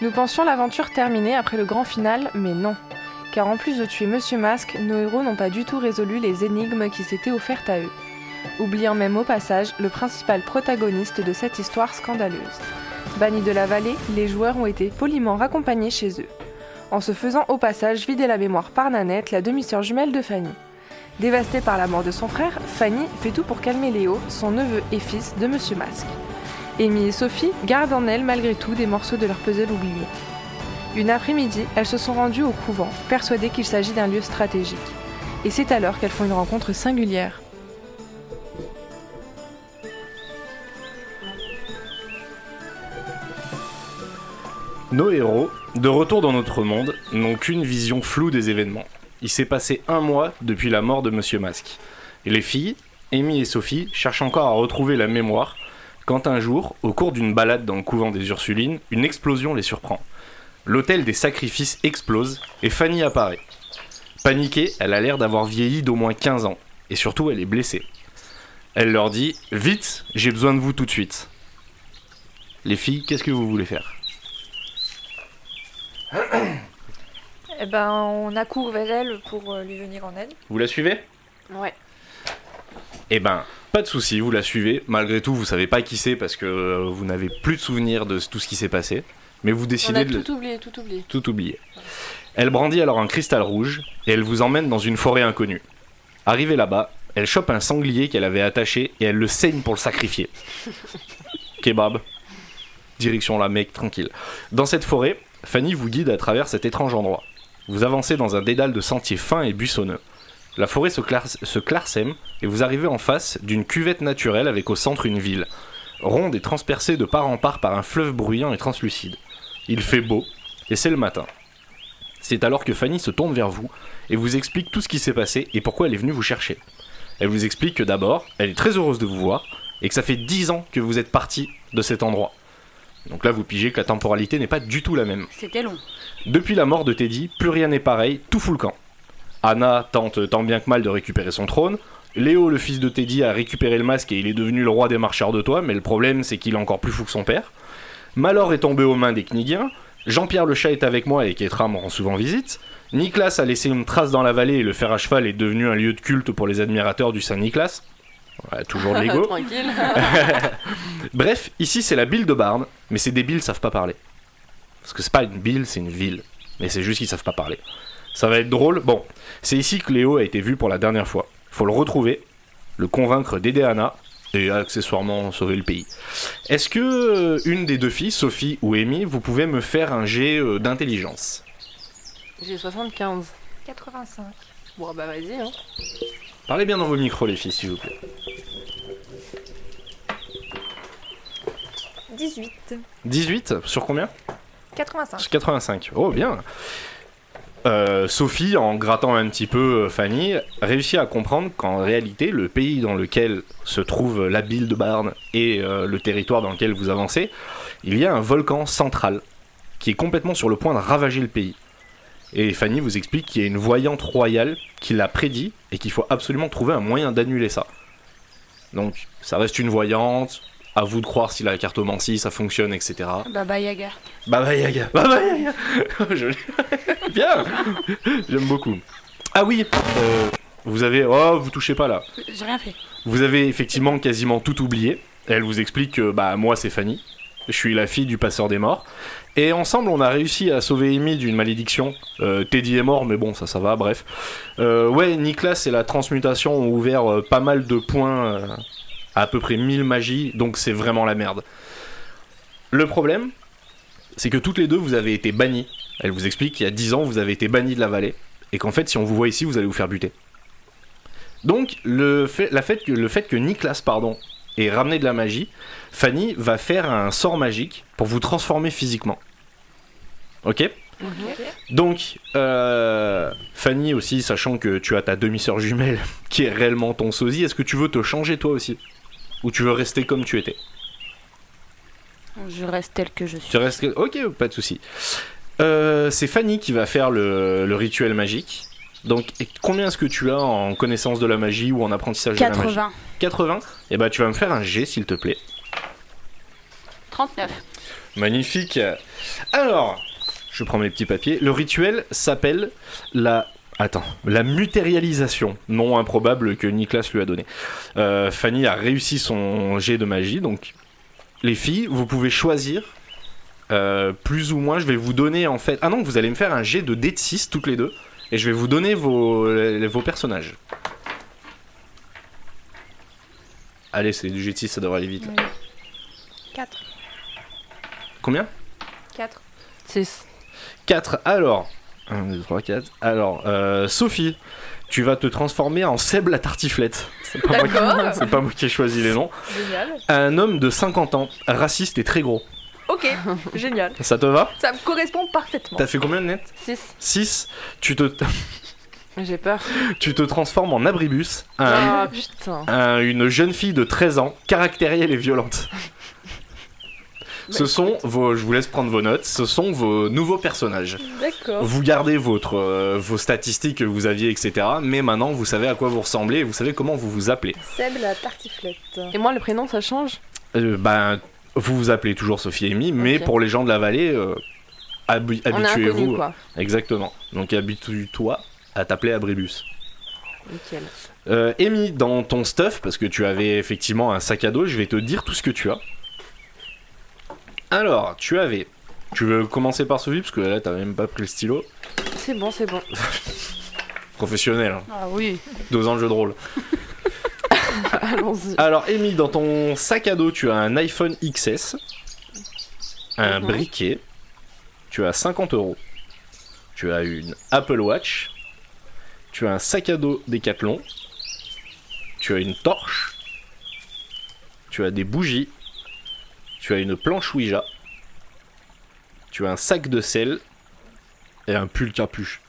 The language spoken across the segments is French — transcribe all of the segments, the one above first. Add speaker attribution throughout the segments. Speaker 1: Nous pensions l'aventure terminée après le grand final, mais non. Car en plus de tuer Monsieur Masque, nos héros n'ont pas du tout résolu les énigmes qui s'étaient offertes à eux. Oubliant même au passage le principal protagoniste de cette histoire scandaleuse. Bannis de la vallée, les joueurs ont été poliment raccompagnés chez eux. En se faisant au passage vider la mémoire par Nanette, la demi-sœur jumelle de Fanny. Dévastée par la mort de son frère, Fanny fait tout pour calmer Léo, son neveu et fils de Monsieur Masque. Amy et Sophie gardent en elles malgré tout des morceaux de leur puzzle oublié. Une après-midi, elles se sont rendues au couvent, persuadées qu'il s'agit d'un lieu stratégique. Et c'est alors qu'elles font une rencontre singulière.
Speaker 2: Nos héros, de retour dans notre monde, n'ont qu'une vision floue des événements. Il s'est passé un mois depuis la mort de Monsieur Masque. Et les filles, Amy et Sophie, cherchent encore à retrouver la mémoire quand un jour, au cours d'une balade dans le couvent des Ursulines, une explosion les surprend. L'hôtel des sacrifices explose et Fanny apparaît. Paniquée, elle a l'air d'avoir vieilli d'au moins 15 ans et surtout elle est blessée. Elle leur dit Vite, j'ai besoin de vous tout de suite. Les filles, qu'est-ce que vous voulez faire
Speaker 3: Eh ben, on accourt vers elle pour euh, lui venir en aide.
Speaker 2: Vous la suivez
Speaker 3: Ouais.
Speaker 2: Eh ben, pas de souci, vous la suivez. Malgré tout, vous savez pas qui c'est parce que euh, vous n'avez plus de souvenirs de tout ce qui s'est passé. Mais vous
Speaker 4: On
Speaker 2: décidez
Speaker 4: a
Speaker 2: de le-
Speaker 4: tout oublié, tout oublié.
Speaker 2: tout oublié. Elle brandit alors un cristal rouge et elle vous emmène dans une forêt inconnue. Arrivée là-bas, elle chope un sanglier qu'elle avait attaché et elle le saigne pour le sacrifier. Kebab. Direction la Mecque, tranquille. Dans cette forêt, Fanny vous guide à travers cet étrange endroit. Vous avancez dans un dédale de sentiers fins et buissonneux. La forêt se, clar- se clarsème et vous arrivez en face d'une cuvette naturelle avec au centre une ville, ronde et transpercée de part en part par un fleuve bruyant et translucide. Il fait beau, et c'est le matin. C'est alors que Fanny se tourne vers vous et vous explique tout ce qui s'est passé et pourquoi elle est venue vous chercher. Elle vous explique que d'abord, elle est très heureuse de vous voir et que ça fait 10 ans que vous êtes parti de cet endroit. Donc là, vous pigez que la temporalité n'est pas du tout la même.
Speaker 5: C'était long.
Speaker 2: Depuis la mort de Teddy, plus rien n'est pareil, tout fout le camp. Anna tente tant bien que mal de récupérer son trône. Léo, le fils de Teddy, a récupéré le masque et il est devenu le roi des marcheurs de toit, mais le problème c'est qu'il est encore plus fou que son père. Malor est tombé aux mains des Knigiens. Jean-Pierre le chat est avec moi et Ketra me rend souvent visite. Nicolas a laissé une trace dans la vallée et le fer à cheval est devenu un lieu de culte pour les admirateurs du Saint-Nicolas. Voilà, toujours de l'ego.
Speaker 4: Tranquille.
Speaker 2: Bref, ici c'est la bille de Barne, mais ces débiles savent pas parler. Parce que c'est pas une bille, c'est une ville. Mais c'est juste qu'ils savent pas parler. Ça va être drôle. Bon, c'est ici que Léo a été vu pour la dernière fois. Faut le retrouver, le convaincre d'aider Anna et accessoirement sauver le pays. Est-ce que euh, une des deux filles, Sophie ou Amy, vous pouvez me faire un jet euh, d'intelligence
Speaker 4: J'ai 75.
Speaker 3: 85.
Speaker 4: Bon, bah vas-y. Hein.
Speaker 2: Parlez bien dans vos micros les filles, s'il vous plaît.
Speaker 3: 18.
Speaker 2: 18 sur combien
Speaker 3: 85.
Speaker 2: 85. Oh, bien. Euh, Sophie, en grattant un petit peu euh, Fanny, réussit à comprendre qu'en réalité, le pays dans lequel se trouve la ville de Barne et euh, le territoire dans lequel vous avancez, il y a un volcan central qui est complètement sur le point de ravager le pays. Et Fanny vous explique qu'il y a une voyante royale qui l'a prédit et qu'il faut absolument trouver un moyen d'annuler ça. Donc, ça reste une voyante, à vous de croire si la cartomancie ça fonctionne, etc.
Speaker 5: Baba Yaga.
Speaker 2: Baba Yaga. Baba Yaga. Oh, Je l'ai- Bien. J'aime beaucoup. Ah oui. euh, vous avez. Oh, vous touchez pas là.
Speaker 5: J'ai rien fait.
Speaker 2: Vous avez effectivement quasiment tout oublié. Elle vous explique que bah moi c'est Fanny. Je suis la fille du passeur des morts. Et ensemble on a réussi à sauver Amy d'une malédiction. Euh, Teddy est mort mais bon ça ça va bref. Euh, ouais Nicolas et la transmutation ont ouvert euh, pas mal de points. euh, à peu près 1000 magies donc c'est vraiment la merde. Le problème c'est que toutes les deux vous avez été bannies. Elle vous explique qu'il y a 10 ans vous avez été bannies de la vallée. Et qu'en fait si on vous voit ici vous allez vous faire buter. Donc, le fait, la fait que, le fait que Nicolas pardon, ait ramené de la magie, Fanny va faire un sort magique pour vous transformer physiquement. Ok Donc, euh, Fanny aussi, sachant que tu as ta demi-sœur jumelle qui est réellement ton sosie, est-ce que tu veux te changer toi aussi Ou tu veux rester comme tu étais
Speaker 5: Je reste tel que je suis.
Speaker 2: Tu restes... Ok, pas de souci. Euh, C'est Fanny qui va faire le, le rituel magique. Donc, et combien est-ce que tu as en connaissance de la magie ou en apprentissage de la magie
Speaker 5: 80.
Speaker 2: 80, et bah tu vas me faire un G s'il te plaît.
Speaker 5: 39.
Speaker 2: Magnifique. Alors, je prends mes petits papiers. Le rituel s'appelle la. Attends, la mutérialisation, nom improbable que Nicolas lui a donné. Euh, Fanny a réussi son jet de magie, donc les filles, vous pouvez choisir euh, plus ou moins. Je vais vous donner en fait. Ah non, vous allez me faire un jet de dé de 6 toutes les deux, et je vais vous donner vos, vos personnages. Allez, c'est du jet de 6, ça devrait aller vite. là.
Speaker 3: 4.
Speaker 2: Combien
Speaker 3: 4.
Speaker 4: 6.
Speaker 2: 4. Alors, 1, 2, 3, 4. Alors, euh, Sophie, tu vas te transformer en Seb la tartiflette. C'est pas, moi qui-
Speaker 3: D'accord.
Speaker 2: c'est pas moi qui ai choisi les noms.
Speaker 3: Génial.
Speaker 2: Un homme de 50 ans, raciste et très gros.
Speaker 3: Ok, génial.
Speaker 2: Ça te va
Speaker 3: Ça me correspond parfaitement.
Speaker 2: T'as fait combien de net
Speaker 4: 6.
Speaker 2: 6. Tu te,
Speaker 4: J'ai peur.
Speaker 2: tu te transformes en abribus. Un-
Speaker 4: Ah putain.
Speaker 2: un- une jeune fille de 13 ans, caractérielle et violente.
Speaker 4: Bah,
Speaker 2: Ce sont vos, je vous laisse prendre vos notes, ce sont vos nouveaux personnages.
Speaker 3: D'accord.
Speaker 2: Vous gardez votre, euh, vos statistiques que vous aviez, etc. Mais maintenant, vous savez à quoi vous ressemblez et vous savez comment vous vous appelez.
Speaker 3: Seb la tartiflette.
Speaker 4: Et moi, le prénom, ça change
Speaker 2: Euh, ben, vous vous appelez toujours Sophie et Amy, mais
Speaker 4: Ok.
Speaker 2: pour les gens de la vallée, euh, habi-
Speaker 4: On est inconnu,
Speaker 2: habituez-vous.
Speaker 4: quoi.
Speaker 2: Exactement. Donc habitue-toi à t'appeler Abribus.
Speaker 4: Nickel.
Speaker 2: Euh, Amy, dans ton stuff, parce que tu avais effectivement un sac à dos, je vais te dire tout ce que tu as. Alors, tu avais. Tu veux commencer par Sophie, parce que là, t'as même pas pris le stylo.
Speaker 4: C'est bon, c'est bon.
Speaker 2: Professionnel, hein.
Speaker 5: Ah oui.
Speaker 2: deux ans de jeu de rôle.
Speaker 4: Allons-y.
Speaker 2: Alors, Amy, dans ton sac à dos, tu as un iPhone XS, un
Speaker 4: Mhm.
Speaker 2: briquet, tu as 50 euros, tu as une Apple Watch, tu as un sac à dos Decathlon, tu as une torche, tu as des bougies, tu as une planche Ouija, tu as un sac de sel et un pull capuche.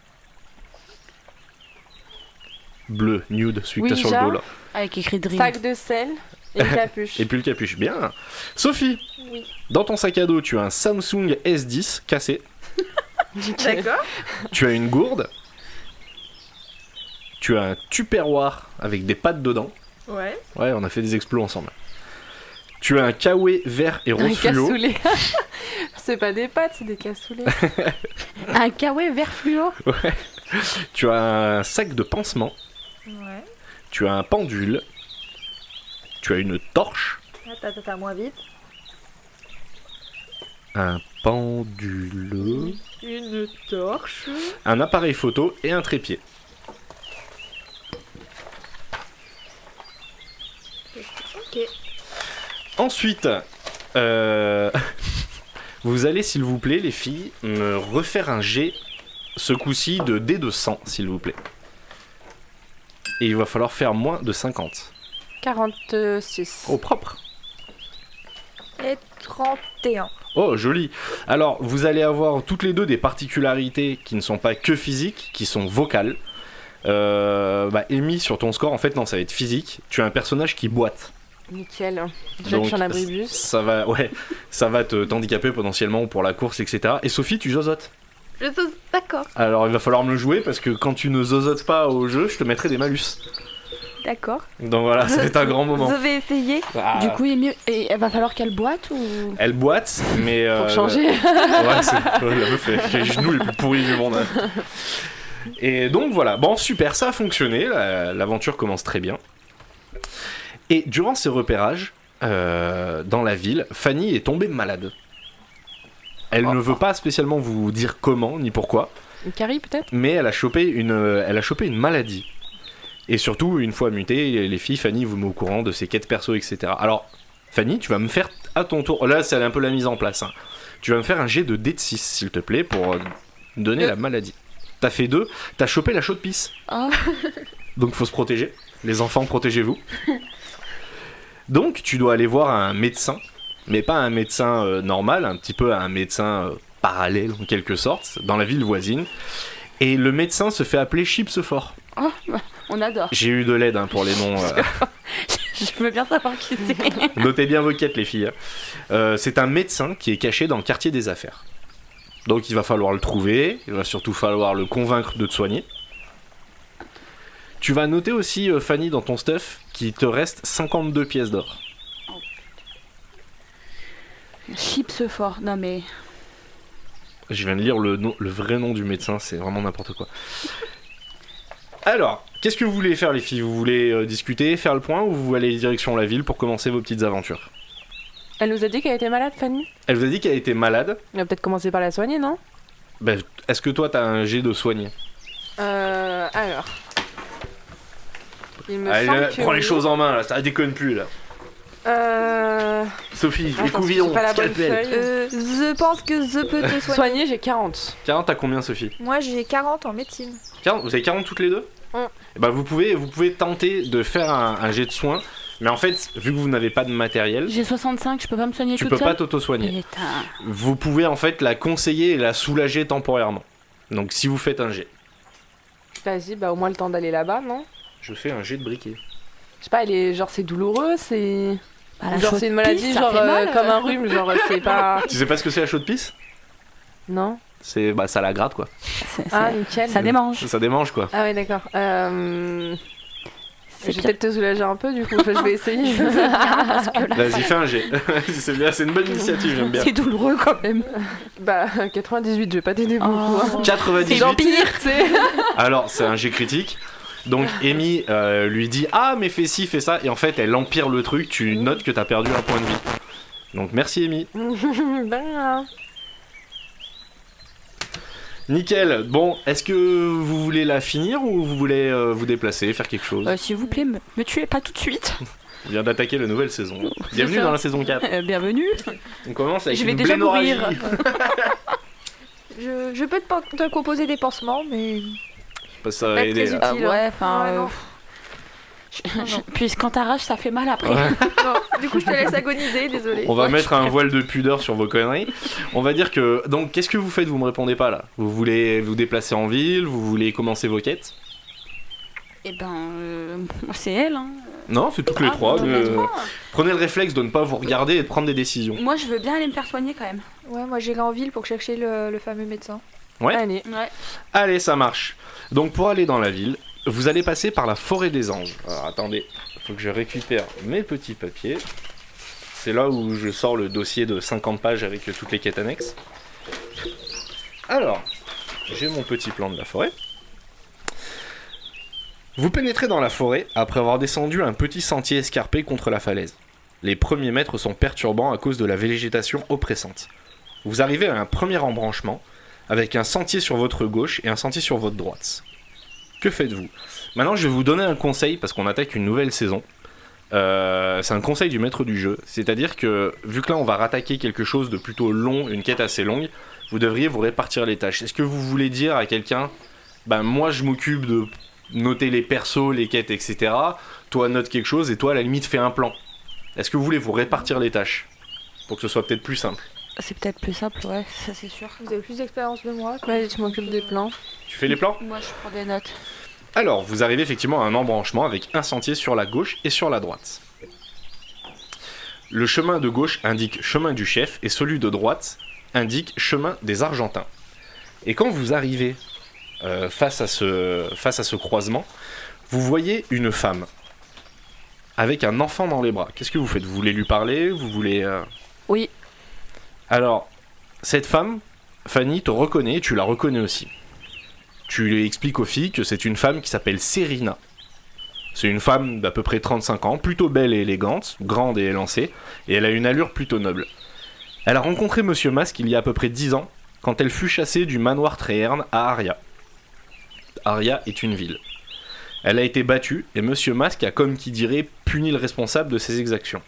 Speaker 2: Bleu, nude, celui que t'as sur
Speaker 4: Ouija.
Speaker 2: le dos là.
Speaker 5: Avec écrit Dream.
Speaker 4: Sac de sel et une capuche.
Speaker 2: Et puis le capuche, bien. Sophie,
Speaker 3: Oui.
Speaker 2: dans ton sac à dos, tu as un Samsung S10 cassé,
Speaker 3: D'accord.
Speaker 2: tu as une gourde, tu as un tupperware avec des pattes dedans.
Speaker 3: Ouais.
Speaker 2: Ouais, on a fait des explos ensemble. Tu as un kawaii vert et
Speaker 4: Un
Speaker 2: rose fluo.
Speaker 4: cassoulet. c'est pas des pattes, c'est des cassoulets.
Speaker 5: Un kawaii vert fluo.
Speaker 2: Tu as un sac de pansement,
Speaker 3: Ouais.
Speaker 2: tu as un pendule, tu as une torche,
Speaker 3: Attends, attends, attends, moins vite.
Speaker 2: un pendule,
Speaker 3: Une torche.
Speaker 2: un appareil photo et un trépied.
Speaker 3: Ok.
Speaker 2: Ensuite, euh, vous allez, s'il vous plaît, les filles, me refaire un jet, ce coup-ci, de dé de 100, s'il vous plaît. Et il va falloir faire moins de 50.
Speaker 4: 46.
Speaker 2: Oh, propre
Speaker 3: Et 31.
Speaker 2: Oh, joli Alors, vous allez avoir toutes les deux des particularités qui ne sont pas que physiques, qui sont vocales. Euh, bah, Amy, sur ton score, en fait, non, ça va être physique. Tu as un personnage qui boite.
Speaker 4: Nickel. Déjà que
Speaker 2: Donc,
Speaker 4: je suis un abribus.
Speaker 2: Ça va, ouais, ça va te t'handicaper potentiellement pour la course, etc. Et Sophie, tu zozotes.
Speaker 3: Je suis d'accord.
Speaker 2: Alors il va falloir me le jouer parce que quand tu ne zozotes pas au jeu, je te mettrai des malus.
Speaker 3: D'accord.
Speaker 2: Donc voilà, c'est un grand moment.
Speaker 3: Je vais essayer.
Speaker 2: Ah,
Speaker 5: Du coup, il est mieux. Et il va falloir qu'elle boite ou.
Speaker 2: elle boite, mais. euh,
Speaker 4: Pour changer.
Speaker 2: Ouais, c'est ouais, la meuf, elle fait les genoux les plus pourris du monde. hein. Et donc voilà, bon super, ça a fonctionné, la- l'aventure commence très bien. Et durant ces repérages, euh, dans la ville, Fanny est tombée malade. Elle ne veut pas spécialement vous dire comment ni pourquoi,
Speaker 4: Une carie, peut-être
Speaker 2: mais elle a chopé une, euh, elle a chopé une maladie. Et surtout, une fois mutée, les filles, Fanny vous met au courant de ses quêtes perso, etc. Alors, Fanny, tu vas me faire à ton tour. Là, c'est un peu la mise en place. hein. Tu vas me faire un jet de D de 6, s'il te plaît, pour euh, donner
Speaker 3: Deux.
Speaker 2: la maladie. T'as fait deux, t'as chopé la chaude pisse.
Speaker 5: Ah.
Speaker 2: Donc, faut se protéger. Les enfants, protégez-vous. Donc, tu dois aller voir un médecin, mais pas un médecin euh, normal, un petit peu un médecin euh, parallèle en quelque sorte, dans la ville voisine. Et le médecin se fait appeler Chips Fort.
Speaker 5: Ah, bah, on adore.
Speaker 2: J'ai eu de l'aide hein, pour les noms. euh.
Speaker 5: Je veux bien savoir qui c'est.
Speaker 2: Notez bien vos quêtes, les filles. Euh, c'est un médecin qui est caché dans le quartier des affaires. Donc il va falloir le trouver, il va surtout falloir le convaincre de te soigner. Tu vas noter aussi, euh, Fanny, dans ton stuff, qu'il te reste 52 pièces d'or.
Speaker 5: Chips fort. Non mais.
Speaker 2: Je viens de lire le, nom- le vrai nom du médecin, c'est vraiment n'importe quoi. Alors, qu'est-ce que vous voulez faire, les filles Vous voulez euh, discuter, faire le point, ou vous allez direction la ville pour commencer vos petites aventures
Speaker 4: Elle nous a dit qu'elle était malade, Fanny.
Speaker 2: Elle vous a dit qu'elle était malade.
Speaker 4: On va peut-être commencer par la soigner, non
Speaker 2: Ben, Est-ce que toi, t'as un jet de soigner
Speaker 4: Euh. Alors. Il me
Speaker 2: Allez,
Speaker 4: semble
Speaker 2: là,
Speaker 4: que
Speaker 2: prends les
Speaker 4: oui.
Speaker 2: choses en main, là, ça déconne plus, là.
Speaker 4: Euh.
Speaker 2: Sophie,
Speaker 4: attends,
Speaker 2: les couvillons,
Speaker 4: j'ai pas la bonne
Speaker 2: scalpel.
Speaker 4: feuille.
Speaker 3: Euh, je pense que je peux te soigner.
Speaker 4: Soigner, j'ai 40.
Speaker 2: 40, t'as combien, Sophie
Speaker 3: Moi, j'ai 40 en médecine.
Speaker 2: 40, vous avez 40 toutes les deux
Speaker 4: Mm.
Speaker 2: Eh ben, vous, pouvez, vous pouvez tenter de faire un, un jet de soins, mais en fait, vu que vous n'avez pas de matériel,
Speaker 5: J'ai 65, je peux pas me soigner
Speaker 2: tu
Speaker 5: toute
Speaker 2: peux pas
Speaker 5: seule.
Speaker 2: t'auto-soigner.
Speaker 5: Putain.
Speaker 2: Vous pouvez en fait la conseiller et la soulager temporairement. Donc si vous faites un jet.
Speaker 4: Vas-y, bah au moins le temps d'aller là-bas, non
Speaker 2: Je fais un jet de briquet.
Speaker 4: Je sais pas, elle est genre c'est douloureux, c'est.
Speaker 5: Bah, la
Speaker 4: genre
Speaker 5: chaude
Speaker 4: c'est une maladie,
Speaker 5: pisse, ça
Speaker 4: genre
Speaker 5: fait
Speaker 4: euh,
Speaker 5: mal.
Speaker 4: comme un rhume, genre c'est pas.
Speaker 2: Tu sais pas ce que c'est la chaude pisse
Speaker 4: Non
Speaker 2: C'est bah ça la gratte quoi.
Speaker 5: C'est-
Speaker 4: Ah,
Speaker 5: c'est-
Speaker 4: nickel.
Speaker 5: Ça démange.
Speaker 2: Ça démange quoi.
Speaker 4: Ah ouais, d'accord. Euh. Je
Speaker 5: C'est
Speaker 4: vais
Speaker 5: bien.
Speaker 4: peut-être te soulager un peu, du coup, Enfin, je vais essayer.
Speaker 2: Vas-y fais un jet. c'est bien, c'est une bonne initiative, j'aime bien.
Speaker 5: C'est douloureux quand même.
Speaker 4: bah, 98, je vais pas t'aider beaucoup. hein.
Speaker 5: Oh. C'est
Speaker 2: 98.
Speaker 5: pire.
Speaker 4: Tu sais.
Speaker 2: Alors c'est un jet critique. Donc Amy euh, lui dit ah mais fais ci fais ça et en fait elle empire le truc. Tu notes que t'as perdu un point de vie. Donc merci Amy.
Speaker 4: Ben,
Speaker 2: Nickel. Bon est-ce que vous voulez la finir ou vous voulez euh, vous déplacer faire quelque chose
Speaker 5: Euh, S'il vous plaît, me, me tuez pas tout de suite.
Speaker 2: On vient d'attaquer la nouvelle saison. Bienvenue
Speaker 5: ça.
Speaker 2: dans la saison 4.
Speaker 5: Euh, bienvenue.
Speaker 2: On commence avec
Speaker 5: Je vais
Speaker 2: une
Speaker 5: déjà
Speaker 2: blénorragie.
Speaker 5: mourir.
Speaker 3: Je, je peux te, pan- te proposer des pansements, mais.
Speaker 2: Parce que ça hein. va
Speaker 3: Pas
Speaker 2: aider.
Speaker 3: très
Speaker 2: là.
Speaker 5: Ah
Speaker 3: Utile. hein.
Speaker 5: ouais, enfin.
Speaker 3: Ouais,
Speaker 5: euh,
Speaker 3: non.
Speaker 5: je- je- Puisqu'on t'arrache, ça fait mal après.
Speaker 3: Non, du coup, je te laisse agoniser, désolé.
Speaker 2: On va
Speaker 5: Ouais,
Speaker 2: mettre un
Speaker 5: je-
Speaker 2: voile de pudeur sur vos conneries. On va dire que donc qu'est-ce que vous faites Vous me répondez pas là. Vous voulez vous déplacer en ville Vous voulez commencer vos quêtes
Speaker 5: Et ben, euh, c'est elle. Hein.
Speaker 2: Non, c'est toutes les
Speaker 5: Ah,
Speaker 2: trois.
Speaker 5: toutes les
Speaker 2: euh,
Speaker 5: trois.
Speaker 2: Prenez le réflexe de ne pas vous regarder et de prendre des décisions.
Speaker 5: Moi, je veux bien aller me faire soigner quand même.
Speaker 3: Ouais, moi, j'irai en ville pour chercher le, le fameux médecin.
Speaker 4: allez.
Speaker 5: Ouais.
Speaker 2: Allez, ça marche. Donc pour aller dans la ville, vous allez passer par la forêt des anges. Alors attendez, faut que je récupère mes petits papiers. C'est là où je sors le dossier de 50 pages avec euh, toutes les quêtes annexes. Alors, j'ai mon petit plan de la forêt. Vous pénétrez dans la forêt après avoir descendu un petit sentier escarpé contre la falaise. Les premiers mètres sont perturbants à cause de la végétation oppressante. Vous arrivez à un premier embranchement avec un sentier sur votre gauche et un sentier sur votre droite. Que faites-vous Maintenant, je vais vous donner un conseil parce qu'on attaque une nouvelle saison. Euh, c'est un conseil du maître du jeu, c'est-à-dire que vu que là on va rattaquer quelque chose de plutôt long, une quête assez longue, vous devriez vous répartir les tâches. Est-ce que vous voulez dire à quelqu'un, ben moi je m'occupe de noter les persos, les quêtes, etc. Toi note quelque chose et toi à la limite fais un plan. Est-ce que vous voulez vous répartir les tâches pour que ce soit peut-être plus simple
Speaker 5: C'est peut-être plus simple, ouais, ça c'est sûr.
Speaker 3: Vous avez plus d'expérience de moi.
Speaker 4: Vas-y, tu m'occupes des plans.
Speaker 2: Tu fais les plans
Speaker 5: Moi, je prends des notes.
Speaker 2: Alors, vous arrivez effectivement à un embranchement avec un sentier sur la gauche et sur la droite. Le chemin de gauche indique chemin du chef et celui de droite indique chemin des Argentins. Et quand vous arrivez euh, face, à ce, face à ce croisement, vous voyez une femme avec un enfant dans les bras. Qu'est-ce que vous faites Vous voulez lui parler Vous voulez... euh,
Speaker 5: Oui.
Speaker 2: Alors, cette femme, Fanny, te reconnaît et tu la reconnais aussi. Tu lui expliques aux filles que c'est une femme qui s'appelle Serena. C'est une femme d'à peu près 35 ans, plutôt belle et élégante, grande et élancée, et elle a une allure plutôt noble. Elle a rencontré Monsieur Masque il y a à peu près 10 ans, quand elle fut chassée du manoir Tréherne à Aria. Aria est une ville. Elle a été battue, et Monsieur Masque a, comme qui dirait, puni le responsable de ses exactions.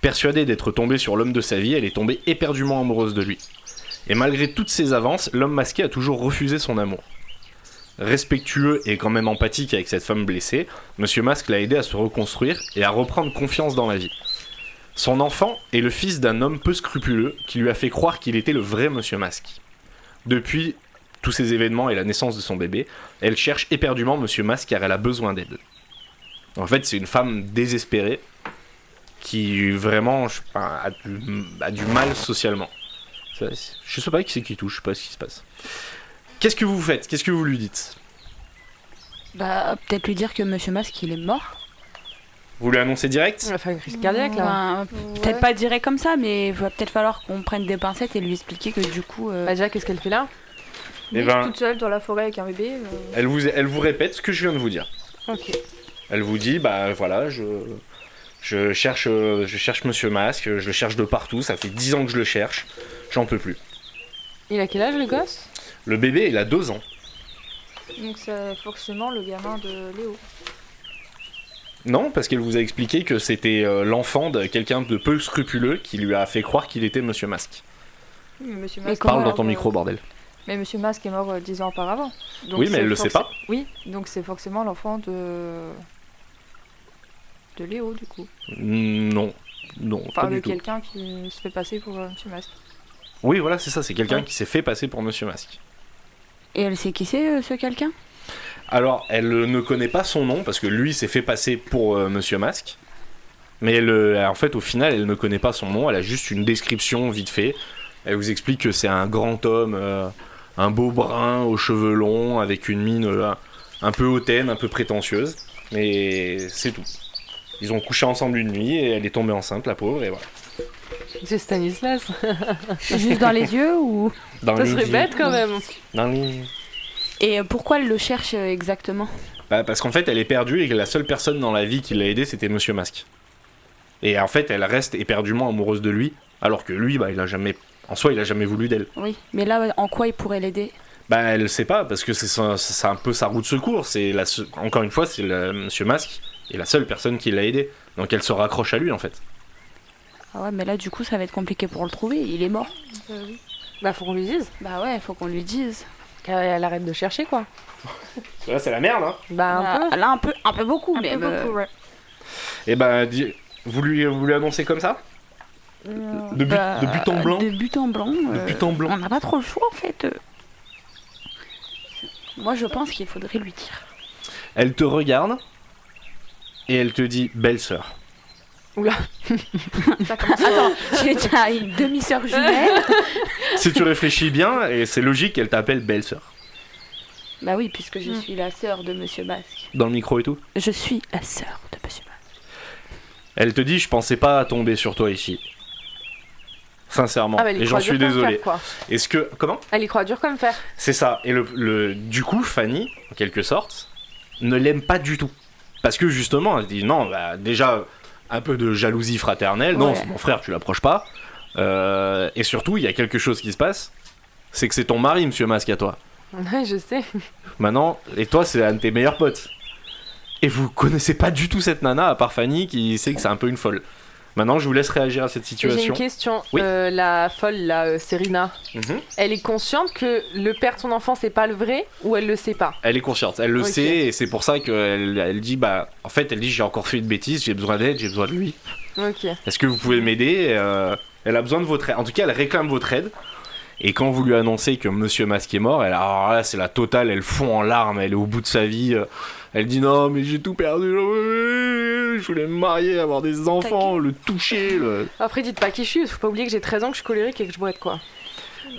Speaker 2: Persuadée d'être tombée sur l'homme de sa vie, elle est tombée éperdument amoureuse de lui. Et malgré toutes ses avances, l'homme masqué a toujours refusé son amour. Respectueux et quand même empathique avec cette femme blessée, Monsieur Masque l'a aidé à se reconstruire et à reprendre confiance dans la vie. Son enfant est le fils d'un homme peu scrupuleux qui lui a fait croire qu'il était le vrai Monsieur Masque. Depuis tous ces événements et la naissance de son bébé, elle cherche éperdument Monsieur Masque car elle a besoin d'aide. En fait, c'est une femme désespérée qui vraiment je- enfin, a, du, a du mal socialement. Ça, c'est- Je sais pas qui c'est qui touche, je sais pas ce qui se passe. Qu'est-ce que vous faites Qu'est-ce que vous lui dites
Speaker 5: Bah, peut-être lui dire que Monsieur Masque, il est mort.
Speaker 2: Vous lui annoncez direct
Speaker 4: Il va faire une crise cardiaque là.
Speaker 5: Ben, Peut-être pas direct comme ça, mais il va peut-être falloir qu'on prenne des pincettes et lui expliquer que du coup. euh,
Speaker 4: Bah déjà, qu'est-ce qu'elle fait là
Speaker 2: Eh ben-
Speaker 3: toute seule dans la forêt avec un bébé. euh,
Speaker 2: elle vous, elle vous répète ce que je viens de vous dire.
Speaker 4: Ok.
Speaker 2: Elle vous dit bah voilà, je, je cherche euh, je cherche monsieur Masque, je le cherche de partout, ça fait 10 ans que je le cherche, j'en peux plus.
Speaker 4: Il a quel âge le gosse
Speaker 2: Le bébé, il a 2 ans.
Speaker 3: Donc c'est forcément le gamin de Léo.
Speaker 2: Non, parce qu'elle vous a expliqué que c'était euh, l'enfant de quelqu'un de peu scrupuleux qui lui a fait croire qu'il était monsieur Masque.
Speaker 3: Mais Hmm, Monsieur
Speaker 5: Mais
Speaker 3: Masque
Speaker 5: comment-
Speaker 2: Parle
Speaker 3: est
Speaker 2: dans
Speaker 3: mort,
Speaker 2: ton
Speaker 3: euh,
Speaker 2: micro bordel.
Speaker 3: Mais Monsieur Masque est mort euh, dix ans auparavant. Donc
Speaker 2: Oui, mais
Speaker 3: c'est
Speaker 2: elle le sait
Speaker 3: forc-
Speaker 2: pas.
Speaker 3: Oui, donc c'est forcément l'enfant de de Léo du coup.
Speaker 2: Non. Non,
Speaker 3: Enfin,
Speaker 2: pas
Speaker 3: de
Speaker 2: du tout.
Speaker 3: quelqu'un qui se fait passer pour euh, Monsieur Masque.
Speaker 2: Oui, voilà, c'est ça, c'est quelqu'un
Speaker 3: Ouais.
Speaker 2: qui s'est fait passer pour monsieur Masque.
Speaker 5: Et elle sait qui c'est euh, ce quelqu'un
Speaker 2: Alors, elle euh, ne connaît pas son nom parce que lui s'est fait passer pour euh, Monsieur Masque. Mais elle, euh, en fait, au final, elle ne connaît pas son nom. Elle a juste une description vite fait. Elle vous explique que c'est un grand homme, euh, un beau brun aux cheveux longs, avec une mine euh, un peu hautaine, un peu prétentieuse. Mais c'est tout. Ils ont couché ensemble une nuit et elle est tombée enceinte, la pauvre. Et voilà.
Speaker 4: C'est Stanislas.
Speaker 5: Juste dans les yeux ou
Speaker 2: Dans
Speaker 4: Ça
Speaker 2: les
Speaker 4: serait
Speaker 2: yeux,
Speaker 4: bête quand même.
Speaker 2: dans les-
Speaker 5: Et euh, pourquoi elle le cherche euh, exactement
Speaker 2: Bah, parce qu'en fait, elle est perdue et que la seule personne dans la vie qui l'a aidée, c'était Monsieur Masque. Et en fait, elle reste éperdument amoureuse de lui, alors que lui, bah, il a jamais. En soi, il a jamais voulu d'elle.
Speaker 5: Oui. Mais là, en quoi il pourrait l'aider
Speaker 2: Bah, elle sait pas, parce que c'est son- c'est un peu sa roue de secours. C'est la se- Encore une fois, c'est le- Monsieur Masque est la seule personne qui l'a aidée. Donc elle se raccroche à lui, en fait.
Speaker 5: Ah ouais, mais là, du coup, ça va être compliqué pour le trouver. Il est mort.
Speaker 3: Euh, oui.
Speaker 4: Bah faut qu'on lui dise.
Speaker 5: Bah ouais, faut qu'on lui dise.
Speaker 4: Qu'elle arrête de chercher quoi.
Speaker 2: Là, c'est la merde, hein
Speaker 4: Bah un peu.
Speaker 5: Bah, Là, un peu, un peu beaucoup,
Speaker 3: Un peu
Speaker 5: mais euh,
Speaker 3: beaucoup, ouais.
Speaker 2: Et bah, dis- vous, lui, vous lui annoncez comme ça
Speaker 3: Euh,
Speaker 2: de but,
Speaker 5: bah,
Speaker 2: de but en blanc
Speaker 5: De but en blanc.
Speaker 2: De
Speaker 5: euh,
Speaker 2: but en blanc.
Speaker 5: On n'a pas trop le choix, en fait. euh. Moi, je pense qu'il faudrait lui dire.
Speaker 2: Elle te regarde, et elle te dit Belle sœur.
Speaker 3: ça commence-
Speaker 5: Attends, j'ai déjà une demi-sœur jumelle.
Speaker 2: si tu réfléchis bien, et c'est logique, elle t'appelle belle-sœur.
Speaker 5: bah oui, puisque je
Speaker 3: Hmm.
Speaker 5: suis la sœur de Monsieur Basque.
Speaker 2: Dans le micro et tout.
Speaker 5: Je suis la sœur de Monsieur Basque.
Speaker 2: Elle te dit, je pensais pas tomber sur toi ici. Sincèrement.
Speaker 4: Ah, bah, elle y
Speaker 2: et j'en
Speaker 4: croit
Speaker 2: suis
Speaker 4: dur comme
Speaker 2: désolé.
Speaker 4: fer, quoi.
Speaker 2: Est-ce que... Comment
Speaker 4: Elle y croit dur comme fer.
Speaker 2: C'est ça. Et le, le- du coup, Fanny, en quelque sorte, ne l'aime pas du tout. Parce que justement, elle dit, non, bah, déjà, un peu de jalousie fraternelle. Non,
Speaker 5: Ouais.
Speaker 2: c'est mon frère, tu l'approches pas. Euh, et surtout, il y a quelque chose qui se passe. C'est que c'est ton mari, monsieur Masque, à toi.
Speaker 4: Ouais, je sais.
Speaker 2: Maintenant, et toi, c'est un de tes meilleurs potes. Et vous connaissez pas du tout cette nana, à part Fanny, qui sait que c'est un peu une folle. Maintenant, je vous laisse réagir à cette
Speaker 4: J'ai une
Speaker 2: situation.
Speaker 4: question.
Speaker 2: Oui.
Speaker 4: Euh, la folle, la Serena,
Speaker 2: Mhm.
Speaker 4: elle est consciente que le père de son enfant, c'est pas le vrai ou elle le sait pas
Speaker 2: Elle est consciente, elle le
Speaker 4: Ok.
Speaker 2: sait, et c'est pour ça qu'elle elle dit, bah, en fait, elle dit, j'ai encore fait une bêtise, j'ai besoin d'aide, j'ai besoin de lui.
Speaker 4: Ok.
Speaker 2: Est-ce que vous pouvez m'aider Euh, Elle a besoin de votre aide. En tout cas, elle réclame votre aide. Et quand vous lui annoncez que Monsieur Masque est mort, elle, alors là, c'est la totale, elle fond en larmes, elle est au bout de sa vie. euh, Elle dit non, mais j'ai tout perdu. Je voulais me marier, avoir des enfants, le toucher. le-
Speaker 4: Après, dites pas qui je suis, faut pas oublier que j'ai 13 ans, que je suis colérique et que je boite quoi.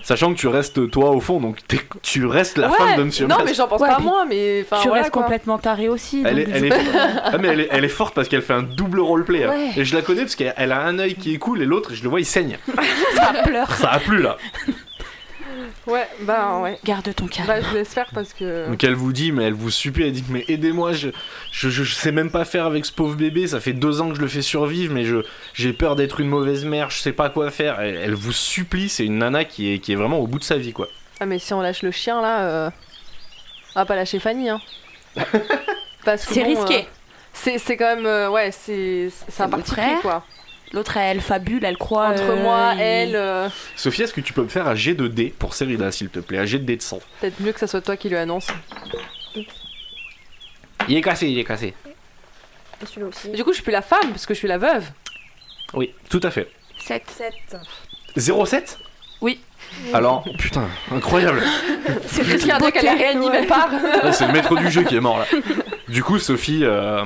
Speaker 2: Sachant que tu restes toi au fond, donc t'es- tu restes la femme de Monsieur
Speaker 4: Non,
Speaker 2: Masque.
Speaker 4: mais j'en pense
Speaker 5: Ouais,
Speaker 4: pas à
Speaker 5: puis
Speaker 4: moi, mais. enfin,
Speaker 5: tu
Speaker 4: voilà,
Speaker 5: restes
Speaker 4: quoi.
Speaker 5: complètement taré aussi.
Speaker 2: Elle
Speaker 5: donc
Speaker 2: est,
Speaker 5: du
Speaker 2: elle, est,
Speaker 5: coup-
Speaker 2: Ah, mais elle, est, elle est forte parce qu'elle fait un double roleplay. hein.
Speaker 5: Ouais.
Speaker 2: Et je la connais parce qu'elle elle a un œil qui est cool et l'autre, je le vois, il saigne.
Speaker 5: Ça pleure.
Speaker 2: Ça a plu là.
Speaker 4: Ouais, bah ouais.
Speaker 5: Garde ton calme.
Speaker 4: Bah, je laisse faire parce que.
Speaker 2: Donc elle vous dit, mais elle vous supplie, elle dit mais aidez-moi, je, je, je- je sais même pas faire avec ce pauvre bébé, ça fait deux ans que je le fais survivre, mais je j'ai peur d'être une mauvaise mère, je sais pas quoi faire. Elle, elle vous supplie, c'est une nana qui est, qui est vraiment au bout de sa vie quoi.
Speaker 4: Ah, mais si on lâche le chien là. euh, On va pas lâcher Fanny, hein. Parce que
Speaker 5: C'est
Speaker 4: bon,
Speaker 5: risqué.
Speaker 4: euh, C'est c'est quand même. euh, ouais, c'est c'est un
Speaker 5: mon
Speaker 4: parti
Speaker 5: frère.
Speaker 4: pris quoi.
Speaker 5: L'autre, elle fabule, elle croit.
Speaker 4: Entre
Speaker 5: euh,
Speaker 4: moi,
Speaker 5: il-
Speaker 4: elle. euh,
Speaker 2: Sophia, est-ce que tu peux me faire un jet de dés pour Serida s'il te plaît, un jet de dés de sang
Speaker 4: Peut-être mieux que ça soit toi qui lui annonce.
Speaker 2: Il est cassé, il est cassé.
Speaker 3: Et celui-là aussi.
Speaker 4: Du coup, je suis plus la femme parce que je suis la veuve.
Speaker 2: Oui, tout à fait.
Speaker 5: 7.
Speaker 2: 07
Speaker 5: Oui.
Speaker 2: Alors, putain, incroyable.
Speaker 5: C'est
Speaker 4: Qu'est-ce qu'il y a qu'elle la réanime, elle part
Speaker 2: Ouais, Ah, c'est le maître du jeu qui est mort là. Du coup, Sophie, euh,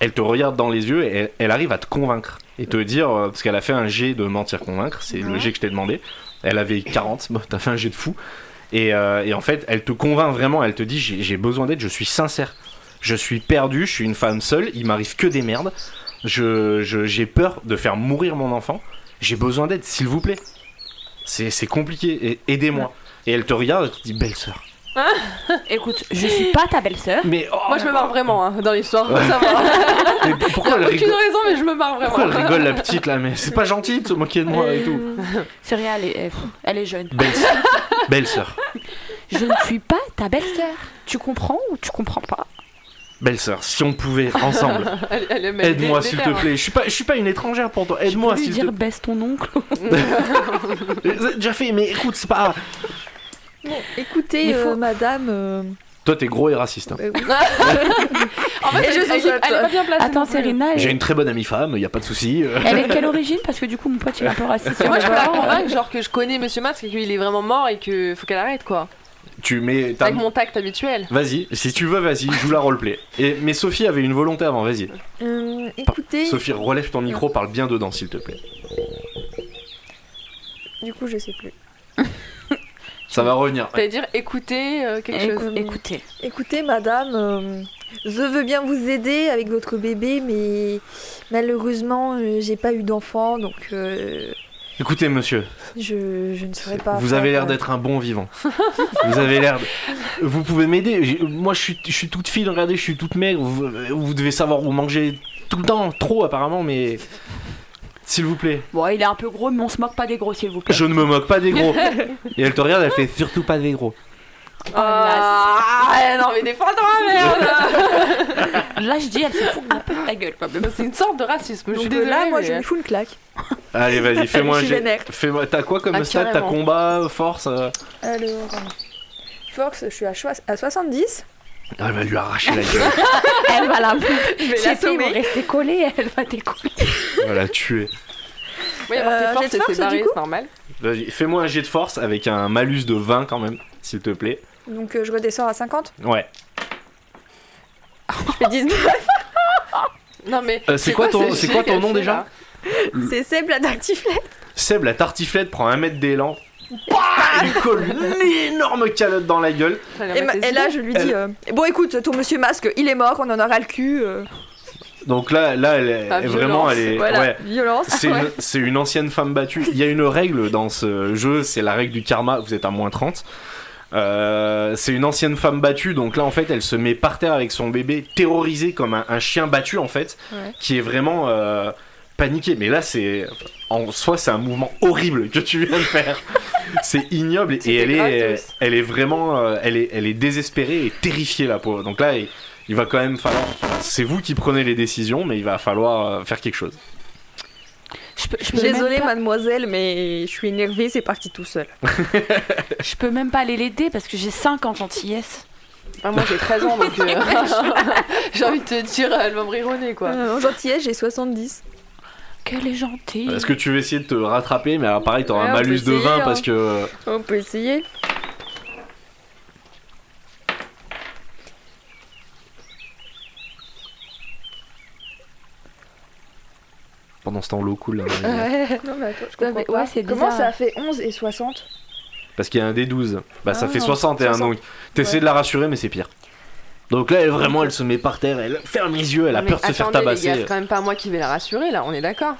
Speaker 2: elle te regarde dans les yeux et elle, elle arrive à te convaincre et te dire, euh, parce qu'elle a fait un jet de mentir-convaincre, c'est le jet que je t'ai demandé. Elle avait 40, bon, t'as fait un jet de fou. Et, euh, et en fait, elle te convainc vraiment, elle te dit, j'ai j'ai besoin d'aide, je suis sincère. Je suis perdu, je suis une femme seule, il m'arrive que des merdes. Je, je- j'ai peur de faire mourir mon enfant. J'ai besoin d'aide, s'il vous plaît. C'est, c'est compliqué, a- aidez-moi. Et elle te regarde et te dit belle sœur.
Speaker 5: Écoute, je suis pas ta belle-sœur.
Speaker 2: Mais, oh,
Speaker 4: Moi, je me marre vraiment hein, dans l'histoire. Ça va.
Speaker 2: mais pourquoi, elle
Speaker 4: Aucune
Speaker 2: rigole,
Speaker 4: raison, mais je me marre vraiment.
Speaker 2: pourquoi elle rigole la petite là Mais c'est pas gentil de se moquer de moi et tout.
Speaker 5: Mm. C'est rien, elle est, elle- elle est jeune.
Speaker 2: Belle sœur. Belle sœur.
Speaker 5: Je ne suis pas ta belle-sœur. Tu comprends ou tu comprends pas
Speaker 2: Belle sœur. Si on pouvait ensemble.
Speaker 4: Elle- elle est même
Speaker 2: Aide-moi
Speaker 4: dé-
Speaker 2: s'il te
Speaker 4: déterre.
Speaker 2: plaît. Je suis pas, je suis pas une étrangère pour toi.
Speaker 5: Tu peux
Speaker 2: Aide-moi
Speaker 5: lui
Speaker 2: s'il te
Speaker 5: dire baisse ton oncle.
Speaker 2: plaît. J'ai Déjà fait, mais écoute, c'est pas. grave.
Speaker 3: Écoutez,
Speaker 4: Il faut-
Speaker 3: euh, madame. euh,
Speaker 2: Toi t'es gros et raciste. hein.
Speaker 3: euh, oui.
Speaker 4: En fait,
Speaker 3: Et je
Speaker 4: elle,
Speaker 3: sais
Speaker 4: elle-
Speaker 3: pas,
Speaker 4: elle est
Speaker 3: toi.
Speaker 4: pas bien placée.
Speaker 5: Attends,
Speaker 4: non plus.
Speaker 5: Serena,
Speaker 2: J'ai
Speaker 5: elle,
Speaker 2: une très bonne amie femme. Y a pas de souci. euh.
Speaker 5: elle est de quelle origine Parce que du coup, mon pote, il est un peu raciste.
Speaker 4: Et moi, je peux la
Speaker 5: Voilà.
Speaker 4: convaincre, genre que je connais Monsieur Mask et qu'il est vraiment mort et que faut qu'elle arrête quoi.
Speaker 2: Tu mets. ta-
Speaker 4: Avec mon tact habituel.
Speaker 2: Vas-y, si tu veux, vas-y, joue la roleplay. Et, mais Sophie avait une volonté avant, vas-y.
Speaker 3: Euh, écoutez,
Speaker 2: Sophie, relève ton micro, parle bien dedans, s'il te plaît.
Speaker 3: du coup, je sais plus.
Speaker 2: Ça va revenir.
Speaker 4: T'allais dire écouter euh, quelque
Speaker 5: Écou-
Speaker 4: chose.
Speaker 5: Écoutez,
Speaker 3: Écoutez, madame, euh, je veux bien vous aider avec votre bébé, mais malheureusement, euh, j'ai pas eu d'enfant, donc euh,
Speaker 2: Écoutez, monsieur,
Speaker 3: je, je ne saurais pas.
Speaker 2: vous
Speaker 3: faire,
Speaker 2: avez l'air
Speaker 3: euh,
Speaker 2: d'être un bon vivant. vous avez l'air. de- Vous pouvez m'aider. J'ai- Moi, je suis, je suis toute fine, regardez, je suis toute maigre. Vous, vous devez savoir où manger tout le temps, trop apparemment, mais. S'il vous plaît,
Speaker 5: bon, il est un peu gros, mais on se moque pas des gros, s'il vous plaît.
Speaker 2: je ne me moque pas des gros. Et elle te regarde, elle fait surtout pas des gros.
Speaker 3: oh,
Speaker 4: Ah, ouais, non mais défends-toi merde.
Speaker 5: Là, je dis, elle se fout un peu de ta gueule, quand même.
Speaker 4: C'est une sorte de racisme. Je suis
Speaker 3: Donc
Speaker 4: désolée.
Speaker 3: là, moi,
Speaker 4: mais- euh,
Speaker 3: je lui fous une claque.
Speaker 2: Allez, vas-y, fais-moi un
Speaker 3: Je suis
Speaker 2: jet.
Speaker 3: vénère.
Speaker 2: Fais-moi- T'as quoi comme
Speaker 4: Ah,
Speaker 2: stade T'as
Speaker 4: carrément.
Speaker 2: combat, force euh
Speaker 3: Alors, force, je suis à, choi- à 70.
Speaker 2: Ah, elle va lui arracher la gueule.
Speaker 5: Elle va la Ses pieds vont
Speaker 4: l'assommer.
Speaker 5: rester collés, elle va t'écouter.
Speaker 2: Elle va la tuer.
Speaker 4: Oui, avoir tes
Speaker 3: Euh,
Speaker 4: forces
Speaker 3: j'ai
Speaker 4: et
Speaker 3: de force,
Speaker 4: c'est barré,
Speaker 3: du coup
Speaker 4: c'est normal.
Speaker 2: Vas-y, fais-moi un jet de force avec un malus de 20 quand même, s'il te plaît.
Speaker 3: Donc, euh, je redescends à 50.
Speaker 2: Ouais.
Speaker 4: Je fais 19. Non mais
Speaker 2: Euh, c'est quoi ton-
Speaker 4: ce
Speaker 2: c'est quoi ton
Speaker 4: chic
Speaker 2: nom
Speaker 4: qu'elle
Speaker 2: déjà
Speaker 4: fait,
Speaker 3: C'est Seb, la tartiflette.
Speaker 2: Seb, la tartiflette, prend un mètre d'élan. Pouah Il colle une énorme calotte dans la gueule.
Speaker 4: là Ça a l'air
Speaker 3: Et, ma-
Speaker 4: d'être
Speaker 3: et là, je lui dis euh, Bon, écoute, ton monsieur masque, il est mort, on en aura le cul. euh,
Speaker 2: Donc là, là elle est
Speaker 4: Ah,
Speaker 2: elle- vraiment,
Speaker 4: violence,
Speaker 2: elle est.
Speaker 3: voilà,
Speaker 2: ouais.
Speaker 3: violence.
Speaker 2: C'est une, c'est une ancienne femme battue. Il y a une règle dans ce jeu, c'est la règle du karma, vous êtes à moins 30. Euh, c'est une ancienne femme battue, donc là en fait elle se met par terre avec son bébé, terrorisée comme un, un chien battu en fait,
Speaker 4: Ouais.
Speaker 2: qui est vraiment euh, paniqué. Mais là c'est. En soi, c'est un mouvement horrible que tu viens de faire. c'est ignoble et- et
Speaker 4: C'était
Speaker 2: elle est,
Speaker 4: gratos.
Speaker 2: elle est vraiment. euh, elle, est, elle est désespérée et terrifiée la pauvre. Donc là, il, il va quand même falloir. C'est vous qui prenez les décisions, mais il va falloir euh, faire quelque chose.
Speaker 5: Je peux, je peux
Speaker 4: Désolée,
Speaker 5: même pas,
Speaker 4: mademoiselle, mais je suis énervée, c'est parti tout seul.
Speaker 5: je peux même pas aller l'aider parce que j'ai 5 ans de gentillesse.
Speaker 4: Ah, moi j'ai 13 ans donc euh, j'ai envie de te dire, elle va me rironner quoi.
Speaker 3: Euh, en gentillesse, j'ai 70.
Speaker 5: Quelle est gentille.
Speaker 2: Est-ce que tu veux essayer de te rattraper Mais alors pareil, t'auras
Speaker 4: Ouais,
Speaker 2: un
Speaker 4: on peut
Speaker 2: malus de
Speaker 4: essayer,
Speaker 2: 20
Speaker 4: hein.
Speaker 2: parce que.
Speaker 4: On peut essayer.
Speaker 2: Pendant ce temps, l'eau coule. hein, euh, là, Marie.
Speaker 3: Non, mais attends, je
Speaker 5: Non,
Speaker 3: comprends
Speaker 5: mais
Speaker 3: pas.
Speaker 5: ouais, c'est
Speaker 3: Comment
Speaker 5: bizarre.
Speaker 3: ça a fait 11 et 60
Speaker 2: Parce qu'il y a un D12. Bah, ça
Speaker 3: Ah,
Speaker 2: fait 61 donc. T'essaies
Speaker 3: Ouais.
Speaker 2: de la rassurer, mais c'est pire. Donc là, elle, vraiment, elle se met par terre, elle ferme les yeux, elle a
Speaker 4: Non, mais
Speaker 2: peur de se faire
Speaker 4: attendez, les gars,
Speaker 2: tabasser.
Speaker 4: C'est quand même pas moi qui vais la rassurer là, on est d'accord.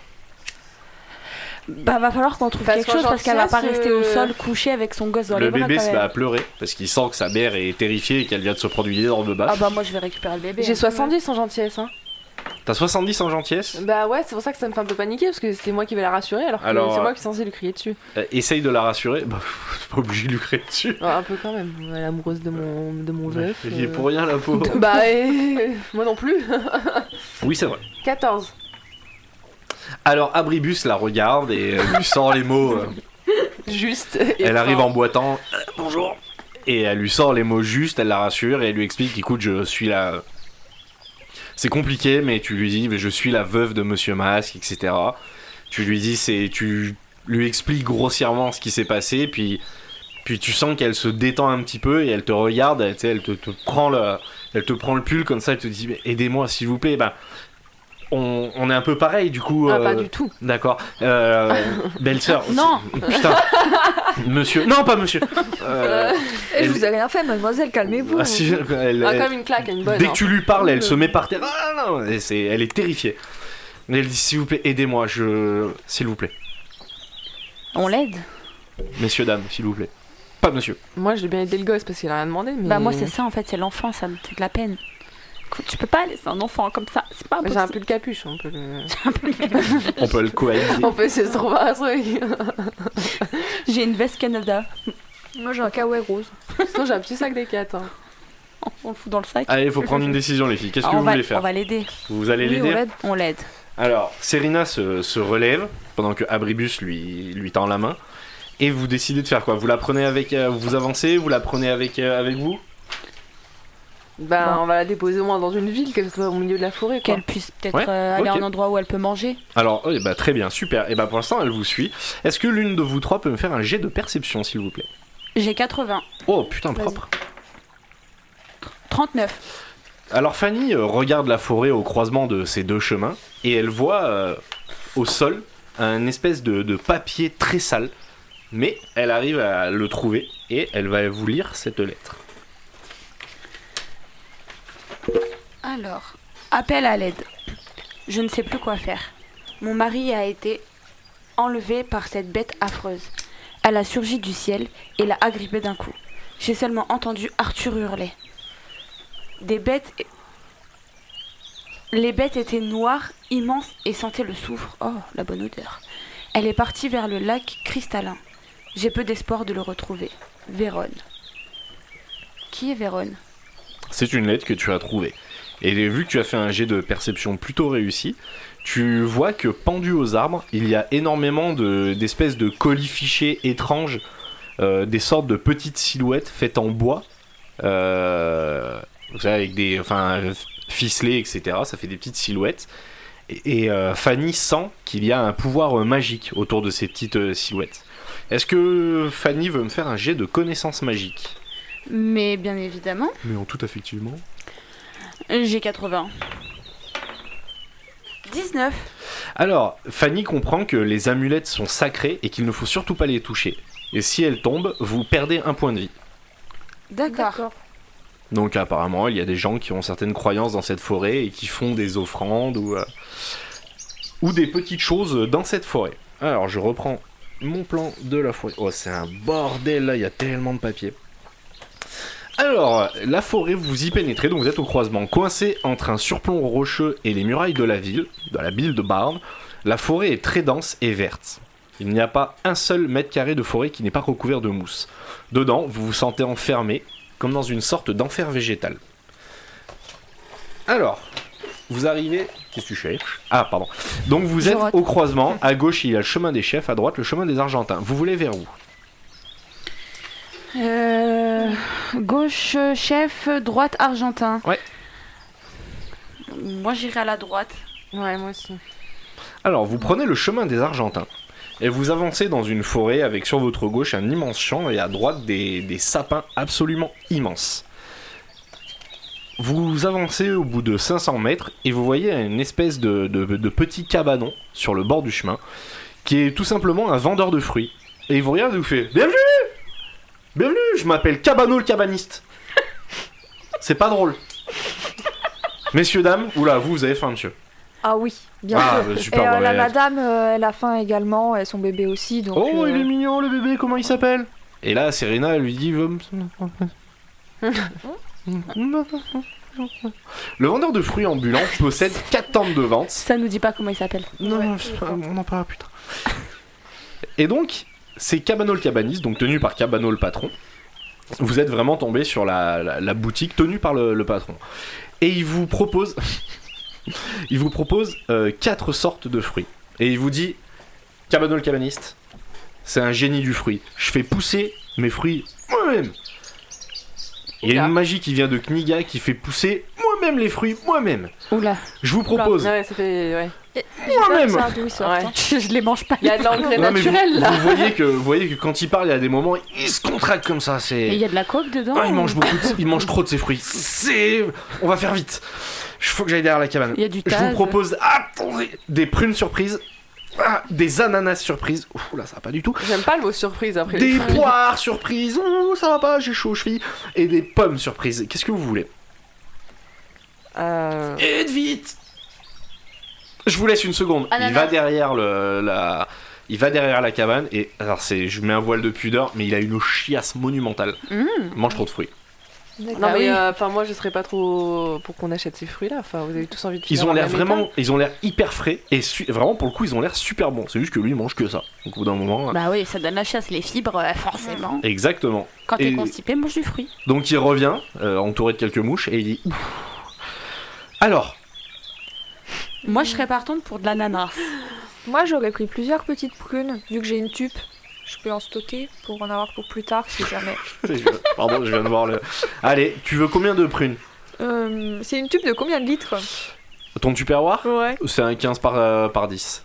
Speaker 5: Bah, va falloir qu'on trouve
Speaker 4: Parce
Speaker 5: quelque
Speaker 4: qu'en
Speaker 5: chose parce qu'elle va pas
Speaker 4: gentillesse,
Speaker 5: rester au
Speaker 4: euh,
Speaker 5: sol couchée avec son gosse dans
Speaker 2: Le
Speaker 5: les bras.
Speaker 2: bébé
Speaker 5: quand
Speaker 2: se met
Speaker 5: même.
Speaker 2: à pleurer parce qu'il sent que sa mère est terrifiée et qu'elle vient de se produire une énorme
Speaker 5: Ah
Speaker 2: baffe.
Speaker 5: bah moi je vais récupérer le bébé.
Speaker 4: J'ai 70 en gentillesse. Hein.
Speaker 2: T'as 70 en gentillesse
Speaker 4: Bah ouais, c'est pour ça que ça me fait un peu paniquer parce que c'est moi qui vais la rassurer alors que
Speaker 2: Alors,
Speaker 4: c'est
Speaker 2: euh,
Speaker 4: moi qui suis censée lui crier dessus.
Speaker 2: Euh, Essaye de la rassurer. Bah, pff, pas obligé de lui créer dessus.
Speaker 4: Ouais, un peu quand même, elle est amoureuse de mon, de mon veuf.
Speaker 2: Il est
Speaker 4: euh.
Speaker 2: pour rien, la peau.
Speaker 4: Bah et... moi non plus.
Speaker 2: Oui, c'est vrai.
Speaker 4: 14.
Speaker 2: Alors Abribus la regarde et euh, lui sort les mots. euh,
Speaker 4: Juste.
Speaker 2: elle arrive en boitant. Euh, Bonjour. Et elle lui sort les mots justes, elle la rassure et elle lui explique écoute, je suis la. C'est compliqué, mais tu lui dis je suis la veuve de Monsieur Masque, etc. Tu lui dis c'est. Tu lui expliques grossièrement ce qui s'est passé, puis. Puis tu sens qu'elle se détend un petit peu et elle te regarde, elle, tu sais, elle te, te prend le, elle te prend le pull comme ça, elle te dit Mais aidez-moi s'il vous plaît. Bah, on, on est un peu pareil du coup.
Speaker 4: Ah, pas
Speaker 2: euh,
Speaker 4: du tout.
Speaker 2: D'accord. Euh, belle sœur.
Speaker 5: Non.
Speaker 2: Putain. Monsieur. Non, pas monsieur. Euh,
Speaker 3: Et je
Speaker 2: Elle-
Speaker 3: vous ai rien fait, mademoiselle, calmez-vous.
Speaker 2: Ah,
Speaker 5: Bah,
Speaker 2: si, elle-
Speaker 4: Ah,
Speaker 2: elle-
Speaker 4: comme une claque, une bonne.
Speaker 2: Dès
Speaker 4: hein.
Speaker 2: que tu lui parles, elle se met par terre. Ah, non, et c'est- elle est terrifiée. Mais Elle dit s'il vous plaît, aidez-moi, je, s'il vous plaît,
Speaker 5: On l'aide
Speaker 2: messieurs dames, s'il vous plaît. Pas monsieur.
Speaker 4: Moi, j'ai bien aidé le gosse parce qu'il a rien demandé. Mais...
Speaker 5: Bah moi c'est ça en fait, c'est l'enfant, ça me fait de la peine. Écoute, Tu peux pas laisser un enfant comme ça, c'est pas
Speaker 4: J'ai un
Speaker 5: possible.
Speaker 4: peu le capuche, on peut le.
Speaker 2: On peut le coaguler.
Speaker 4: on peut essayer de trouver un truc.
Speaker 5: J'ai une veste Canada,
Speaker 3: Moi j'ai un kawaii rose.
Speaker 4: Sinon, j'ai un petit sac des 4.
Speaker 5: on le fout dans le sac.
Speaker 2: Allez, faut prendre une décision, les filles. Ah, Qu'est-ce
Speaker 5: Ah,
Speaker 2: que
Speaker 5: on,
Speaker 2: vous
Speaker 5: va,
Speaker 2: voulez
Speaker 5: on
Speaker 2: faire
Speaker 5: va l'aider,
Speaker 2: Vous allez
Speaker 3: Oui, on
Speaker 2: l'aider
Speaker 3: l'aide.
Speaker 5: on l'aide.
Speaker 2: Alors, Serena se, se relève pendant que Abribus lui, lui tend la main. Et vous décidez de faire quoi Vous la prenez avec. euh, vous avancez Vous la prenez avec, euh, avec vous
Speaker 4: Ben,
Speaker 5: Bon.
Speaker 4: on va la déposer au moins dans une ville, qu'elle soit au milieu de la forêt. Quoi.
Speaker 5: Qu'elle puisse peut-être
Speaker 2: Ouais,
Speaker 5: euh, aller à
Speaker 2: ok.
Speaker 5: un endroit où elle peut manger.
Speaker 2: Alors, eh bah, très bien, super. Et bah, pour l'instant, elle vous suit. Est-ce que l'une de vous trois peut me faire un jet de perception, s'il vous plaît
Speaker 5: J'ai 80,
Speaker 2: Oh putain,
Speaker 3: Vas-y.
Speaker 2: propre.
Speaker 5: 39.
Speaker 2: Alors, Fanny euh, regarde la forêt au croisement de ces deux chemins. Et elle voit euh, au sol un espèce de, de papier très sale. Mais elle arrive à le trouver. Et elle va vous lire cette lettre.
Speaker 5: Alors, appel à l'aide. Je ne sais plus quoi faire. Mon mari a été enlevé par cette bête affreuse. Elle a surgi du ciel et l'a agrippé d'un coup. J'ai seulement entendu Arthur hurler. Des bêtes. Les bêtes étaient noires, immenses et sentaient le soufre. Oh, la bonne odeur. Elle est partie vers le lac cristallin. J'ai peu d'espoir de le retrouver. Vérone. Qui est Vérone
Speaker 2: C'est une lettre que tu as trouvée. Et vu que tu as fait un jet de perception plutôt réussi, tu vois que pendu aux arbres, il y a énormément de- d'espèces de colis fichés étranges, euh, des sortes de petites silhouettes faites en bois, euh, vous savez, avec des, enfin, ficelées, etc. Ça fait des petites silhouettes. Et, et, euh, Fanny sent qu'il y a un pouvoir euh, magique autour de ces petites euh, silhouettes. Est-ce que Fanny veut me faire un jet de connaissances magiques
Speaker 5: Mais bien évidemment.
Speaker 2: Mais en tout effectivement.
Speaker 5: J'ai 80. 19.
Speaker 2: Alors, Fanny comprend que les amulettes sont sacrées et qu'il ne faut surtout pas les toucher. Et si elles tombent, vous perdez un point de vie.
Speaker 5: D'accord.
Speaker 2: Donc apparemment, il y a des gens qui ont certaines croyances dans cette forêt et qui font des offrandes ou, euh, ou des petites choses dans cette forêt. Alors, je reprends mon plan de la forêt. Oh, c'est un bordel là, il y a tellement de papier. Alors, la forêt, vous y pénétrez, donc vous êtes au croisement, coincé entre un surplomb rocheux et les murailles de la ville, de la ville de Barne. La forêt est très dense et verte. Il n'y a pas un seul mètre carré de forêt qui n'est pas recouvert de mousse. Dedans, vous vous sentez enfermé, comme dans une sorte d'enfer végétal. Alors, vous arrivez. Qu'est-ce que tu cherches Ah, pardon. Donc vous
Speaker 5: Je
Speaker 2: êtes
Speaker 5: rate.
Speaker 2: au croisement. À gauche, il y a le chemin des chefs. À droite, le chemin des Argentins. Vous voulez vers où
Speaker 5: Euh, gauche euh, chef, droite argentin.
Speaker 2: Ouais.
Speaker 5: Moi j'irai à la droite.
Speaker 4: Ouais, moi aussi.
Speaker 2: Alors, vous prenez le chemin des Argentins et vous avancez dans une forêt avec sur votre gauche un immense champ et à droite des, des sapins absolument immenses. Vous avancez au bout de 500 mètres et vous voyez une espèce de, de- de petit cabanon sur le bord du chemin qui est tout simplement un vendeur de fruits. Et il vous regarde et vous fait Bienvenue Bienvenue Je m'appelle Cabano le cabaniste C'est pas drôle Messieurs, dames, oula, vous, vous avez faim, monsieur.
Speaker 3: Ah oui, bien
Speaker 2: Ah,
Speaker 3: sûr.
Speaker 2: bah, super,
Speaker 3: Et euh,
Speaker 2: bah,
Speaker 3: la
Speaker 2: ouais.
Speaker 3: madame, euh, elle a faim également, et son bébé aussi, donc.
Speaker 2: Oh,
Speaker 3: euh,
Speaker 2: il est mignon le bébé, comment il s'appelle Et là, Serena, elle lui dit Vom- Le vendeur de fruits ambulant possède 4 tentes de vente.
Speaker 5: Ça nous dit pas comment il s'appelle.
Speaker 2: Non, non, c'est pas- on en parle plus tard. Et donc, c'est Cabano le cabaniste, donc tenu par Cabano le patron. Vous êtes vraiment tombé sur la, la- la boutique tenue par le, le patron. Et il vous propose. il vous propose 4 sortes de fruits. Et il vous dit Cabano le cabaniste, c'est un génie du fruit. Je fais pousser mes fruits moi-même. Il y a une magie qui vient de Kniga qui fait pousser moi-même les fruits moi-même.
Speaker 5: Oula.
Speaker 2: Je vous propose
Speaker 4: Ouais, ça fait. Ouais.
Speaker 2: moi-même.
Speaker 3: ça, d'où ils sortent,
Speaker 4: Ouais.
Speaker 3: hein.
Speaker 5: Je, je les mange pas.
Speaker 4: Il y a de l'engrais
Speaker 2: Non, mais vous-
Speaker 4: naturel
Speaker 2: vous,
Speaker 4: là.
Speaker 2: voyez que vous voyez que quand il parle, il y a des moments, il se contracte comme ça.
Speaker 5: Et il
Speaker 2: C'est
Speaker 5: y a de la coke dedans.
Speaker 2: Ah, il mange
Speaker 5: ou-
Speaker 2: beaucoup, de- il mange trop de ses fruits. C'est on va faire vite. Je faut que j'aille derrière la cabane.
Speaker 5: Il y a du
Speaker 2: Je vous
Speaker 5: tas.
Speaker 2: propose attendez des prunes surprises Ah, des ananas surprises. Ouh là, ça va pas du tout.
Speaker 4: J'aime pas le mot surprise après. les
Speaker 2: Des
Speaker 4: fruits.
Speaker 2: poires surprises. Ouh, ça va pas, j'ai chaud aux chevilles. Et des pommes surprises. Qu'est-ce que vous voulez
Speaker 4: Euh,
Speaker 2: Aide vite Je vous laisse une seconde.
Speaker 5: Ananas.
Speaker 2: Il va derrière le, la... Il va derrière la cabane et alors c'est, je mets un voile de pudeur, mais il a une chiasse monumentale.
Speaker 5: Mmh.
Speaker 2: Il mange trop de fruits.
Speaker 4: Non
Speaker 3: D'accord.
Speaker 4: mais euh, enfin moi je serais pas trop pour qu'on achète ces fruits là. Enfin vous avez tous envie de.
Speaker 2: Ils
Speaker 4: finir
Speaker 2: ont
Speaker 4: dans
Speaker 2: l'air
Speaker 4: le même
Speaker 2: vraiment, ils ont l'air hyper frais et su- vraiment pour le coup ils ont l'air super bons. C'est juste que lui il mange que ça. Donc au bout d'un moment.
Speaker 5: Bah oui, ça donne la chasse, les fibres, euh, forcément.
Speaker 2: Exactement.
Speaker 5: Quand t'es
Speaker 2: Et-
Speaker 5: constipé, mange du fruit.
Speaker 2: Donc il revient, euh, entouré de quelques mouches, et il dit Ouf. Alors,
Speaker 5: Moi, je serais partante pour de l'ananas.
Speaker 3: Moi, j'aurais pris plusieurs petites prunes, vu que j'ai une tupe. Je peux en stocker pour en avoir pour plus tard si jamais.
Speaker 2: pardon, je viens de voir le. Allez, tu veux combien de prunes
Speaker 3: Euh, c'est une tupe de combien de litres
Speaker 2: Ton tupperware
Speaker 3: Ouais.
Speaker 2: C'est un 15 par, euh, par 10.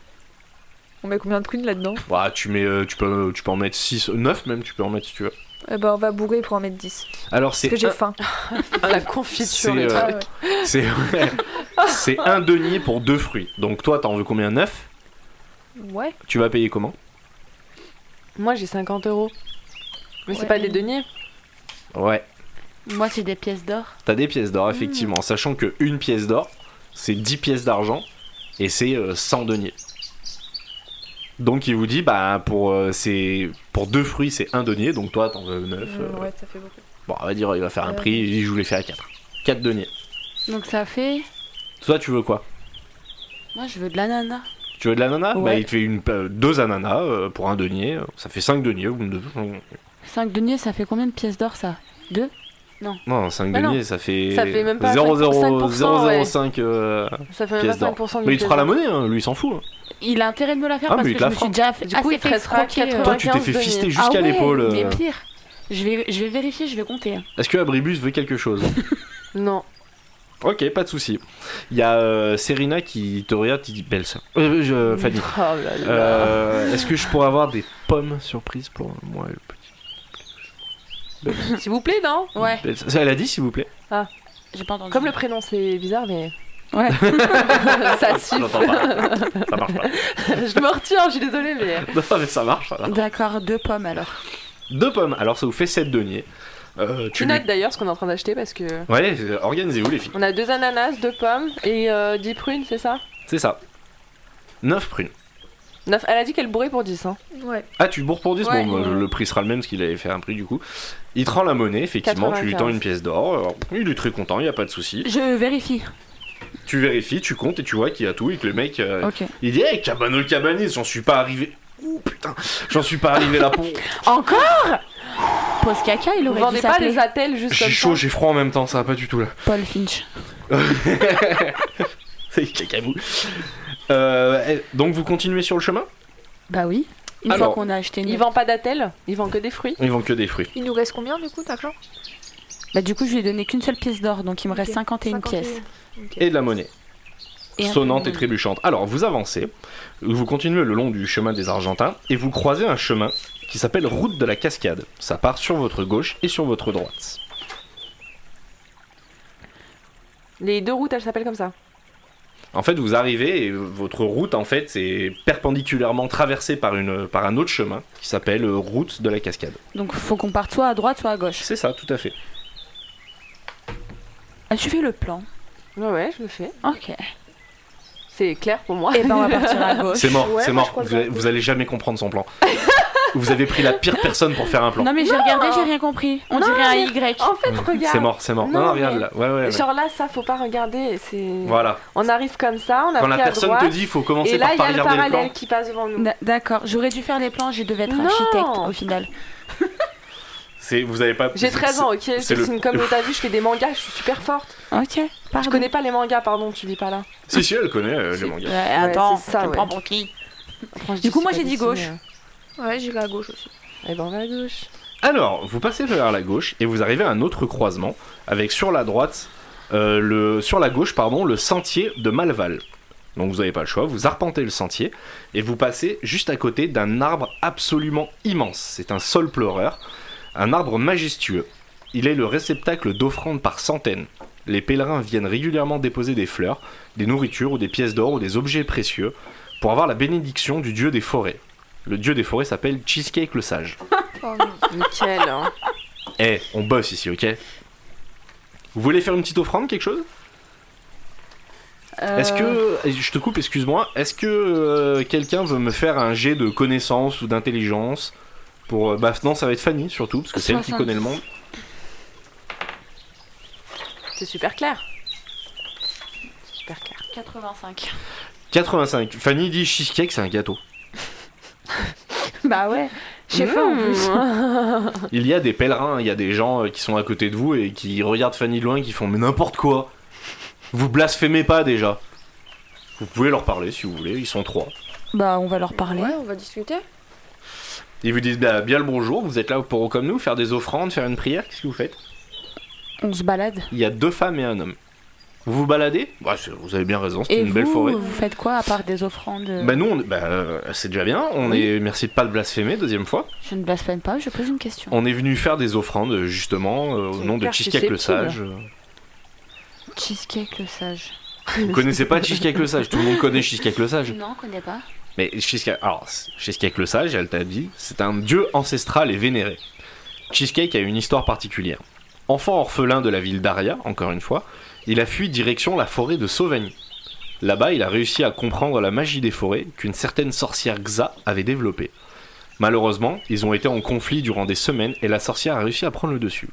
Speaker 3: On met combien de prunes là-dedans
Speaker 2: Bah, tu, mets, euh, tu, peux, tu peux en mettre 6, 9 même, tu peux en mettre si tu veux.
Speaker 3: Eh ben, on va bourrer pour en mettre 10.
Speaker 2: Alors,
Speaker 3: Parce que
Speaker 2: c'est
Speaker 3: j'ai
Speaker 2: un,
Speaker 3: faim.
Speaker 4: temps. la confiture
Speaker 2: C'est,
Speaker 4: les
Speaker 2: euh,
Speaker 4: trucs.
Speaker 3: Ah ouais.
Speaker 2: c'est- c'est un denier pour deux fruits. Donc, toi, t'en veux combien 9
Speaker 3: Ouais.
Speaker 2: Tu vas payer comment
Speaker 4: Moi j'ai 50 euros. Mais c'est
Speaker 3: Ouais.
Speaker 4: pas des deniers.
Speaker 2: Ouais,
Speaker 5: Moi, c'est des pièces d'or.
Speaker 2: t'as des pièces d'or, effectivement.
Speaker 3: Hmm.
Speaker 2: Sachant que une pièce d'or, c'est 10 pièces d'argent et c'est euh, 100 deniers. Donc, il vous dit, bah, pour, euh, c'est- pour deux fruits, c'est un denier. Donc, toi, t'en veux 9.
Speaker 3: Mm, Ouais, ça fait beaucoup.
Speaker 2: Bon, on va dire, il va faire un
Speaker 3: Ouais.
Speaker 2: prix, il dit, je vous les fais à 4. 4 deniers.
Speaker 5: Donc ça fait.
Speaker 2: Toi, tu veux quoi
Speaker 5: Moi je veux de l'ananas.
Speaker 2: Tu veux de l'ananas Bah,
Speaker 3: Ouais.
Speaker 2: il te fait une, euh, deux ananas euh, pour un denier. Ça fait 5 deniers. ou deux-
Speaker 5: 5 deniers, ça fait combien de pièces d'or ça Deux
Speaker 2: Non, 5
Speaker 4: Bah non.
Speaker 2: deniers, ça fait,
Speaker 4: Ça fait même pas
Speaker 2: 0,
Speaker 4: 5%,
Speaker 2: 0,05. euh,
Speaker 4: Ça fait même
Speaker 2: Pièces
Speaker 4: pas
Speaker 2: d'or.
Speaker 4: 5% du.
Speaker 2: Mais il te fera la monnaie, hein, lui, il s'en fout. hein.
Speaker 5: Il a intérêt de me la faire
Speaker 2: Ah,
Speaker 5: parce
Speaker 2: mais il
Speaker 5: que
Speaker 2: te
Speaker 5: je
Speaker 2: la
Speaker 5: me
Speaker 2: fera.
Speaker 5: suis déjà fait-
Speaker 4: Du
Speaker 5: assez
Speaker 4: coup, il
Speaker 5: fait
Speaker 4: te restera
Speaker 5: escroquer, euh,
Speaker 4: 80.
Speaker 2: Toi, tu t'es
Speaker 4: 95
Speaker 2: fait
Speaker 4: deniers.
Speaker 2: fister jusqu'à
Speaker 5: Ah ouais,
Speaker 2: l'épaule. euh.
Speaker 5: Mais pire, je vais, je vais vérifier, je vais compter. hein.
Speaker 2: Est-ce que Abribus veut quelque chose
Speaker 4: Non.
Speaker 2: Ok, pas de souci. Il y a euh, Serena qui te regarde, qui dit Belle sœur. Euh, je- Fanny.
Speaker 4: Oh là là.
Speaker 2: euh, Est-ce que je pourrais avoir des pommes surprises pour moi le petit
Speaker 4: S'il vous plaît non.
Speaker 5: Ouais,
Speaker 2: belle sœur Elle a dit, s'il vous plaît.
Speaker 5: j'ai pas entendu.
Speaker 4: Comme le prénom c'est bizarre mais.
Speaker 5: Ouais.
Speaker 4: ça
Speaker 2: Je
Speaker 4: suffit.
Speaker 2: l'entends pas. Ça marche pas.
Speaker 4: je me retiens je suis désolée mais.
Speaker 2: Non, mais ça marche. Ça marche.
Speaker 5: D'accord, deux pommes alors.
Speaker 2: Deux pommes, alors ça vous fait 7 deniers. Euh,
Speaker 4: Tu
Speaker 2: tu
Speaker 4: notes d'ailleurs ce qu'on est en train d'acheter parce que.
Speaker 2: Ouais, euh, organisez-vous les filles.
Speaker 4: On a deux ananas, deux pommes et euh, 10 prunes, c'est ça
Speaker 2: C'est ça. 9 prunes.
Speaker 4: Neuf- Elle a dit qu'elle bourrait pour 10. Hein.
Speaker 3: Ouais.
Speaker 2: Ah, tu bourres pour 10
Speaker 5: Ouais.
Speaker 2: Bon, bah, le prix sera le même parce qu'il avait fait un prix du coup. Il te rend la monnaie, effectivement, tu lui
Speaker 4: 95.
Speaker 2: tends une pièce d'or. Alors, Il est très content, il n'y a pas de souci.
Speaker 5: Je vérifie.
Speaker 2: Tu vérifies, tu comptes et tu vois qu'il y a tout et que le mec. euh,
Speaker 5: Ok.
Speaker 2: Il dit Hey, cabano cabanis, j'en suis pas arrivé. Ouh putain, j'en suis pas arrivé là pour.
Speaker 5: Encore Pose caca, il
Speaker 4: Vous
Speaker 5: aurait dû
Speaker 4: vendez pas
Speaker 5: s'appeler
Speaker 4: des attelles juste
Speaker 2: J'ai
Speaker 4: comme
Speaker 2: chaud,
Speaker 4: ça
Speaker 2: j'ai froid en même temps, ça va pas du tout là.
Speaker 5: Paul Finch.
Speaker 2: C'est cacabou. Euh, eh, donc vous continuez sur le chemin
Speaker 5: Bah oui. Une
Speaker 2: Alors,
Speaker 5: fois qu'on a acheté une.
Speaker 4: Il vend pas d'attelles, il vend que des fruits.
Speaker 2: Ils vendent que des fruits.
Speaker 3: Il nous reste combien du coup d'argent
Speaker 5: Bah du coup, je lui ai donné qu'une seule pièce d'or, donc il me reste
Speaker 3: Ok,
Speaker 5: 51
Speaker 3: 51.
Speaker 5: pièces.
Speaker 2: et de la monnaie.
Speaker 5: Et un peu
Speaker 2: sonnante
Speaker 5: de
Speaker 2: et
Speaker 5: monde.
Speaker 2: trébuchante. Alors, vous avancez, vous continuez le long du chemin des Argentins et vous croisez un chemin qui s'appelle Route de la Cascade. Ça part sur votre gauche et sur votre droite.
Speaker 4: Les deux routes, elles s'appellent comme ça.
Speaker 2: En fait, vous arrivez et votre route, en fait, est perpendiculairement traversée par, une, par un autre chemin qui s'appelle euh, Route de la Cascade.
Speaker 5: Donc faut qu'on parte soit à droite, soit à gauche.
Speaker 2: C'est ça, tout à fait.
Speaker 5: As-tu fait Ah, le plan
Speaker 4: Ouais, ouais, je le fais.
Speaker 5: Ok.
Speaker 4: C'est clair pour moi.
Speaker 5: Et ben on va partir à
Speaker 4: Oh,
Speaker 5: gauche.
Speaker 2: C'est mort,
Speaker 3: Ouais,
Speaker 2: c'est
Speaker 3: moi,
Speaker 2: mort.
Speaker 3: je crois que
Speaker 2: Vous, allez- vous allez jamais comprendre son plan. vous avez pris la pire personne pour faire un plan.
Speaker 5: Non Oh, mais j'ai regardé, j'ai rien compris. On
Speaker 4: Non,
Speaker 5: dirait un
Speaker 4: mais-
Speaker 5: Y.
Speaker 4: En fait, regarde.
Speaker 2: C'est mort, c'est mort. Non,
Speaker 4: Non,
Speaker 2: non,
Speaker 4: mais-
Speaker 2: regarde là. Ouais, ouais, ouais.
Speaker 4: Genre là, ça, faut pas regarder. C'est.
Speaker 2: Voilà.
Speaker 4: On arrive comme ça, on a
Speaker 2: Quand
Speaker 4: pris
Speaker 2: la
Speaker 4: à
Speaker 2: personne
Speaker 4: droite.
Speaker 2: te dit, il faut commencer
Speaker 4: et là, il
Speaker 2: par
Speaker 4: y
Speaker 2: pas
Speaker 4: a le
Speaker 2: regarder le plan.
Speaker 4: parallèle qui passe devant nous.
Speaker 5: D- D'accord, j'aurais dû faire les plans, j'ai devais être
Speaker 4: Non.
Speaker 5: architecte au final.
Speaker 2: C'est- vous avez pas.
Speaker 4: J'ai 13 ans, ok
Speaker 2: c'est le-
Speaker 4: C'est comme t'as vu, je fais des mangas, je suis super forte.
Speaker 5: Ok, pardon.
Speaker 4: Je connais pas les mangas, pardon, tu lis pas là.
Speaker 2: Si, si, elle connaît euh, les
Speaker 5: Ouais,
Speaker 2: mangas.
Speaker 5: attends,
Speaker 4: c'est ça,
Speaker 5: tu me
Speaker 4: ouais.
Speaker 5: prends pour qui
Speaker 4: Après, je
Speaker 5: Du
Speaker 4: dis,
Speaker 5: coup,
Speaker 4: c'est
Speaker 5: moi,
Speaker 4: pas
Speaker 5: j'ai dit
Speaker 4: dessiné. euh,
Speaker 5: gauche.
Speaker 3: Ouais, j'irai à gauche aussi.
Speaker 4: Eh ben, on va à gauche.
Speaker 2: Alors, vous passez vers la gauche et vous arrivez à un autre croisement avec sur la droite, euh, le, sur la gauche, pardon, le sentier de Malval. Donc vous n'avez pas le choix, vous arpentez le sentier et vous passez juste à côté d'un arbre absolument immense. C'est un sol pleureur, un arbre majestueux. Il est le réceptacle d'offrandes par centaines. Les pèlerins viennent régulièrement déposer des fleurs, des nourritures ou des pièces d'or ou des objets précieux pour avoir la bénédiction du dieu des forêts. Le dieu des forêts s'appelle Cheesecake le Sage.
Speaker 3: Oh non.
Speaker 4: Nickel. hein.
Speaker 2: Eh, on bosse ici, ok Vous voulez faire une petite offrande, quelque chose
Speaker 5: Euh,
Speaker 2: Est-ce que. Je te coupe, excuse-moi. Est-ce que euh, quelqu'un veut me faire un jet de connaissance ou d'intelligence pour, euh, bah non, ça va être Fanny surtout, parce que c'est elle qui connaît le monde.
Speaker 4: C'est super clair. C'est Super clair.
Speaker 5: 85.
Speaker 2: 85. Fanny dit cheesecake, c'est un gâteau.
Speaker 5: bah ouais,
Speaker 2: Mmh.
Speaker 5: j'ai faim
Speaker 4: Mmh.
Speaker 5: en plus.
Speaker 2: Il y a des pèlerins, il y a des gens euh, qui sont à côté de vous et qui regardent Fanny de loin et qui font mais n'importe quoi. Vous blasphémez pas déjà. Vous pouvez leur parler si vous voulez, ils sont trois.
Speaker 5: Bah on va leur parler.
Speaker 3: Ouais, on va discuter.
Speaker 2: Ils vous disent bah, bien le bonjour, vous êtes là pour comme nous, faire des offrandes, faire une prière, qu'est-ce que vous faites
Speaker 5: On se balade.
Speaker 2: Il y a deux femmes et un homme. Vous vous baladez bah, c'est- Vous avez bien raison, c'est
Speaker 5: Et
Speaker 2: une
Speaker 5: vous,
Speaker 2: belle forêt.
Speaker 4: euh,
Speaker 5: vous faites quoi à part des offrandes
Speaker 2: Bah nous, on, bah, euh, c'est déjà bien, on est, merci de pas de blasphémer, deuxième fois.
Speaker 5: Je ne blasphème pas, je pose une question.
Speaker 2: On est venu faire des offrandes justement euh, au
Speaker 4: C'est
Speaker 2: nom de
Speaker 4: hyper
Speaker 2: Cheesecake le
Speaker 4: susceptible.
Speaker 2: Sage.
Speaker 5: Cheesecake le sage.
Speaker 2: Vous connaissez pas Cheesecake le Sage, tout le monde connaît Cheesecake le Sage.
Speaker 5: Non, on connaît pas.
Speaker 2: Mais Cheesecake, alors, Cheesecake le sage, elle t'a dit, c'est un dieu ancestral et vénéré. Cheesecake a une histoire particulière. Enfant orphelin de la ville d'Aria, encore une fois, il a fui direction la forêt de Sauvagny. Là-bas, il a réussi à comprendre la magie des forêts qu'une certaine sorcière Xa avait développée. Malheureusement, ils ont été en conflit durant des semaines et la sorcière a réussi à prendre le dessus.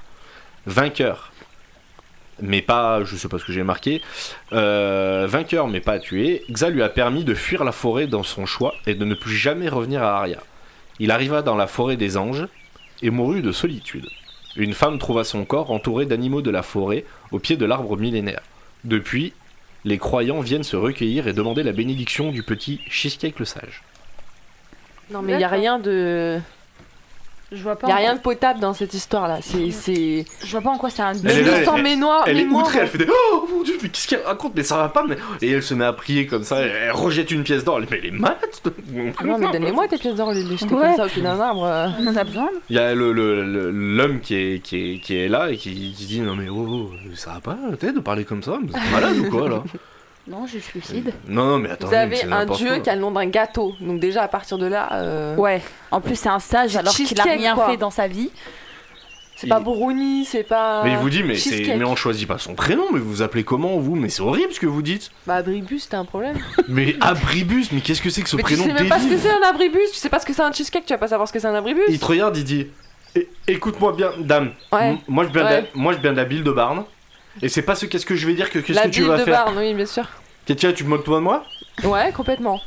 Speaker 2: Vainqueur. Mais pas, je sais pas ce que j'ai marqué, euh, vainqueur mais pas tué, Xa lui a permis de fuir la forêt dans son choix et de ne plus jamais revenir à Aria. Il arriva dans la forêt des anges et mourut de solitude. Une femme trouva son corps entouré d'animaux de la forêt au pied de l'arbre millénaire. Depuis, les croyants viennent se recueillir et demander la bénédiction du petit Cheesecake le sage.
Speaker 4: Non, mais il y a
Speaker 5: D'accord.
Speaker 4: rien de.
Speaker 5: Je vois pas. Mmh.
Speaker 4: Il y a rien de potable dans cette histoire là. C'est. c'est...
Speaker 5: Je vois pas en quoi c'est un
Speaker 2: Elle est
Speaker 4: Ah, Mais
Speaker 5: dieu.
Speaker 2: là,
Speaker 4: le sang
Speaker 2: elle-
Speaker 4: ménois,
Speaker 2: Elle est
Speaker 4: mémoire.
Speaker 2: outrée, elle fait des Oh mon dieu, mais qu'est-ce qu'elle raconte Mais ça va pas, mais. Et elle se met à prier comme ça, elle rejette une pièce d'or, elle dit, mais elle est malade
Speaker 4: Ah Non, mais donnez-moi tes pièces d'or, au lieu de les jeter
Speaker 5: Ouais.
Speaker 4: comme ça au pied d'un arbre. euh.
Speaker 5: On en a besoin.
Speaker 2: Il y a l'homme le, le- l'homme qui, est, qui, est, qui est là et qui, qui dit Non, mais oh, oh, ça va pas, t'es de parler comme ça Vous êtes malade ou quoi là
Speaker 5: Non, je suis lucide.
Speaker 2: Non, non, mais attendez.
Speaker 4: Vous avez
Speaker 2: c'est
Speaker 4: un
Speaker 2: n'importe
Speaker 4: dieu
Speaker 2: quoi.
Speaker 4: qui a le nom d'un gâteau. Donc, déjà, à partir de là, euh,
Speaker 5: Ouais. En plus, c'est un sage alors qu'il a
Speaker 4: Cheesecake,
Speaker 5: rien
Speaker 4: quoi.
Speaker 5: fait dans sa vie.
Speaker 4: c'est
Speaker 2: Il-
Speaker 4: pas Boroni, c'est pas.
Speaker 2: Mais il vous dit mais, c'est-
Speaker 4: Cheesecake.
Speaker 2: mais on choisit pas son prénom, mais vous vous appelez comment vous Mais c'est horrible ce que vous dites
Speaker 4: Bah, abribus, t'as un problème.
Speaker 2: Mais Abribus, mais qu'est-ce que c'est que ce
Speaker 4: mais tu
Speaker 2: prénom
Speaker 4: sais même pas ce que
Speaker 2: débile
Speaker 4: c'est un abribus, tu sais pas ce que c'est un cheesecake, tu vas pas savoir ce que c'est un abribus.
Speaker 2: Il te regarde, il dit É- Écoute-moi bien, dame,
Speaker 4: Ouais.
Speaker 2: m- moi je viens de la-
Speaker 4: Ouais.
Speaker 2: moi, je viens de la ville de Barne, et c'est pas ce qu'est-ce que je vais dire que qu'est-ce
Speaker 4: La
Speaker 2: que tu
Speaker 4: ville
Speaker 2: vas
Speaker 4: de
Speaker 2: faire.
Speaker 4: Barne, oui, bien sûr.
Speaker 2: Tiens, tu te moques toi de moi
Speaker 4: Ouais, complètement.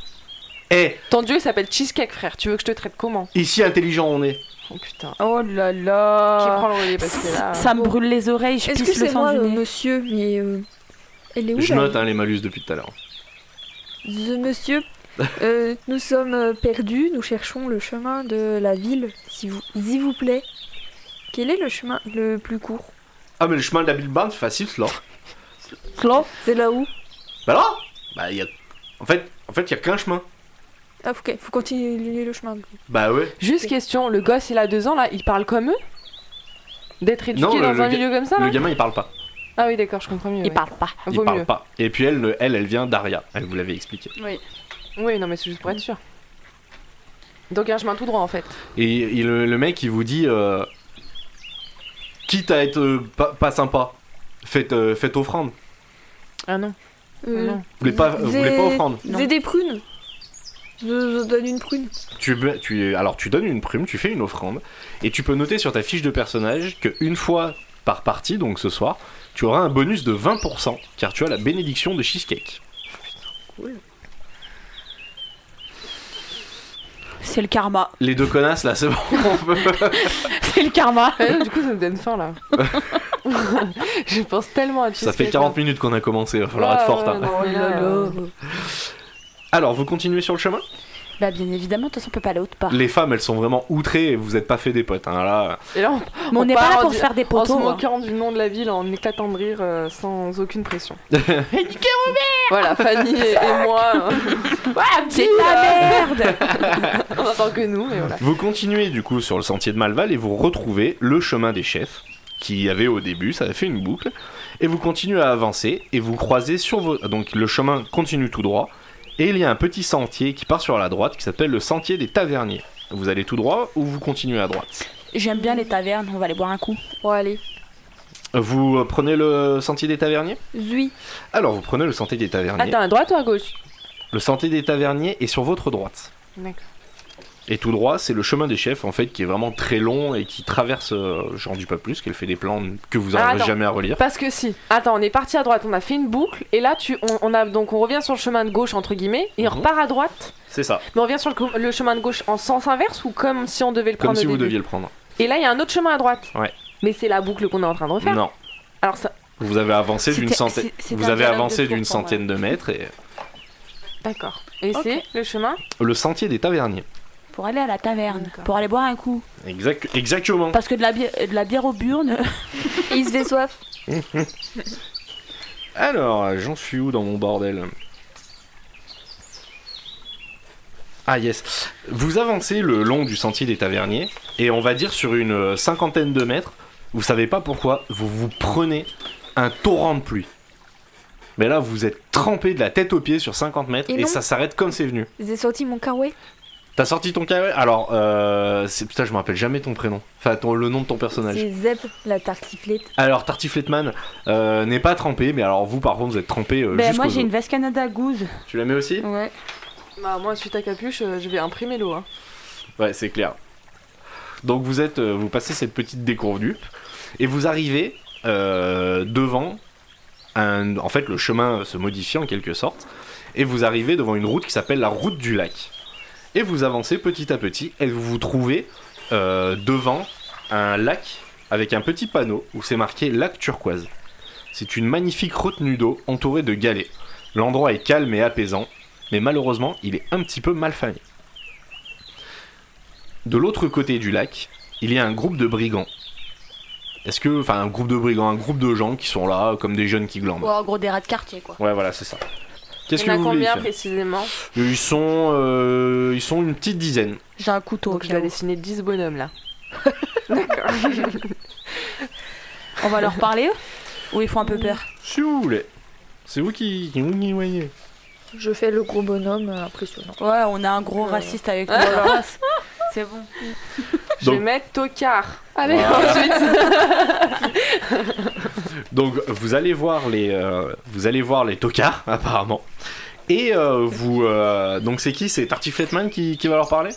Speaker 2: Eh,
Speaker 4: Ton dieu il s'appelle Cheesecake, frère. Tu veux que je te traite comment
Speaker 2: ici intelligent on est.
Speaker 4: Oh putain. Euh,
Speaker 5: Oh là
Speaker 4: Qui prend
Speaker 5: là.
Speaker 4: le relais parce que là.
Speaker 5: Ça me brûle les oreilles, je
Speaker 3: Est-ce que
Speaker 5: pisse le
Speaker 3: c'est
Speaker 5: sang
Speaker 3: moi,
Speaker 5: du
Speaker 3: euh,
Speaker 5: nez.
Speaker 3: monsieur Mais euh, elle est où
Speaker 2: je
Speaker 3: là
Speaker 2: note hein, les malus depuis tout à l'heure.
Speaker 3: The Monsieur, euh, nous sommes euh, perdus, nous cherchons le chemin de la ville, s'il vous, s'il vous plaît. Quel est le chemin le plus court
Speaker 2: Ah mais le chemin de la Bilbao, c'est facile là.
Speaker 3: C'est là où
Speaker 2: Bah là Bah il y a... En fait, en fait, il y a qu'un chemin.
Speaker 3: Ah, ok, faut continuer le chemin. du coup.
Speaker 2: Bah ouais.
Speaker 4: Juste question, le gosse il a deux ans là, il parle comme eux D'être éduqué
Speaker 2: Non, le-
Speaker 4: dans
Speaker 2: le
Speaker 4: un
Speaker 2: ga-
Speaker 4: milieu comme ça là
Speaker 2: Le gamin, il parle pas.
Speaker 4: Ah oui, d'accord, je comprends mieux.
Speaker 5: Il
Speaker 4: ouais.
Speaker 5: parle pas.
Speaker 2: Il
Speaker 4: Vaut
Speaker 2: parle
Speaker 4: mieux.
Speaker 2: pas. Et puis elle, le- elle, elle vient d'Aria. Elle vous l'avait expliqué.
Speaker 4: Oui, non, mais c'est juste pour être sûr. Donc un chemin tout droit en fait.
Speaker 2: Et, et le, le mec, il vous dit... euh, Quitte à être euh, pas, pas sympa, faites, euh, faites offrande.
Speaker 4: Ah non,
Speaker 3: Euh,
Speaker 4: non.
Speaker 2: Vous voulez pas,
Speaker 3: Vous
Speaker 2: vous voulez pas
Speaker 3: êtes-
Speaker 2: offrande
Speaker 3: vous avez des prunes je, je donne une prune.
Speaker 2: tu, be- tu- alors tu donnes une prune, tu fais une offrande, et tu peux noter sur ta fiche de personnage que une fois par partie, donc ce soir, tu auras un bonus de 20%, car tu as la bénédiction de Cheesecake.
Speaker 5: C'est le karma.
Speaker 2: Les deux connasses là, c'est bon. on peut-
Speaker 5: C'est le karma.
Speaker 4: Ah non, du coup, ça me donne faim là. je pense tellement à Ah
Speaker 2: Ça fait 40 minutes qu'on a commencé, il va falloir être forte. hein.
Speaker 5: Oh
Speaker 4: oh
Speaker 2: Alors vous continuez sur le chemin
Speaker 5: Bah bien évidemment, de toute façon, on peut pas aller autre part.
Speaker 2: Les femmes, elles sont vraiment outrées et vous êtes pas fait des potes. hein, là.
Speaker 4: Et là, on,
Speaker 5: Mais on
Speaker 4: on
Speaker 5: n'est pas là
Speaker 4: part
Speaker 5: pour
Speaker 4: en-
Speaker 5: se faire
Speaker 4: en
Speaker 5: des
Speaker 4: se
Speaker 5: poteaux. hein.
Speaker 4: moquant du nom de la ville, en éclatant de rire euh, sans aucune pression. Voilà, Fanny et, et moi, hein,
Speaker 5: C'est la merde
Speaker 4: on attend que nous, mais voilà.
Speaker 2: Vous continuez du coup sur le sentier de Malval et vous retrouvez le chemin des chefs qui y avait au début, ça a fait une boucle, et vous continuez à avancer et vous croisez sur vos... Donc le chemin continue tout droit Et il y a un petit sentier qui part sur la droite qui s'appelle le sentier des taverniers. Vous allez tout droit ou vous continuez à droite
Speaker 5: J'aime bien les tavernes, on va aller boire un coup.
Speaker 3: Bon, allez.
Speaker 2: Vous euh, prenez le sentier des taverniers
Speaker 3: Zui.
Speaker 2: Alors vous prenez le sentier des taverniers.
Speaker 4: Attends, à droite ou à gauche
Speaker 2: Le sentier des taverniers est sur votre droite.
Speaker 4: D'accord.
Speaker 2: Et tout droit, c'est le chemin des chefs, en fait, qui est vraiment très long et qui traverse, euh, j'en dis pas plus, qu'elle fait des plans que vous
Speaker 4: Ah,
Speaker 2: n'arriverez
Speaker 4: attends.
Speaker 2: jamais à relire.
Speaker 4: Parce que si. Attends, on est parti à droite, on a fait une boucle, et là, tu, on, on a donc on revient sur le chemin de gauche entre guillemets, et on
Speaker 2: Mhm.
Speaker 4: repart à droite.
Speaker 2: C'est ça,
Speaker 4: Mais on revient sur le, co- le chemin de gauche en sens inverse ou comme si on devait le
Speaker 2: comme
Speaker 4: prendre
Speaker 2: si
Speaker 4: au
Speaker 2: vous
Speaker 4: début
Speaker 2: deviez le prendre.
Speaker 4: Et là, il y a un autre chemin à droite.
Speaker 2: Ouais.
Speaker 4: Mais c'est la boucle qu'on est en train de refaire.
Speaker 2: Non,
Speaker 4: Alors ça,
Speaker 2: vous avez avancé d'une
Speaker 5: C'était-
Speaker 2: centaine,
Speaker 5: c'est- c'était
Speaker 2: vous
Speaker 5: un
Speaker 2: avez
Speaker 5: dialogue de hein.
Speaker 2: avancé
Speaker 5: sourds
Speaker 2: d'une
Speaker 5: pour moi.
Speaker 2: centaine de mètres et euh,
Speaker 4: d'accord. Et
Speaker 5: Ok.
Speaker 4: c'est le chemin
Speaker 2: le sentier des taverniers.
Speaker 5: Pour aller à la taverne,
Speaker 4: D'accord.
Speaker 5: pour aller boire un coup.
Speaker 2: Exact, exactement.
Speaker 5: Parce que de la, bière, de la bière au burne,
Speaker 3: Et il se fait soif.
Speaker 2: Alors, j'en suis où dans mon bordel Ah yes. Vous avancez le long du sentier des taverniers et on va dire sur une euh, cinquantaine de mètres, vous savez pas pourquoi, vous vous prenez un torrent de pluie. Mais là, vous êtes trempé de la tête aux pieds sur 50 mètres
Speaker 3: Et
Speaker 2: et,
Speaker 3: non.
Speaker 2: ça s'arrête comme c'est venu.
Speaker 3: J'ai sorti mon kawaii.
Speaker 2: T'as sorti ton carré Alors, euh, c'est- putain, je me rappelle jamais ton prénom. Enfin, ton- le nom de ton personnage.
Speaker 3: C'est Zeb, la tartiflette.
Speaker 2: Alors, Tartifletman euh, n'est pas trempé, mais alors vous, par contre, vous êtes trempé euh,
Speaker 5: ben,
Speaker 2: jusqu'aux
Speaker 5: moi j'ai
Speaker 2: os.
Speaker 5: une veste Canada Goose.
Speaker 2: Tu la mets aussi
Speaker 5: Ouais.
Speaker 4: Bah moi, suite à capuche, euh, je vais imprimer l'eau. hein.
Speaker 2: Ouais, c'est clair. Donc vous êtes, euh, vous passez cette petite déconvenue et vous arrivez euh, devant un, en fait, le chemin se modifie en quelque sorte et vous arrivez devant une route qui s'appelle la route du lac. Et vous avancez petit à petit et vous vous trouvez euh, devant un lac avec un petit panneau où c'est marqué lac turquoise. C'est une magnifique retenue d'eau entourée de galets. L'endroit est calme et apaisant, mais malheureusement, il est un petit peu mal famé. De l'autre côté du lac, il y a un groupe de brigands. Est-ce que. Enfin, un groupe de brigands, un groupe de gens qui sont là, comme des jeunes qui
Speaker 5: Ou
Speaker 2: glandent.
Speaker 5: en gros des rats de quartier quoi.
Speaker 2: Ouais, voilà, c'est ça. Qu'est-ce
Speaker 4: Il
Speaker 2: que
Speaker 4: y en a
Speaker 2: vous voulez
Speaker 4: combien
Speaker 2: faire
Speaker 4: précisément
Speaker 2: Ils sont. euh, ils sont une petite dizaine.
Speaker 5: J'ai un couteau.
Speaker 4: Donc
Speaker 5: au
Speaker 4: je
Speaker 5: cas
Speaker 4: dois
Speaker 5: où.
Speaker 4: dessiner 10 bonhommes là.
Speaker 5: On va leur parler eux Ou ils font un peu peur
Speaker 2: Si vous voulez. C'est vous qui. qui vous qui voyez.
Speaker 3: Je fais le gros bonhomme euh, impressionnant.
Speaker 5: Ouais, on a un gros
Speaker 3: Ouais.
Speaker 5: raciste avec nous. dans la race. C'est bon.
Speaker 4: Je
Speaker 2: Donc-
Speaker 4: vais mettre tocard.
Speaker 5: Ah,
Speaker 3: Allez,
Speaker 2: Donc vous allez voir les, euh, vous allez voir les tocards apparemment. Et euh, vous, euh, donc c'est qui C'est Tartifletman qui, qui va leur parler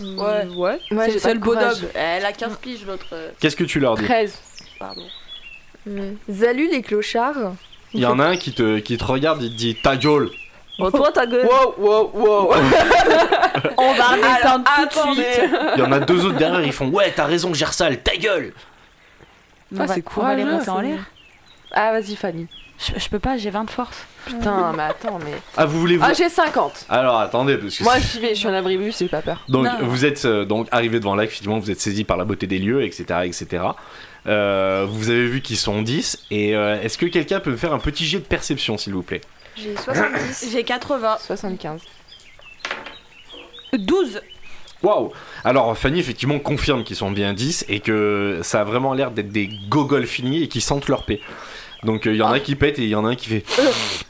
Speaker 5: Ouais.
Speaker 3: ouais.
Speaker 4: Ouais,
Speaker 5: C'est le
Speaker 4: j'ai pas
Speaker 5: seul
Speaker 4: de courage.
Speaker 5: bonhomme. Elle a 15 piges l'autre. euh,
Speaker 2: Qu'est-ce que tu leur dis
Speaker 4: 13.
Speaker 5: Pardon.
Speaker 3: Euh, Salut les clochards.
Speaker 2: Il y en a un qui te, qui te regarde, il te dit ta gueule.
Speaker 3: Bon, Oh, toi, ta gueule.
Speaker 4: Wow, wow, wow.
Speaker 5: On va redescendre tout de
Speaker 4: Attendez.
Speaker 5: suite.
Speaker 2: Il y en a deux autres derrière, ils font ouais t'as raison Gersal, ta gueule.
Speaker 5: On
Speaker 4: Ah,
Speaker 5: va-
Speaker 4: c'est
Speaker 5: On va les
Speaker 4: courageux,
Speaker 5: monter en
Speaker 4: ça.
Speaker 5: l'air.
Speaker 4: Ah, vas-y, Fanny.
Speaker 5: Je, je peux pas, j'ai 20 de force.
Speaker 4: Putain, mais attends, mais.
Speaker 2: Ah vous voulez vous
Speaker 4: Ah, j'ai 50.
Speaker 2: Alors attendez parce que
Speaker 4: Moi,
Speaker 2: c'est-
Speaker 4: j'y vais, je suis un abribus, j'ai pas peur.
Speaker 2: donc
Speaker 5: Non.
Speaker 2: vous êtes euh, donc arrivé devant le lac, effectivement vous êtes saisi par la beauté des lieux, etc., etc. Euh, vous avez vu qu'ils sont 10 et euh, est-ce que quelqu'un peut me faire un petit jet de perception s'il vous plaît
Speaker 3: J'ai 70.
Speaker 5: J'ai 80.
Speaker 4: 75.
Speaker 5: 12.
Speaker 2: Waouh Alors Fanny effectivement confirme qu'ils sont bien 10 et que ça a vraiment l'air d'être des gogoles finis et qui sentent leur paix. Donc euh, il y en
Speaker 4: Ah.
Speaker 2: a qui pètent et il y en a un qui fait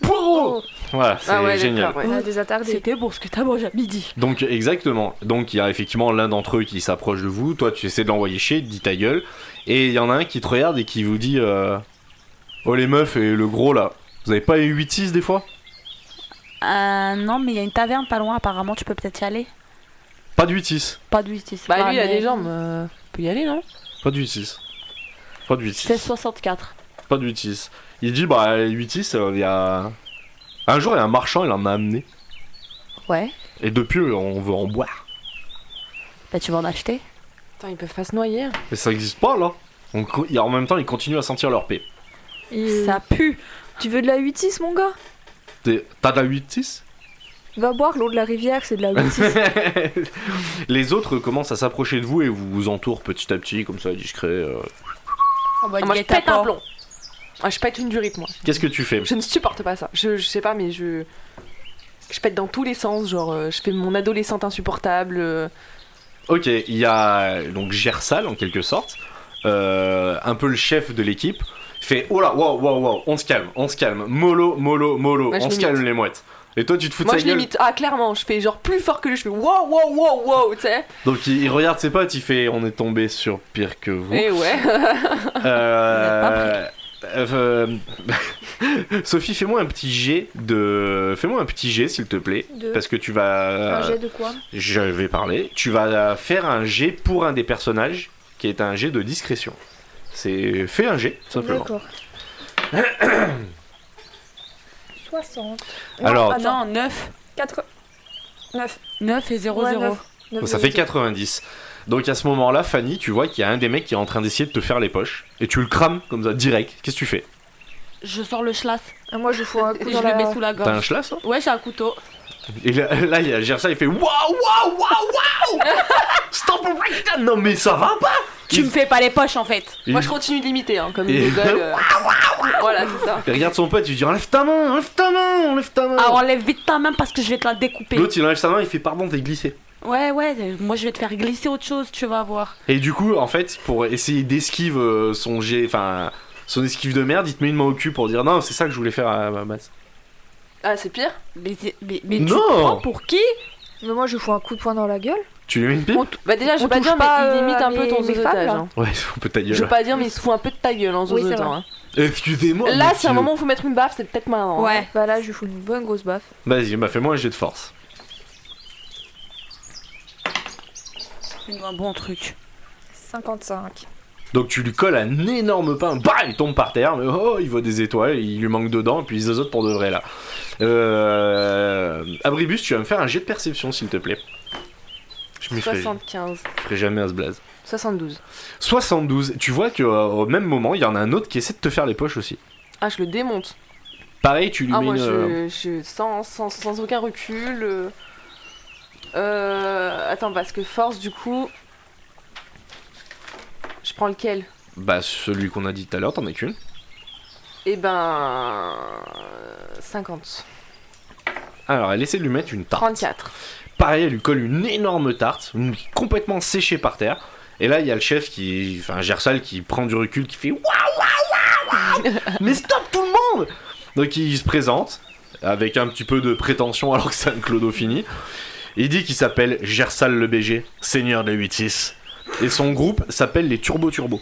Speaker 2: Pouh Voilà, c'est
Speaker 4: Euh. Oh. Ah ouais,
Speaker 2: génial.
Speaker 4: d'accord, ouais.
Speaker 3: On a des attardés.
Speaker 5: C'était pour ce que t'as mangé à midi.
Speaker 2: Donc exactement. Donc il y a effectivement l'un d'entre eux qui s'approche de vous, toi tu essaies de l'envoyer chier, il te dit ta gueule et il y en a un qui te regarde et qui vous dit euh, "Oh les meufs et le gros là, vous avez pas eu 8 6 des fois
Speaker 5: Euh, non, mais il y a une taverne pas loin, apparemment, tu peux peut-être y aller.
Speaker 2: Pas de 8 6,
Speaker 5: Pas de 8 ici.
Speaker 4: Bah, lui, il a des jambes. euh, peut y aller, non
Speaker 2: pas de 8 6." Pas de 8 6.
Speaker 5: C'est 64.
Speaker 2: Pas de 8-6. Il dit, bah, 8-6, euh, il y a. Un jour, il y a un marchand, il en a amené.
Speaker 5: Ouais.
Speaker 2: Et depuis, euh, on veut en boire.
Speaker 5: Bah, tu vas en acheter.
Speaker 4: Attends, ils peuvent pas se noyer.
Speaker 2: Mais ça existe pas, là. On co- et en même temps, ils continuent à sentir leur paix.
Speaker 3: Et, euh,
Speaker 5: Ça pue.
Speaker 3: Tu veux de la 8-6, mon gars
Speaker 2: T'es- T'as de la 8-6
Speaker 3: Va boire l'eau de la rivière, c'est de la 8-6.
Speaker 2: Les autres commencent à s'approcher de vous et vous vous entourent petit à petit, comme ça, discret. euh.
Speaker 5: On va
Speaker 4: Ah, moi, je pète un plomb. Ah, je pète une durite, moi.
Speaker 2: Qu'est-ce que tu fais
Speaker 4: Je ne supporte pas ça. Je, je sais pas, mais je. Je pète dans tous les sens. Genre, euh, je fais mon adolescente insupportable. euh,
Speaker 2: Ok, il y a euh, donc Gersal, en quelque sorte, euh, un peu le chef de l'équipe. Fait, oh là, wow, wow, wow, on se calme, on se calme. Mollo, mollo, mollo,
Speaker 4: Moi, je
Speaker 2: on se
Speaker 4: m'imite.
Speaker 2: calme les mouettes. Et toi, tu te fous de
Speaker 4: Moi,
Speaker 2: sa
Speaker 4: je
Speaker 2: gueule.
Speaker 4: l'imite. Ah, clairement, je fais genre plus fort que lui. Je fais wow, wow, wow, wow, tu sais.
Speaker 2: Donc il, il regarde ses potes, il fait on est tombé sur pire que vous.
Speaker 3: Eh
Speaker 4: Et ouais.
Speaker 2: Euh, euh, Sophie, fais-moi un petit jet de, fais-moi un petit jet s'il te plaît,
Speaker 3: De...
Speaker 2: parce que euh, tu vas,
Speaker 3: Un jet de quoi
Speaker 2: je vais parler. Tu vas faire un jet pour un des personnages, qui est un jet de discrétion. C'est fais un jet tout simplement.
Speaker 3: D'accord. 60.
Speaker 2: Alors-
Speaker 3: non, ah non,
Speaker 5: non, 9.
Speaker 3: 4... 9.
Speaker 5: 9 et 0,
Speaker 3: Ouais,
Speaker 5: 0.
Speaker 3: neuf.
Speaker 2: Donc, ça fait 90. Donc à ce moment-là, Fanny, tu vois qu'il y a un des mecs qui est en train d'essayer de te faire les poches, et tu le crames comme ça direct. Qu'est-ce que tu fais
Speaker 5: Je sors le schlass
Speaker 3: Euh, Moi, je fous un coup
Speaker 5: et
Speaker 3: dans
Speaker 5: je le
Speaker 3: la...
Speaker 5: mets sous la
Speaker 2: T'as un
Speaker 5: gorge.
Speaker 2: schlass hein
Speaker 5: Ouais, j'ai un couteau.
Speaker 2: Et là, là, il y a Gersa, il fait Waouh, waouh, waouh, waouh Stop oh my God Non, mais ça va pas
Speaker 5: Tu me fais pas les poches en fait.
Speaker 2: Il-
Speaker 4: Moi, je continue de l'imiter, hein, comme
Speaker 2: Et-
Speaker 4: une gogole. euh. voilà, c'est ça.
Speaker 2: Il regarde son pote, il lui dit Enlève ta main, enlève ta main, enlève ta main
Speaker 5: Ah, enlève vite ta main parce que je vais te la découper.
Speaker 2: L'autre, il enlève sa main, il fait Pardon, t'es glissé.
Speaker 5: Ouais, ouais, euh, moi je vais te faire glisser autre chose, tu vas voir.
Speaker 2: Et du coup, en fait, pour essayer d'esquive euh, son jet, enfin, son esquive de merde, il te met une main au cul pour dire Non, c'est ça que je voulais faire à ma masse.
Speaker 4: Ah, c'est pire.
Speaker 5: Mais, mais, mais tu
Speaker 2: Non.
Speaker 5: te prends pour qui
Speaker 3: Mais Euh, moi, je fous un coup de poing dans la gueule.
Speaker 2: Tu lui mets une pipe
Speaker 4: On t- Bah, déjà, je
Speaker 3: Hmm. On
Speaker 4: veux pas
Speaker 3: touche
Speaker 4: dire,
Speaker 3: pas,
Speaker 4: mais il
Speaker 3: euh,
Speaker 4: imite un
Speaker 3: à
Speaker 4: peu
Speaker 3: mes-
Speaker 4: ton
Speaker 3: mes
Speaker 4: zozotage.
Speaker 3: femmes, là.
Speaker 4: hein.
Speaker 2: Ouais, on peut ta gueule.
Speaker 4: Je veux pas dire, mais il se fout un peu de ta gueule en
Speaker 3: Oui, c'est
Speaker 4: zozotant.
Speaker 3: vrai.
Speaker 4: hein.
Speaker 2: Excusez-moi
Speaker 4: Là,
Speaker 2: mais
Speaker 4: c'est un
Speaker 2: tu-
Speaker 4: moment où faut mettre une baffe, c'est peut-être maintenant. hein.
Speaker 5: Ouais.
Speaker 3: Bah là, je lui fous une bonne grosse baffe.
Speaker 2: Vas-y, bah fais-moi un jet de force.
Speaker 5: Un bon truc.
Speaker 3: 55.
Speaker 2: Donc tu lui colles un énorme pain, bah il tombe par terre, mais oh il voit des étoiles, il lui manque dedans, et puis ils autres pour de vrai là. Euh... Abribus, tu vas me faire un jet de perception s'il te plaît. Je m'y ferai,
Speaker 4: 75,
Speaker 2: je ferai jamais à ce blaze.
Speaker 4: 72.
Speaker 2: 72, tu vois que euh, au même moment, il y en a un autre qui essaie de te faire les poches aussi.
Speaker 4: Ah, je le démonte.
Speaker 2: Pareil, tu lui
Speaker 4: Ah,
Speaker 2: mets
Speaker 4: moi,
Speaker 2: une... euh,
Speaker 4: je, je- sans, sans, sans aucun recul. euh, euh, Attends, parce que force, du coup. Je prends lequel
Speaker 2: Bah celui qu'on a dit tout à l'heure, t'en as qu'une.
Speaker 4: Eh ben. euh, 50.
Speaker 2: Alors elle essaie de lui mettre une tarte.
Speaker 4: 34.
Speaker 2: Pareil, elle lui colle une énorme tarte, une- complètement séchée par terre. Et là, il y a le chef qui, enfin Gersal, qui prend du recul, qui fait waouh waouh waouh waouh, mais stop tout le monde. Donc il se présente avec un petit peu de prétention, alors que c'est un clodo fini. Il dit qu'il s'appelle Gersal le BG, seigneur des 8-6. Et son groupe s'appelle les Turbo Turbo.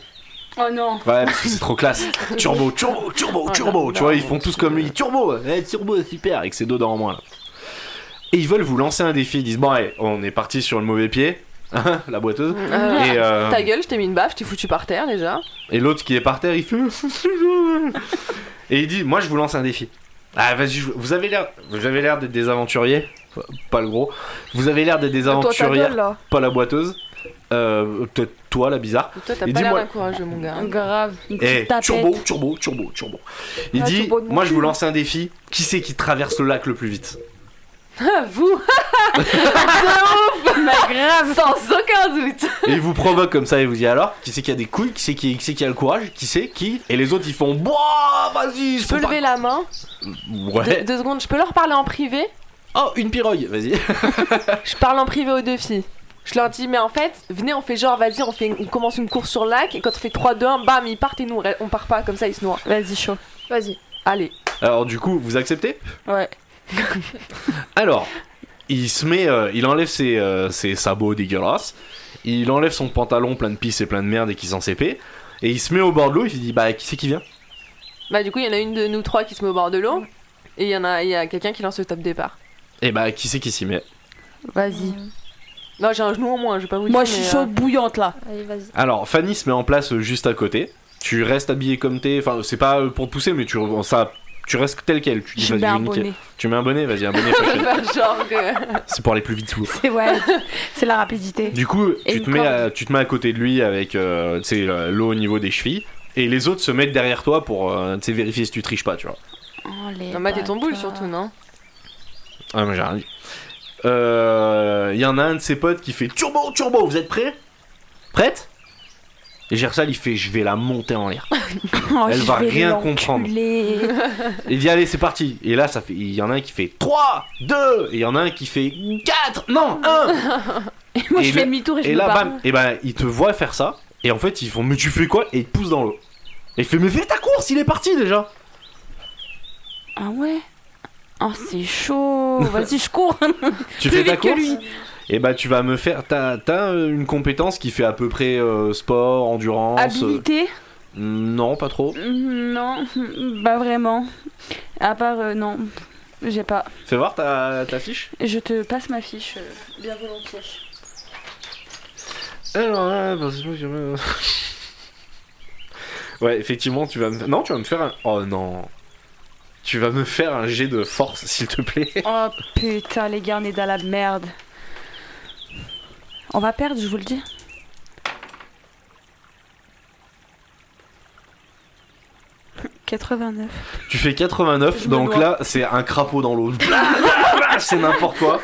Speaker 5: Oh non.
Speaker 2: Ouais, parce que c'est trop classe. Turbo, turbo, turbo, turbo.
Speaker 4: Ah, non,
Speaker 2: tu vois,
Speaker 4: non,
Speaker 2: ils font tous comme lui. Turbo, eh, turbo, super, avec ses deux dents en moins. Là. Et ils veulent vous lancer un défi. Ils disent, bon, allez, on est parti sur le mauvais pied. Hein, La boiteuse.
Speaker 4: Euh,
Speaker 2: Et, euh,
Speaker 4: Ta gueule, je t'ai mis une baffe, je t'ai foutu par terre déjà.
Speaker 2: et l'autre qui est par terre, il fait. Et il dit, moi, je vous lance un défi. Ah, vas-y, je- vous avez l'air vous avez l'air d'être des aventuriers. Pas le gros. Vous avez l'air d'être des
Speaker 3: Toi, ta gueule,
Speaker 2: aventurières,
Speaker 3: là.
Speaker 2: pas la boiteuse. Euh, Peut-être toi, la bizarre.
Speaker 4: Toi, t'as
Speaker 2: Et
Speaker 4: pas l'air
Speaker 2: dis-moi-
Speaker 4: d'un courageux, mon gars.
Speaker 5: Ah, Grave. Une
Speaker 2: Eh,
Speaker 5: petite tapette.
Speaker 2: turbo, turbo, turbo, turbo. Il
Speaker 3: Ah,
Speaker 2: dit,
Speaker 3: turbo de mon
Speaker 2: moi je vous
Speaker 3: cul.
Speaker 2: lance un défi. Qui c'est qui traverse le lac le plus vite
Speaker 4: Ah, vous
Speaker 5: Bah, grave.
Speaker 4: Sans aucun doute
Speaker 2: Et il vous provoque comme ça et vous dit alors, qui c'est qui a des couilles, qui c'est qui, qui, c'est qui a le courage, qui c'est qui Et les autres ils font, Boah, vas-y,
Speaker 4: Je peux lever la main
Speaker 2: Ouais.
Speaker 4: deux, deux secondes, je peux leur parler en privé
Speaker 2: Oh, une pirogue, vas-y.
Speaker 4: Je parle en privé aux deux filles. Je leur dis, mais en fait, venez, on fait genre, vas-y, on, fait, on commence une course sur le lac, et quand on fait 3, 2, 1, bam, ils partent et nous, on re- on part pas, comme ça, ils se noient.
Speaker 5: Vas-y, chaud.
Speaker 3: Vas-y.
Speaker 4: Allez.
Speaker 2: Alors du coup, vous acceptez
Speaker 5: Ouais.
Speaker 2: Alors, il se met, euh, il enlève ses, euh, ses sabots dégueulasses, il enlève son pantalon plein de pisse et plein de merde et qui s'en s'épée, et il se met au bord de l'eau, il se dit, bah qui c'est qui vient
Speaker 4: Bah, du coup, il y en a une de nous trois qui se met au bord de l'eau, et il y en a, il y a quelqu'un qui lance le top départ.
Speaker 2: Et bah qui c'est qui s'y met
Speaker 5: Vas-y.
Speaker 4: Non, j'ai un genou en moins, je vais pas vous
Speaker 5: Moi je
Speaker 4: dire.
Speaker 5: suis
Speaker 4: mais,
Speaker 5: chaude bouillante là.
Speaker 3: Allez, vas-y.
Speaker 2: Alors, Fanny se met en place euh, juste à côté. Tu restes habillé comme t'es. Enfin, c'est pas euh, pour te pousser, mais tu, ça, tu restes tel quel. Tu, dis,
Speaker 5: Je
Speaker 2: vas-y,
Speaker 5: mets un
Speaker 2: vais niquer.
Speaker 5: bonnet.
Speaker 2: Tu mets un bonnet, vas-y, un bonnet.
Speaker 4: euh,
Speaker 2: fashion.
Speaker 4: faire genre que-
Speaker 2: c'est pour aller plus vite sous l'eau.
Speaker 5: C'est ouais. C'est la rapidité.
Speaker 2: Du coup,
Speaker 5: Et
Speaker 2: tu
Speaker 5: une
Speaker 2: te, mets à,
Speaker 5: corde.
Speaker 2: tu te mets à côté de lui avec euh, tu sais, euh, l'eau au niveau des chevilles. Et les autres se mettent derrière toi pour euh, tu sais, vérifier si tu triches pas, tu vois.
Speaker 5: Oh, les
Speaker 4: Non, bah, t'es ton boule
Speaker 5: bâtards.
Speaker 4: surtout, non
Speaker 2: Ah, mais j'ai rien dit. Euh, Il y en a un de ses potes qui fait Turbo, turbo, vous êtes prêts Prête Et Gersal, il fait Je vais la monter en l'air.
Speaker 5: Oh,
Speaker 2: Elle
Speaker 5: je
Speaker 2: va
Speaker 5: vais
Speaker 2: rien
Speaker 5: l'enculer.
Speaker 2: Il dit allez c'est parti et là ça fait il y en a un qui fait 3 2 et il y en a un qui fait 4 non 1
Speaker 5: Et Moi je
Speaker 2: Et
Speaker 5: fais
Speaker 2: le-
Speaker 5: demi-tour et je
Speaker 2: et
Speaker 5: me
Speaker 2: là
Speaker 5: barre.
Speaker 2: bam et ben ils te voient faire ça et en fait ils font mais tu fais quoi et ils te poussent dans l'eau. Et il fait mais fais ta course, il est parti déjà.
Speaker 5: Ah ouais Oh, c'est chaud. Vas-y, je cours.
Speaker 2: Tu
Speaker 5: Plus
Speaker 2: fais ta
Speaker 5: vite que
Speaker 2: course
Speaker 5: lui.
Speaker 2: Et bah tu vas me faire. T'as t'as euh, une compétence qui fait à peu près euh, sport, endurance. euh,
Speaker 5: Habilité
Speaker 2: Non, pas trop.
Speaker 5: Mm, Non, pas vraiment. À part, euh, non, j'ai pas.
Speaker 2: Fais voir ta, ta fiche.
Speaker 5: Je te passe ma fiche euh, bien volontiers.
Speaker 2: Alors là, parce que je- euh. Ouais, effectivement, tu vas me. Non, tu vas me faire un. Oh non. Tu vas me faire un jet de force, s'il te plaît.
Speaker 5: Oh putain, les gars, on est dans la merde. On va perdre, je vous le dis. « 89.
Speaker 2: Tu fais 89,
Speaker 5: Je me
Speaker 2: donc
Speaker 5: dois.
Speaker 2: là, c'est un crapaud dans l'eau. Blablabla, c'est n'importe quoi.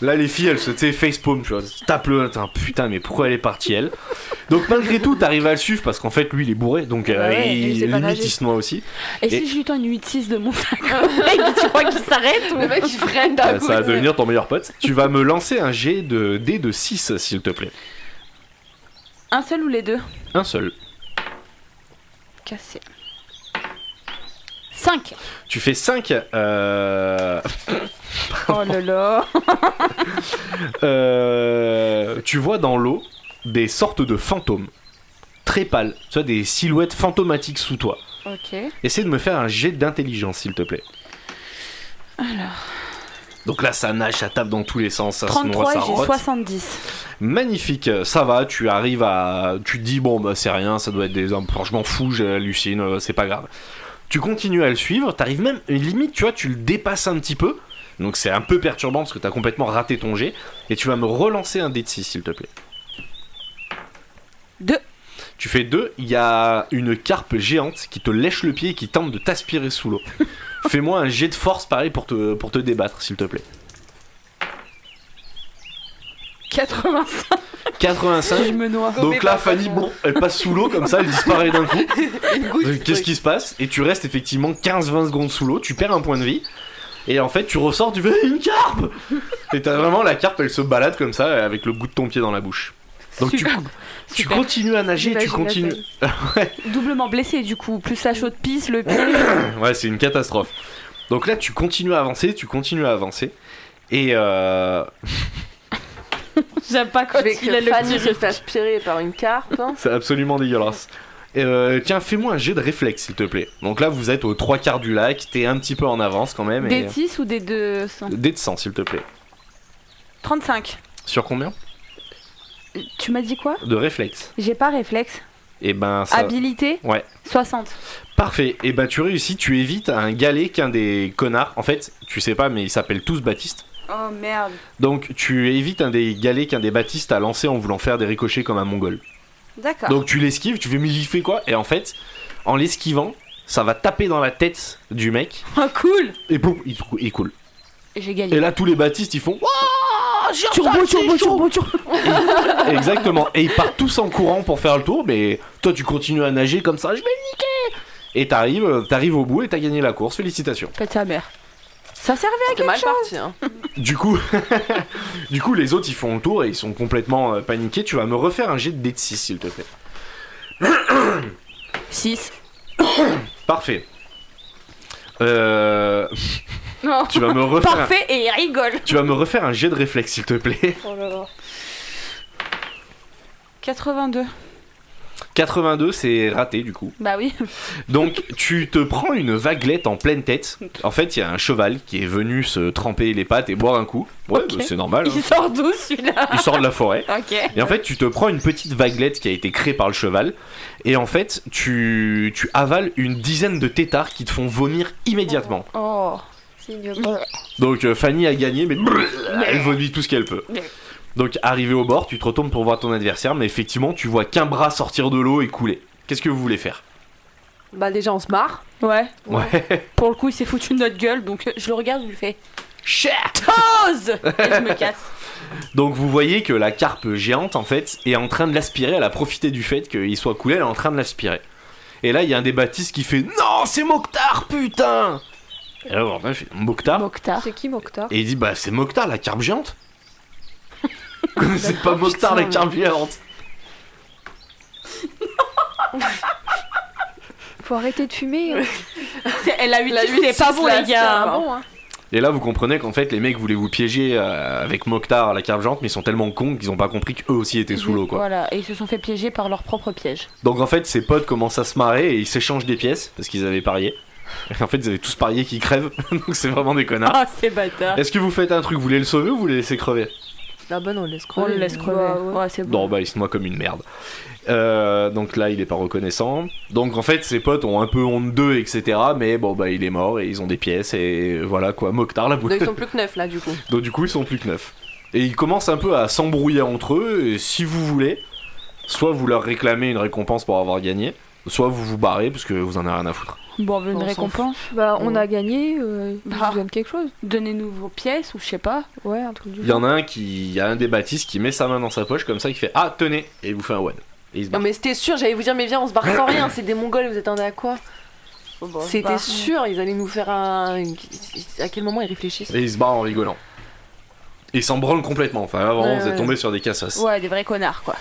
Speaker 2: Là, les filles, elles se, tu sais, facepalm, tu vois, tape le, attends, putain, mais pourquoi elle est partie, elle Donc, malgré tout, t'arrives à le suivre parce qu'en fait, lui, il est bourré, donc euh,
Speaker 3: Bah ouais, lui,
Speaker 2: il,
Speaker 3: il sait pas
Speaker 2: limite,
Speaker 3: nager.
Speaker 2: il se noie aussi.
Speaker 5: Et,
Speaker 2: Et-
Speaker 5: si je lui tends une 8-6 de mon sac Tu crois qu'il s'arrête
Speaker 4: Le mec il freine d'un
Speaker 2: Euh,
Speaker 4: coup.
Speaker 2: ça va devenir ton meilleur pote. Tu vas me lancer un jet de dé de 6, s'il te plaît.
Speaker 5: Un seul ou les deux
Speaker 2: Un seul.
Speaker 5: Cassé. 5
Speaker 2: Tu fais euh, 5.
Speaker 5: Oh là là
Speaker 2: euh, tu vois dans l'eau des sortes de fantômes. Très pâles. Tu vois, des silhouettes fantomatiques sous toi.
Speaker 5: Ok.
Speaker 2: Essaye de me faire un jet d'intelligence, s'il te plaît.
Speaker 5: Alors.
Speaker 2: Donc là, ça nage, ça tape dans tous les sens, ça se noie,
Speaker 5: 33
Speaker 2: ça
Speaker 5: et j'ai
Speaker 2: rote.
Speaker 5: 70.
Speaker 2: Magnifique, Euh, ça va, tu arrives à. Tu te dis, bon, bah c'est rien, ça doit être des hommes. Franchement, fou, j'hallucine, euh, c'est pas grave. Tu continues à le suivre, t'arrives même, limite, tu vois, tu le dépasses un petit peu. Donc c'est un peu perturbant parce que t'as complètement raté ton jet. Et tu vas me relancer un dé de 6, s'il te plaît.
Speaker 5: Deux.
Speaker 2: Tu fais deux, il y a une carpe géante qui te lèche le pied et qui tente de t'aspirer sous l'eau. Fais-moi un jet de force pareil pour te, pour te débattre, s'il te plaît.
Speaker 5: 80.
Speaker 2: 85,
Speaker 5: Je me noie.
Speaker 2: Donc là, Fanny, bon, elle passe sous l'eau comme ça, elle disparaît d'un coup. Donc, Qu'est-ce qui se passe Et tu restes effectivement 15-20 secondes sous l'eau, tu perds un point de vie. Et en fait, tu ressors, tu fais une carpe Et t'as vraiment la carpe, elle se balade comme ça avec le bout de ton pied dans la bouche. Donc tu, tu
Speaker 5: super.
Speaker 2: continues à nager, tu
Speaker 3: J'imagine la
Speaker 2: continues.
Speaker 3: scène.
Speaker 5: Doublement blessé du coup. Plus la chaude pisse, le pied.
Speaker 2: Ouais, c'est une catastrophe. Donc là, tu continues à avancer, tu continues à avancer. Et euh,
Speaker 5: J'aime pas quand
Speaker 4: Avec
Speaker 5: il a le
Speaker 4: Fanny
Speaker 5: petit
Speaker 4: se fait aspirer par une carpe. hein.
Speaker 2: c'est absolument dégueulasse. Et, euh, tiens, fais-moi un jet de réflexe, s'il te plaît. Donc là, vous êtes aux trois quarts du lac, t'es un petit peu en avance quand même. et-
Speaker 5: Des 10 ou des 200
Speaker 2: Dé de 100, s'il te plaît.
Speaker 5: 35.
Speaker 2: Sur combien
Speaker 5: Tu m'as dit quoi
Speaker 2: De réflexe.
Speaker 5: J'ai pas réflexe.
Speaker 2: Et ben ça.
Speaker 5: Habilité
Speaker 2: Ouais.
Speaker 5: 60.
Speaker 2: Parfait. Et ben tu réussis, tu évites un galet qu'un des connards. En fait, tu sais pas, mais ils s'appellent tous Baptiste.
Speaker 5: Oh merde.
Speaker 2: Donc tu évites un des galets qu'un des Baptistes a lancé en voulant faire des ricochets comme un mongol.
Speaker 5: D'accord.
Speaker 2: Donc tu l'esquives, tu fais mais il fait quoi Et en fait, en l'esquivant, ça va taper dans la tête du mec
Speaker 5: Oh cool
Speaker 2: et boum, il, cou- il coule.
Speaker 5: J'ai
Speaker 2: Et
Speaker 5: gagné.
Speaker 2: là tous les Baptistes ils font Wouah, j'ai
Speaker 5: Turbo,
Speaker 2: ressenti
Speaker 5: turbo,
Speaker 2: chaud.
Speaker 5: turbo, turbo.
Speaker 2: Exactement. Et ils partent tous en courant pour faire le tour, mais toi tu continues à nager comme ça, je vais le niquer. Et t'arrives, euh, t'arrives au bout et t'as gagné la course, félicitations.
Speaker 5: Pète sa mère. Ça servait à
Speaker 4: C'était
Speaker 5: quelque
Speaker 4: mal
Speaker 5: chose.
Speaker 4: parti. hein.
Speaker 2: Du coup, du coup les autres ils font le tour et ils sont complètement euh, paniqués. Tu vas me refaire un jet de dé de 6 s'il te plaît.
Speaker 5: 6.
Speaker 2: Parfait. Euh,
Speaker 5: Non.
Speaker 2: tu vas me refaire, un,
Speaker 5: Parfait et il rigole.
Speaker 2: tu vas me refaire un jet de réflexe s'il te plaît.
Speaker 3: Oh
Speaker 5: 82.
Speaker 2: 82 c'est raté du coup.
Speaker 5: Bah oui.
Speaker 2: Donc tu te prends une vaguelette en pleine tête. En fait il y a un cheval qui est venu se tremper les pattes et boire un coup. Ouais
Speaker 5: Ok.
Speaker 2: bah, c'est normal. hein.
Speaker 5: Il sort d'où celui-là
Speaker 2: Il sort de la forêt.
Speaker 5: Ok.
Speaker 2: Et en fait, tu te prends une petite vaguelette qui a été créée par le cheval. Et en fait, tu, tu avales une dizaine de têtards qui te font vomir immédiatement.
Speaker 3: Oh, c'est ignoble.
Speaker 2: Donc euh, Fanny a gagné, mais elle vomit tout ce qu'elle peut. Donc arrivé au bord, tu te retournes pour voir ton adversaire, mais effectivement, tu vois qu'un bras sortir de l'eau et couler. Qu'est-ce que vous voulez faire
Speaker 4: Bah déjà on se marre.
Speaker 5: Ouais.
Speaker 2: Ouais.
Speaker 5: Pour le coup, il s'est foutu de notre gueule. Donc euh, je le regarde, je lui fais
Speaker 2: Shit
Speaker 5: Pause Et je me casse.
Speaker 2: Donc vous voyez que la carpe géante en fait est en train de l'aspirer, elle a profité du fait qu'il soit coulé, elle est en train de l'aspirer. Et là il y a un des baptistes qui fait Non c'est Mokhtar putain Et là Mordan fait Mokhtar
Speaker 5: Mokhtar.
Speaker 3: C'est qui Mokhtar
Speaker 2: Et il dit bah c'est Mokhtar la carpe géante C'est pas Mokhtar la
Speaker 4: putain,
Speaker 2: carpe géante
Speaker 3: Faut arrêter de fumer. hein.
Speaker 5: Elle a 8
Speaker 4: La huit,
Speaker 5: c'est pas
Speaker 4: six,
Speaker 5: bon
Speaker 4: là,
Speaker 5: les gars.
Speaker 4: c'est
Speaker 5: hein.
Speaker 4: pas
Speaker 3: bon, hein.
Speaker 2: Et là, vous comprenez qu'en fait, les mecs voulaient vous piéger euh, avec Mokhtar à la cargente, mais ils sont tellement cons qu'ils ont pas compris qu'eux aussi étaient sous l'eau, quoi.
Speaker 5: Voilà, et ils se sont fait piéger par leur propre piège.
Speaker 2: Donc en fait, ses potes commencent à se marrer et ils s'échangent des pièces parce qu'ils avaient parié. Et en fait, ils avaient tous parié qu'ils crèvent, donc c'est vraiment des connards.
Speaker 4: Ah, c'est bâtard.
Speaker 2: Est-ce que vous faites un truc, vous voulez le sauver ou vous le laissez crever
Speaker 4: La bonne, Bah, on laisse
Speaker 5: On
Speaker 4: crever.
Speaker 5: le laisse crever.
Speaker 3: ouais.
Speaker 5: Ouais, c'est bon.
Speaker 2: Non, bah il se noie comme une merde. Euh, donc là, il est pas reconnaissant. Donc en fait, ses potes ont un peu honte d'eux, etc. Mais bon, bah il est mort et ils ont des pièces et voilà quoi. Mokhtar la boule.
Speaker 4: Donc, ils sont plus que neuf là, du coup.
Speaker 2: Donc du coup, ils sont plus que neuf. Et ils commencent un peu à s'embrouiller entre eux, et si vous voulez, soit vous leur réclamez une récompense pour avoir gagné, soit vous vous barrez parce que vous en avez rien à foutre.
Speaker 5: Bon, on veut une
Speaker 4: On s'en
Speaker 5: récompense.
Speaker 3: Bah, on
Speaker 2: Oh.
Speaker 4: Mm.
Speaker 3: a gagné, euh, ils
Speaker 5: Bah.
Speaker 3: nous donnent quelque chose.
Speaker 5: Donnez-nous vos pièces ou je sais pas.
Speaker 3: Ouais, un truc du
Speaker 2: Il y
Speaker 3: genre.
Speaker 2: en a un qui, il y a un des baptistes qui met sa main dans sa poche comme ça, qui fait Ah, tenez Et il vous fait un one. Et il se
Speaker 4: Non,
Speaker 2: barre.
Speaker 4: mais c'était sûr, j'allais vous dire, mais viens, on se barre sans rien. C'est des Mongols, vous attendez à quoi C'était
Speaker 5: bah.
Speaker 4: sûr, ils allaient nous faire un. À quel moment ils réfléchissent
Speaker 2: Et il se barre en rigolant. Et il s'en branle complètement. Enfin, là, vraiment,
Speaker 4: Ouais,
Speaker 2: vous êtes
Speaker 4: ouais.
Speaker 2: tombé sur des cassasses.
Speaker 5: Ouais, des vrais connards quoi.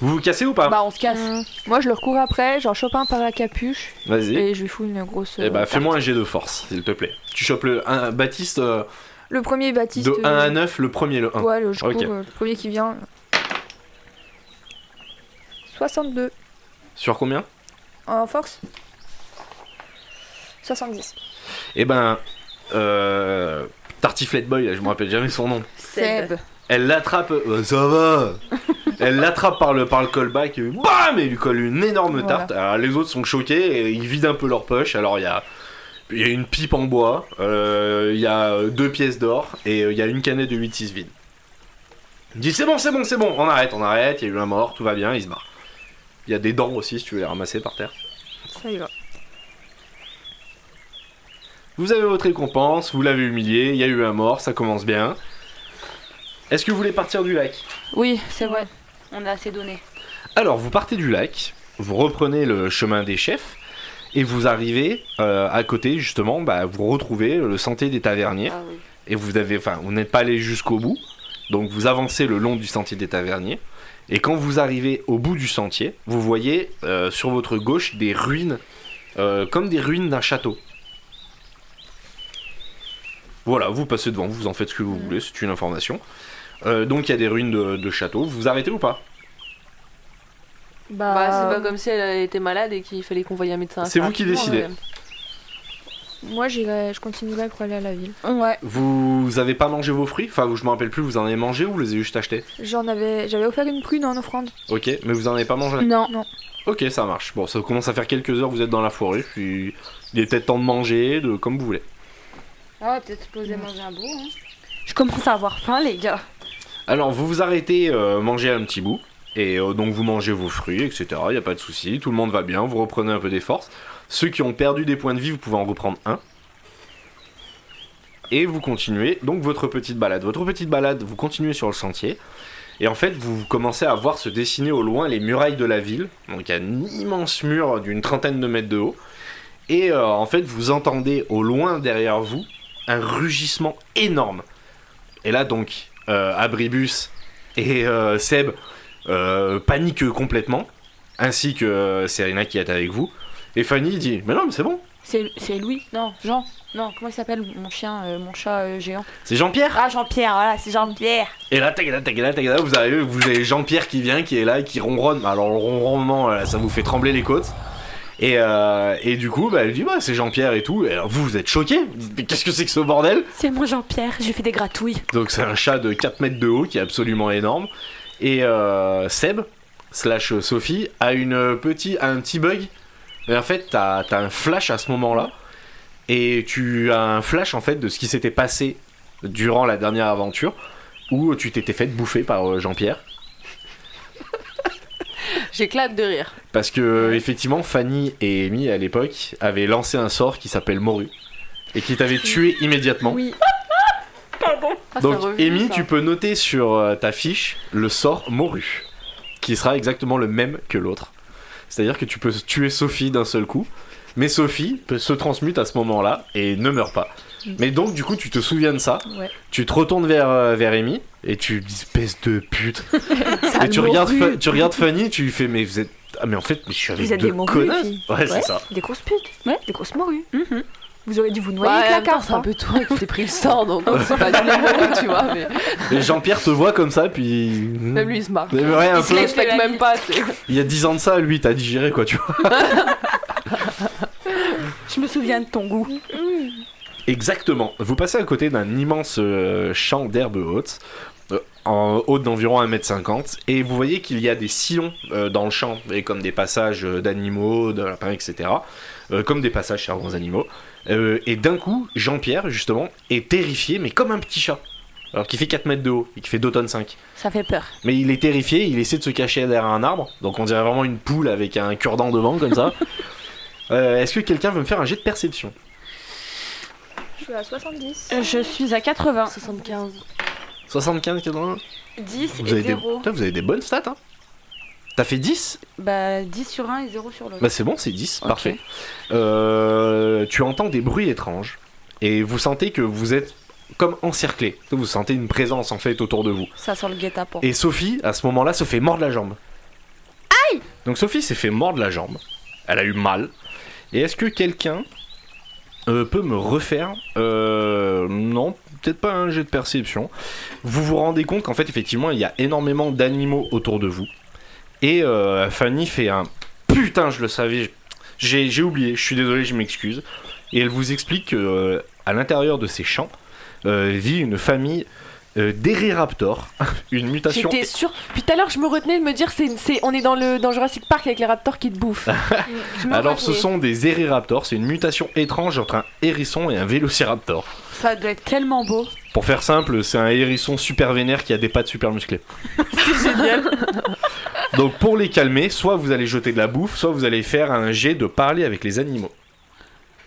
Speaker 2: Vous vous cassez ou pas
Speaker 5: Bah, on se casse.
Speaker 3: Mm. Moi, je leur cours après, j'en chope un par la capuche
Speaker 2: Vas-y.
Speaker 3: et je lui fous une grosse.
Speaker 2: Eh
Speaker 3: euh,
Speaker 2: bah,
Speaker 3: tarte.
Speaker 2: fais-moi un jet de force, s'il te plaît. Tu chopes le un, Baptiste euh,
Speaker 3: Le premier Baptiste.
Speaker 2: de 1 à
Speaker 3: euh,
Speaker 2: 9, le premier le 1.
Speaker 3: Ouais, le, je
Speaker 2: Ok.
Speaker 3: cours, euh, le premier qui vient. 62.
Speaker 2: Sur combien
Speaker 3: En force 70.
Speaker 2: Eh ben, euh, Tartiflette Boy, là, je me rappelle jamais son nom.
Speaker 5: Seb.
Speaker 2: Elle l'attrape, euh, ça va. Elle l'attrape par le par le callback et bam, et lui colle une énorme tarte. Alors, les autres sont choqués et ils vident un peu leur poche. Alors il y a il y a une pipe en bois, euh, il y a euh, deux pièces d'or et euh, il y a une canette de 8-6 vide. Il dit c'est bon, c'est bon, c'est bon, on arrête, on arrête, il y a eu un mort, tout va bien, il se barre. Il y a des dents aussi si tu veux les ramasser par terre.
Speaker 3: Ça y va.
Speaker 2: Vous avez votre récompense, vous l'avez humilié, il y a eu un mort, ça commence bien. Est-ce que vous voulez partir du lac
Speaker 5: Oui, c'est vrai. On a assez donné.
Speaker 2: Alors, vous partez du lac, vous reprenez le chemin des chefs, et vous arrivez euh, à côté, justement, bah, vous retrouvez le sentier des taverniers.
Speaker 5: Ah oui.
Speaker 2: Et vous avez, enfin, vous n'êtes pas allé jusqu'au bout, donc vous avancez le long du sentier des taverniers. Et quand vous arrivez au bout du sentier, vous voyez euh, sur votre gauche des ruines, euh, comme des ruines d'un château. Voilà, vous passez devant, vous en faites ce que vous voulez, c'est une information. Euh, donc il y a des ruines de, de château, vous vous arrêtez ou pas
Speaker 3: Bah,
Speaker 4: Bah, c'est pas comme si elle était malade et qu'il fallait qu'on voyait un médecin.
Speaker 2: C'est vous qui
Speaker 4: rapidement,
Speaker 2: décidez.
Speaker 3: moi, j'irai, je continuerai pour aller à la ville.
Speaker 5: Ouais.
Speaker 2: Vous avez pas mangé vos fruits Enfin, vous- je me rappelle plus, vous en avez mangé ou vous les avez juste achetés
Speaker 3: J'en avais, j'avais offert une prune en offrande.
Speaker 2: Ok, mais vous en avez pas mangé
Speaker 5: Non.
Speaker 2: Ok, ça marche. Bon, ça commence à faire quelques heures, vous êtes dans la forêt, puis il est peut-être temps de manger, de comme vous voulez.
Speaker 5: Ah ouais, peut-être poser manger un bout. hein. Je commence à avoir faim, les gars.
Speaker 2: Alors, vous vous arrêtez, euh, mangez un petit bout, et euh, donc vous mangez vos fruits, etc. Il a pas de souci, tout le monde va bien, vous reprenez un peu des forces. Ceux qui ont perdu des points de vie, vous pouvez en reprendre un. Et vous continuez donc votre petite balade. Votre petite balade, vous continuez sur le sentier. Et en fait, vous commencez à voir se dessiner au loin les murailles de la ville. Donc il y a un immense mur d'une trentaine de mètres de haut. Et euh, en fait, vous entendez au loin derrière vous un rugissement énorme. Et là, donc, euh, Abribus et euh, Seb euh, paniquent complètement, ainsi que euh, Serena qui est avec vous. Et Fanny dit Mais non, mais c'est bon,
Speaker 5: C'est c'est Louis Non, Jean. Non, comment il s'appelle mon chien, euh, mon chat euh, géant
Speaker 2: c'est Jean-Pierre
Speaker 5: Ah, Jean-Pierre, voilà, c'est Jean-Pierre.
Speaker 2: Et là, tagada, tagada, tagada, vous arrivez, vous avez Jean-Pierre qui vient, qui est là, et qui ronronne. Bah, Alors, le ronronnement, euh, ça vous fait trembler les côtes. Et, euh, et du coup, bah, elle dit Bah, c'est Jean-Pierre et tout. Et alors, vous, vous êtes choqués Vous dites, Mais qu'est-ce que c'est que ce bordel
Speaker 5: C'est moi, Jean-Pierre. J'ai fait des gratouilles.
Speaker 2: Donc c'est un chat de 4 mètres de haut qui est absolument énorme. Et euh, Seb, slash Sophie, a, une petit, a un petit bug. Et en fait, t'as as un flash à ce moment-là. Et tu as un flash en fait de ce qui s'était passé durant la dernière aventure où tu t'étais fait bouffer par euh, Jean-Pierre.
Speaker 4: J'éclate de rire.
Speaker 2: Parce que effectivement, Fanny et Amy à l'époque avaient lancé un sort qui s'appelle Morue et qui t'avait tué immédiatement.
Speaker 3: Oui.
Speaker 4: Ah,
Speaker 2: Donc,
Speaker 4: ça revient,
Speaker 2: Amy,
Speaker 4: ça.
Speaker 2: tu peux noter sur euh, ta fiche le sort Moru, qui sera exactement le même que l'autre. C'est-à-dire que tu peux tuer Sophie d'un seul coup, mais Sophie peut- se transmute à ce moment-là et ne meurt pas.
Speaker 4: Mm.
Speaker 2: Mais donc, du coup, tu te souviens de ça,
Speaker 3: Ouais.
Speaker 2: tu te retournes vers, euh, vers Amy et tu dis espèce de pute. et tu regardes, Fa- tu regardes Fanny, tu lui fais mais vous êtes. Ah, mais en fait, mais je suis avec
Speaker 3: êtes
Speaker 2: deux
Speaker 3: des morues, les
Speaker 2: connasses.
Speaker 3: filles.
Speaker 2: Ouais, c'est ça.
Speaker 5: Des grosses putes. Ouais. Des grosses morues.
Speaker 3: Vous auriez dû vous
Speaker 5: Bah.
Speaker 3: noyer
Speaker 4: Ouais, en
Speaker 3: avec la
Speaker 4: même temps,
Speaker 3: carte.
Speaker 4: c'est un
Speaker 3: hein.
Speaker 4: peu toi qui t'es pris le sort, donc c'est pas du tout, tu vois. Mais
Speaker 2: Et Jean-Pierre te voit comme ça, puis.
Speaker 4: même lui, il se marre.
Speaker 2: Mais ouais, un
Speaker 4: Il se
Speaker 2: peu.
Speaker 4: lève, tac, même pas. c'est-
Speaker 2: Il y a 10 ans de ça, lui, t'as digéré quoi, tu vois.
Speaker 5: Je me souviens de ton goût.
Speaker 2: Exactement. Vous passez à côté d'un immense euh, champ d'herbe haute, euh, en haute d'environ 1m50, et vous voyez qu'il y a des sillons euh, dans le champ, et comme des passages euh, d'animaux, de lapins, etc. euh, comme des passages servant aux animaux. Euh, et d'un coup, Jean-Pierre, justement, est terrifié, mais comme un petit chat. Alors qu'il fait 4 mètres de haut et qui fait 2 tonnes 5.
Speaker 5: Ça fait peur.
Speaker 2: Mais il est terrifié, il essaie de se cacher derrière un arbre. Donc on dirait vraiment une poule avec un cure-dent devant, comme ça. Euh, Est-ce que quelqu'un veut me faire un jet de perception
Speaker 3: Je suis à 70.
Speaker 5: Euh, Je suis à 80.
Speaker 4: 75.
Speaker 2: 75, 80
Speaker 5: 10
Speaker 2: Vous
Speaker 5: et
Speaker 2: avez, des...
Speaker 5: 0.
Speaker 2: Putain, vous avez des bonnes stats, hein T'as fait 10
Speaker 5: Bah 10 sur 1 et 0 sur l'autre.
Speaker 2: Bah c'est bon, c'est 10, parfait. Euh, tu entends des bruits étranges, et vous sentez que vous êtes comme encerclé. Vous sentez une présence, en fait, autour de vous.
Speaker 5: Ça sent le guet-apens.
Speaker 2: Et Sophie, à ce moment-là, se fait mordre la jambe. Aïe Donc Sophie s'est fait mordre la jambe. Elle a eu mal. Et est-ce que quelqu'un euh, peut me refaire euh, Non, peut-être pas un jet de perception. Vous vous rendez compte qu'en fait, effectivement, il y a énormément d'animaux autour de vous. Et euh, Fanny fait un putain, je le savais, j'ai j'ai oublié, je suis désolé, je m'excuse. Et elle vous explique que, euh, à l'intérieur de ces champs euh, vit une famille euh, d'Eriraptors, une mutation
Speaker 4: J'étais sûre. Puis tout à l'heure, je me retenais de me dire, c'est, c'est- on est dans, le, dans Jurassic Park avec les raptors qui te bouffent. Je me
Speaker 2: Alors ce
Speaker 4: retenais.
Speaker 2: sont des Eriraptors, c'est une mutation étrange entre un hérisson et un vélociraptor.
Speaker 5: Ça doit être tellement beau.
Speaker 2: Pour faire simple, c'est un hérisson super vénère qui a des pattes super musclées.
Speaker 4: C'est génial.
Speaker 2: Donc pour les calmer, soit vous allez jeter de la bouffe, soit vous allez faire un jet de parler avec les animaux.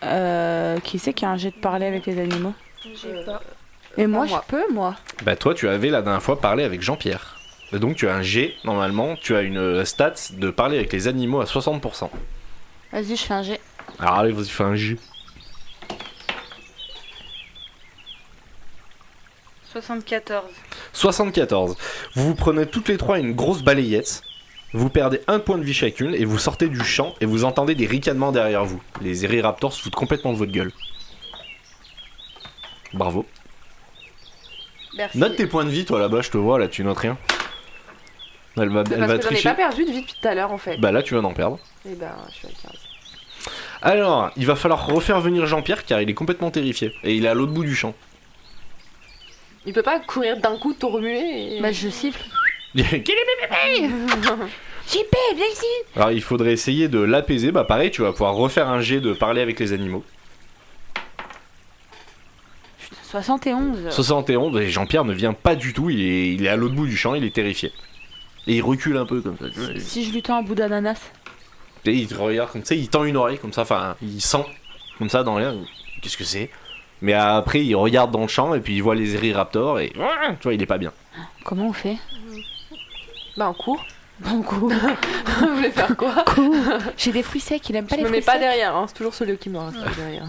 Speaker 5: Euh, qui c'est qui a un jet de parler avec les animaux
Speaker 3: J'ai pas.
Speaker 5: Mais moi,
Speaker 4: moi.
Speaker 5: je peux, moi.
Speaker 2: Bah toi tu avais la dernière fois parlé avec Jean-Pierre. Bah, Donc tu as un jet, normalement, tu as une euh, stat de parler avec les animaux à 60%.
Speaker 5: Vas-y, je fais un jet.
Speaker 2: Alors allez, vas-y, fais un jet.
Speaker 5: 74.
Speaker 2: 74. Vous vous prenez toutes les trois une grosse balayette. Vous perdez un point de vie chacune et vous sortez du champ et vous entendez des ricanements derrière vous. Les Eriraptors se foutent complètement de votre gueule. Bravo.
Speaker 5: Merci.
Speaker 2: Note tes points de vie, toi là-bas, je te vois, là tu notes rien. Elle va,
Speaker 4: C'est
Speaker 2: elle va
Speaker 4: parce que j'en ai
Speaker 2: tricher.
Speaker 4: pas perdu de vie depuis tout à l'heure, en fait.
Speaker 2: Bah là, tu vas en perdre.
Speaker 4: Et ben, je suis à 15.
Speaker 2: Alors, il va falloir refaire venir Jean-Pierre car il est complètement terrifié et il est à l'autre bout du champ.
Speaker 4: Il peut pas courir d'un coup, tout remuer. Et...
Speaker 5: Bah, je siffle.
Speaker 2: Quel est-
Speaker 5: JP, viens ici
Speaker 2: Alors, il faudrait essayer de l'apaiser. Bah pareil, tu vas pouvoir refaire un jet de parler avec les animaux.
Speaker 5: 71.
Speaker 2: 71, et Jean-Pierre ne vient pas du tout, il est, il est à l'autre bout du champ, il est terrifié. Et il recule un peu comme ça. tu vois, et-
Speaker 5: Si je lui tends un bout d'ananas.
Speaker 2: Et il te regarde comme ça, il tend une oreille comme ça, enfin, il sent comme ça dans l'air. Qu'est-ce que c'est Mais après, il regarde dans le champ et puis il voit les Eriraptors et. Tu vois, il est pas bien.
Speaker 5: Comment on fait
Speaker 4: Bah, on court.
Speaker 5: Bon coup.
Speaker 4: Vous voulez faire quoi
Speaker 5: J'ai des fruits secs, il aime pas
Speaker 4: Je
Speaker 5: les
Speaker 4: me mets
Speaker 5: fruits
Speaker 4: pas
Speaker 5: secs.
Speaker 4: derrière, hein. c'est toujours celui qui me reste derrière.